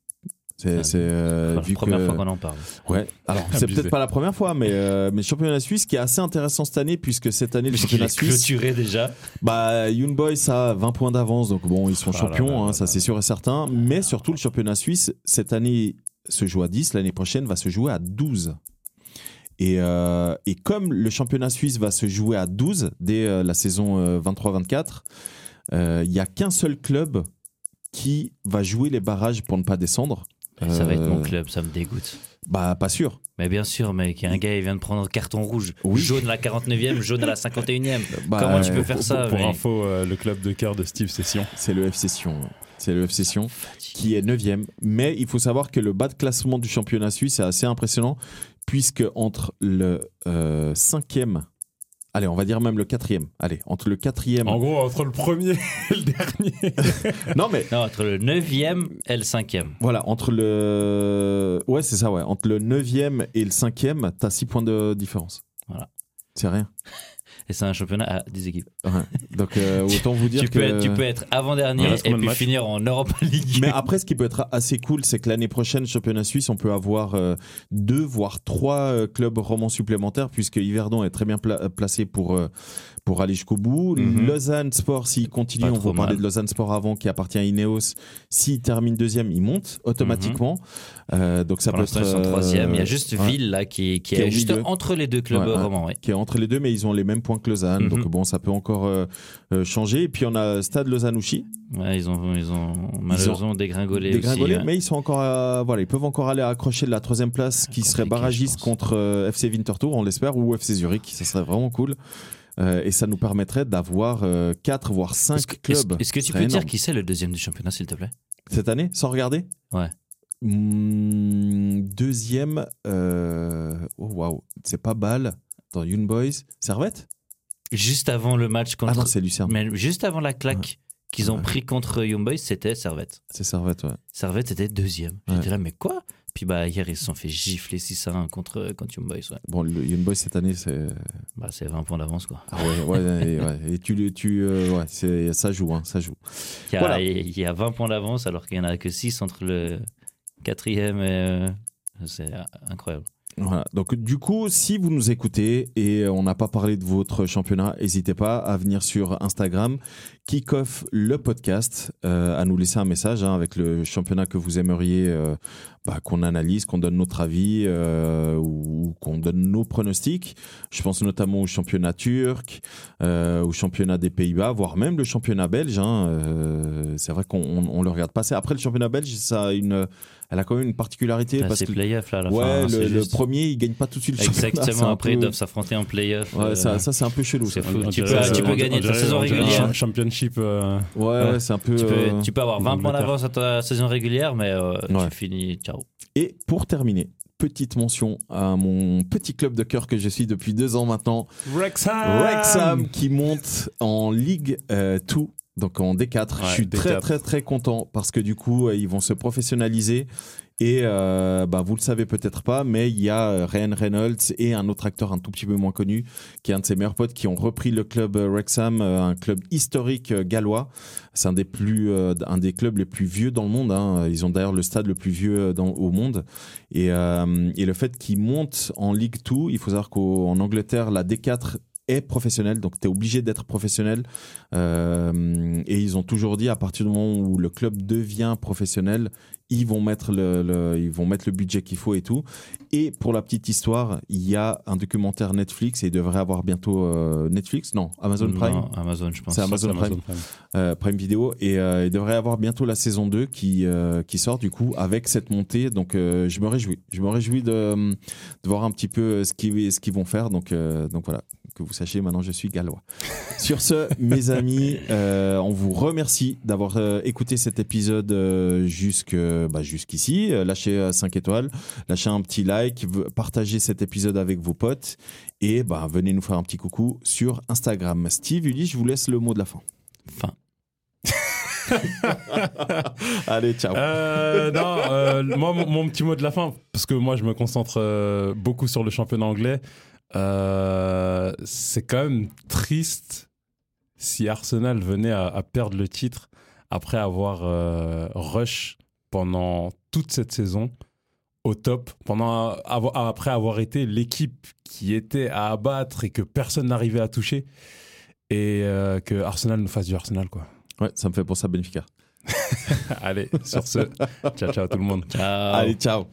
[SPEAKER 3] C'est
[SPEAKER 4] Ah,
[SPEAKER 3] c'est, euh,
[SPEAKER 4] Enfin,
[SPEAKER 3] vu
[SPEAKER 4] première
[SPEAKER 3] que-
[SPEAKER 4] fois qu'on en parle.
[SPEAKER 3] Ouais. Alors, c'est
[SPEAKER 5] Abusé.
[SPEAKER 3] peut-être pas la première fois, mais, euh, mais championnat suisse qui est assez intéressant cette année, puisque cette année, le championnat suisse,
[SPEAKER 4] déjà.
[SPEAKER 3] bah, Young Boys a 20 points d'avance, donc bon, ils sont
[SPEAKER 5] Ah là
[SPEAKER 3] champions,
[SPEAKER 5] là
[SPEAKER 3] hein,
[SPEAKER 5] là
[SPEAKER 3] ça
[SPEAKER 5] là
[SPEAKER 3] c'est sûr et certain. Mais surtout, le championnat suisse, cette année, se joue à 10, l'année prochaine, va se jouer à 12. Et, euh, et comme le championnat suisse va se jouer à 12 dès euh, la saison euh, 23-24, euh, il y a qu'un seul club qui va jouer les barrages pour ne pas descendre.
[SPEAKER 4] Ça va être
[SPEAKER 3] Euh,
[SPEAKER 4] mon club, ça me dégoûte.
[SPEAKER 3] Bah, pas sûr.
[SPEAKER 4] Mais bien sûr, mec, un gars, il vient de prendre carton rouge.
[SPEAKER 3] Oui.
[SPEAKER 4] Jaune à la 49e, jaune à la 51e.
[SPEAKER 3] Bah,
[SPEAKER 4] Comment tu peux faire
[SPEAKER 5] Pour-
[SPEAKER 4] ça
[SPEAKER 5] Pour
[SPEAKER 4] mec
[SPEAKER 5] info, euh, le club de cœur de Steve Session.
[SPEAKER 3] C'est le FC Sion. ouais. C'est le FC Sion qui est 9 Mais il faut savoir que le bas de classement du championnat suisse est assez impressionnant, puisque entre le 5e, allez, on va dire même le 4e, allez, entre le 4e.
[SPEAKER 5] En gros, entre le premier et le dernier.
[SPEAKER 3] Non, mais
[SPEAKER 4] Non, entre le 9e et le 5e.
[SPEAKER 3] voilà, entre le. Ouais, c'est ça, ouais. Entre le 9e et le 5e, t'as 6 points de différence.
[SPEAKER 4] Voilà.
[SPEAKER 3] C'est rien.
[SPEAKER 4] Et c'est un championnat à 10 équipes.
[SPEAKER 3] Donc, euh, autant vous dire
[SPEAKER 4] Tu peux,
[SPEAKER 3] que.
[SPEAKER 4] être, tu peux être avant-dernier
[SPEAKER 5] Il
[SPEAKER 4] et
[SPEAKER 5] reste combien de
[SPEAKER 4] puis
[SPEAKER 5] matchs
[SPEAKER 4] finir en Europa League.
[SPEAKER 3] Mais ah, après, ce qui peut être assez cool, c'est que l'année prochaine, championnat suisse, on peut avoir euh, deux voire trois euh, clubs romans supplémentaires, puisque Yverdon est très bien pla- euh, placé pour euh, pour aller jusqu'au bout.
[SPEAKER 5] Mhm.
[SPEAKER 3] Lausanne Sport, s'il continue,
[SPEAKER 4] Pas
[SPEAKER 3] on
[SPEAKER 4] trop
[SPEAKER 3] va parler
[SPEAKER 4] mal.
[SPEAKER 3] de Lausanne Sport avant, qui appartient à Ineos. S'il termine deuxième, il monte automatiquement. Euh, donc ça
[SPEAKER 4] Mhm. Pour l'instant,
[SPEAKER 3] peut être.
[SPEAKER 4] ils sont troisième. Il y a
[SPEAKER 3] euh,
[SPEAKER 4] juste
[SPEAKER 3] ouais,
[SPEAKER 4] Ville là qui, qui
[SPEAKER 3] Qui est au
[SPEAKER 4] est juste
[SPEAKER 3] milieu.
[SPEAKER 4] entre les deux clubs
[SPEAKER 3] Ouais, ouais.
[SPEAKER 4] romans. ouais.
[SPEAKER 3] Qui est entre les deux, mais ils ont les mêmes points que Lausanne.
[SPEAKER 4] Mhm.
[SPEAKER 3] Donc bon, ça peut encore euh, euh, changer. Et puis on a Stade Lausanne-Ouchy,
[SPEAKER 4] Ouais, ils ont, ils ont malheureusement dégringolé,
[SPEAKER 3] dégringolés,
[SPEAKER 4] aussi. hein. ouais.
[SPEAKER 3] mais ils sont encore à- voilà, ils peuvent encore aller accrocher de la troisième place qui
[SPEAKER 4] Compliqué,
[SPEAKER 3] serait
[SPEAKER 4] je
[SPEAKER 3] barragiste
[SPEAKER 4] pense.
[SPEAKER 3] contre euh, FC Winterthur, on l'espère, ou FC Zurich, ça serait vraiment cool. Euh, et ça nous permettrait d'avoir 4 voire 5
[SPEAKER 4] Est-ce que, est-ce-
[SPEAKER 3] clubs.
[SPEAKER 4] est-ce que
[SPEAKER 3] Ce
[SPEAKER 4] tu
[SPEAKER 3] serait
[SPEAKER 4] peux dire
[SPEAKER 3] énorme.
[SPEAKER 4] qui c'est le deuxième du championnat, s'il te plaît
[SPEAKER 3] cette année sans regarder
[SPEAKER 4] Ouais.
[SPEAKER 3] Hmm, deuxième euh, oh waouh, c'est pas Bâle dans Young Boys, Servette
[SPEAKER 4] Juste avant le match
[SPEAKER 3] Ah
[SPEAKER 4] contre.
[SPEAKER 3] non, c'est Lucerne,
[SPEAKER 4] mais juste avant la claque qu'ils ont
[SPEAKER 3] Ouais.
[SPEAKER 4] pris contre Young Boys, c'était Servette.
[SPEAKER 3] c'est Servette ouais.
[SPEAKER 4] Servette était deuxième.
[SPEAKER 3] Ouais.
[SPEAKER 4] J'étais là, mais quoi Puis bah, hier, ils se sont fait gifler 6 à 1 contre, contre Young Boys. Ouais.
[SPEAKER 3] Bon, le Young Boys cette année c'est
[SPEAKER 4] Bah, c'est 20 points d'avance, quoi.
[SPEAKER 3] ah ouais, ouais, ouais, ouais. et tu le- tu euh, ouais, c'est ça joue hein, ça joue.
[SPEAKER 4] Il y a,
[SPEAKER 3] Voilà.
[SPEAKER 4] il y a 20 points d'avance alors qu'il n'y en a que 6 entre le quatrième et. euh, C'est euh, incroyable.
[SPEAKER 3] Voilà. Donc du coup, si vous nous écoutez et euh, on n'a pas parlé de votre championnat, n'hésitez pas à venir sur Instagram, Kickoff le podcast, euh, à nous laisser un message hein, avec le championnat que vous aimeriez euh, bah, qu'on analyse, qu'on donne notre avis euh, ou, ou qu'on donne nos pronostics. Je pense notamment au championnat turc, euh, au championnat des Pays-Bas, voire même le championnat belge. hein. Euh, c'est vrai qu'on on- on le regarde passer. Après le championnat belge, ça a une, elle a quand même une particularité
[SPEAKER 4] Là,
[SPEAKER 3] parce
[SPEAKER 4] C'est
[SPEAKER 3] que
[SPEAKER 4] playoff là à la
[SPEAKER 3] Ouais,
[SPEAKER 4] fin. hein,
[SPEAKER 3] le,
[SPEAKER 4] c'est
[SPEAKER 3] le
[SPEAKER 4] juste-
[SPEAKER 3] premier, il gagne pas tout de suite le championnat. C'est
[SPEAKER 4] Exactement,
[SPEAKER 3] un
[SPEAKER 4] après ils
[SPEAKER 3] peu-
[SPEAKER 4] doivent s'affronter en playoff.
[SPEAKER 3] Ouais,
[SPEAKER 4] euh,
[SPEAKER 3] ça, ça, c'est un peu chelou.
[SPEAKER 4] c'est
[SPEAKER 3] ça.
[SPEAKER 4] fou.
[SPEAKER 5] On
[SPEAKER 4] Tu
[SPEAKER 5] dirait-
[SPEAKER 4] peux, tu
[SPEAKER 5] on
[SPEAKER 4] peux
[SPEAKER 5] dirait-
[SPEAKER 4] gagner
[SPEAKER 5] on
[SPEAKER 4] ta
[SPEAKER 5] dirait-
[SPEAKER 4] saison
[SPEAKER 5] on dirait
[SPEAKER 4] régulière.
[SPEAKER 5] un Championship. euh,
[SPEAKER 3] Ouais, ouais, c'est un peu.
[SPEAKER 4] Tu peux,
[SPEAKER 3] euh,
[SPEAKER 4] tu peux avoir 20 points
[SPEAKER 5] Angleterre.
[SPEAKER 4] d'avance à ta saison régulière, mais euh,
[SPEAKER 3] Ouais.
[SPEAKER 4] tu finis. Ciao.
[SPEAKER 3] Et pour terminer, petite mention à mon petit club de cœur que je suis depuis deux ans maintenant,
[SPEAKER 5] Wrexham Ah.
[SPEAKER 3] Wrexham, qui monte en Ligue 2. donc en D4,
[SPEAKER 5] Ouais,
[SPEAKER 3] je suis très
[SPEAKER 5] D4.
[SPEAKER 3] très très content parce que du coup euh, ils vont se professionnaliser Et euh, bah, vous le savez peut-être pas, mais il y a euh, Ryan Reynolds et un autre acteur un tout petit peu moins connu, qui est un de ses meilleurs potes, qui ont repris le club euh, Wrexham, euh, un club historique euh, gallois. C'est un des plus, euh, un des clubs les plus vieux dans le monde. hein. Ils ont d'ailleurs le stade le plus vieux euh, dans- au monde. Et, euh, et le fait qu'ils montent en League 2, il faut savoir qu'en Angleterre, la D4 est professionnelle, donc tu es obligé d'être professionnel. Euh, et ils ont toujours dit, à partir du moment où le club devient professionnel, ils vont mettre le, le- ils vont mettre le budget qu'il faut et tout. Et pour la petite histoire, il y a un documentaire Netflix, et il devrait avoir bientôt euh, Netflix, non, Amazon Prime.
[SPEAKER 4] Non, Amazon, je pense.
[SPEAKER 3] C'est Amazon
[SPEAKER 5] C'est
[SPEAKER 3] Prime. Euh, Prime Video et euh, il devrait y avoir bientôt la saison 2 qui, euh, qui sort du coup avec cette montée donc euh, je me réjouis je me réjouis de, euh, de voir un petit peu euh, ce qu'ils ce qu'ils vont faire donc, euh, donc voilà que vous sachiez maintenant je suis gallois sur ce mes amis euh, on vous remercie d'avoir euh, écouté cet épisode euh, jusque, bah, jusqu'ici Euh, lâchez 5 étoiles lâchez un petit like v- partagez cet épisode avec vos potes et bah, venez nous faire un petit coucou sur Instagram Steve Uli je vous laisse le mot de la fin
[SPEAKER 4] Enfin,
[SPEAKER 3] Allez, ciao.
[SPEAKER 5] Euh, non, euh, moi, mon, mon petit mot de la fin, parce que moi, je me concentre euh, beaucoup sur le championnat anglais. Euh, c'est quand même triste si Arsenal venait à, à perdre le titre après avoir euh, rush pendant toute cette saison au top, pendant avo- après avoir été l'équipe qui était à abattre et que personne n'arrivait à toucher, et euh, que Arsenal nous fasse du Arsenal, quoi.
[SPEAKER 3] Ouais, ça me fait penser à Benfica.
[SPEAKER 5] Allez, sur ce, ciao, ciao tout le monde.
[SPEAKER 4] ciao.
[SPEAKER 3] Allez, ciao.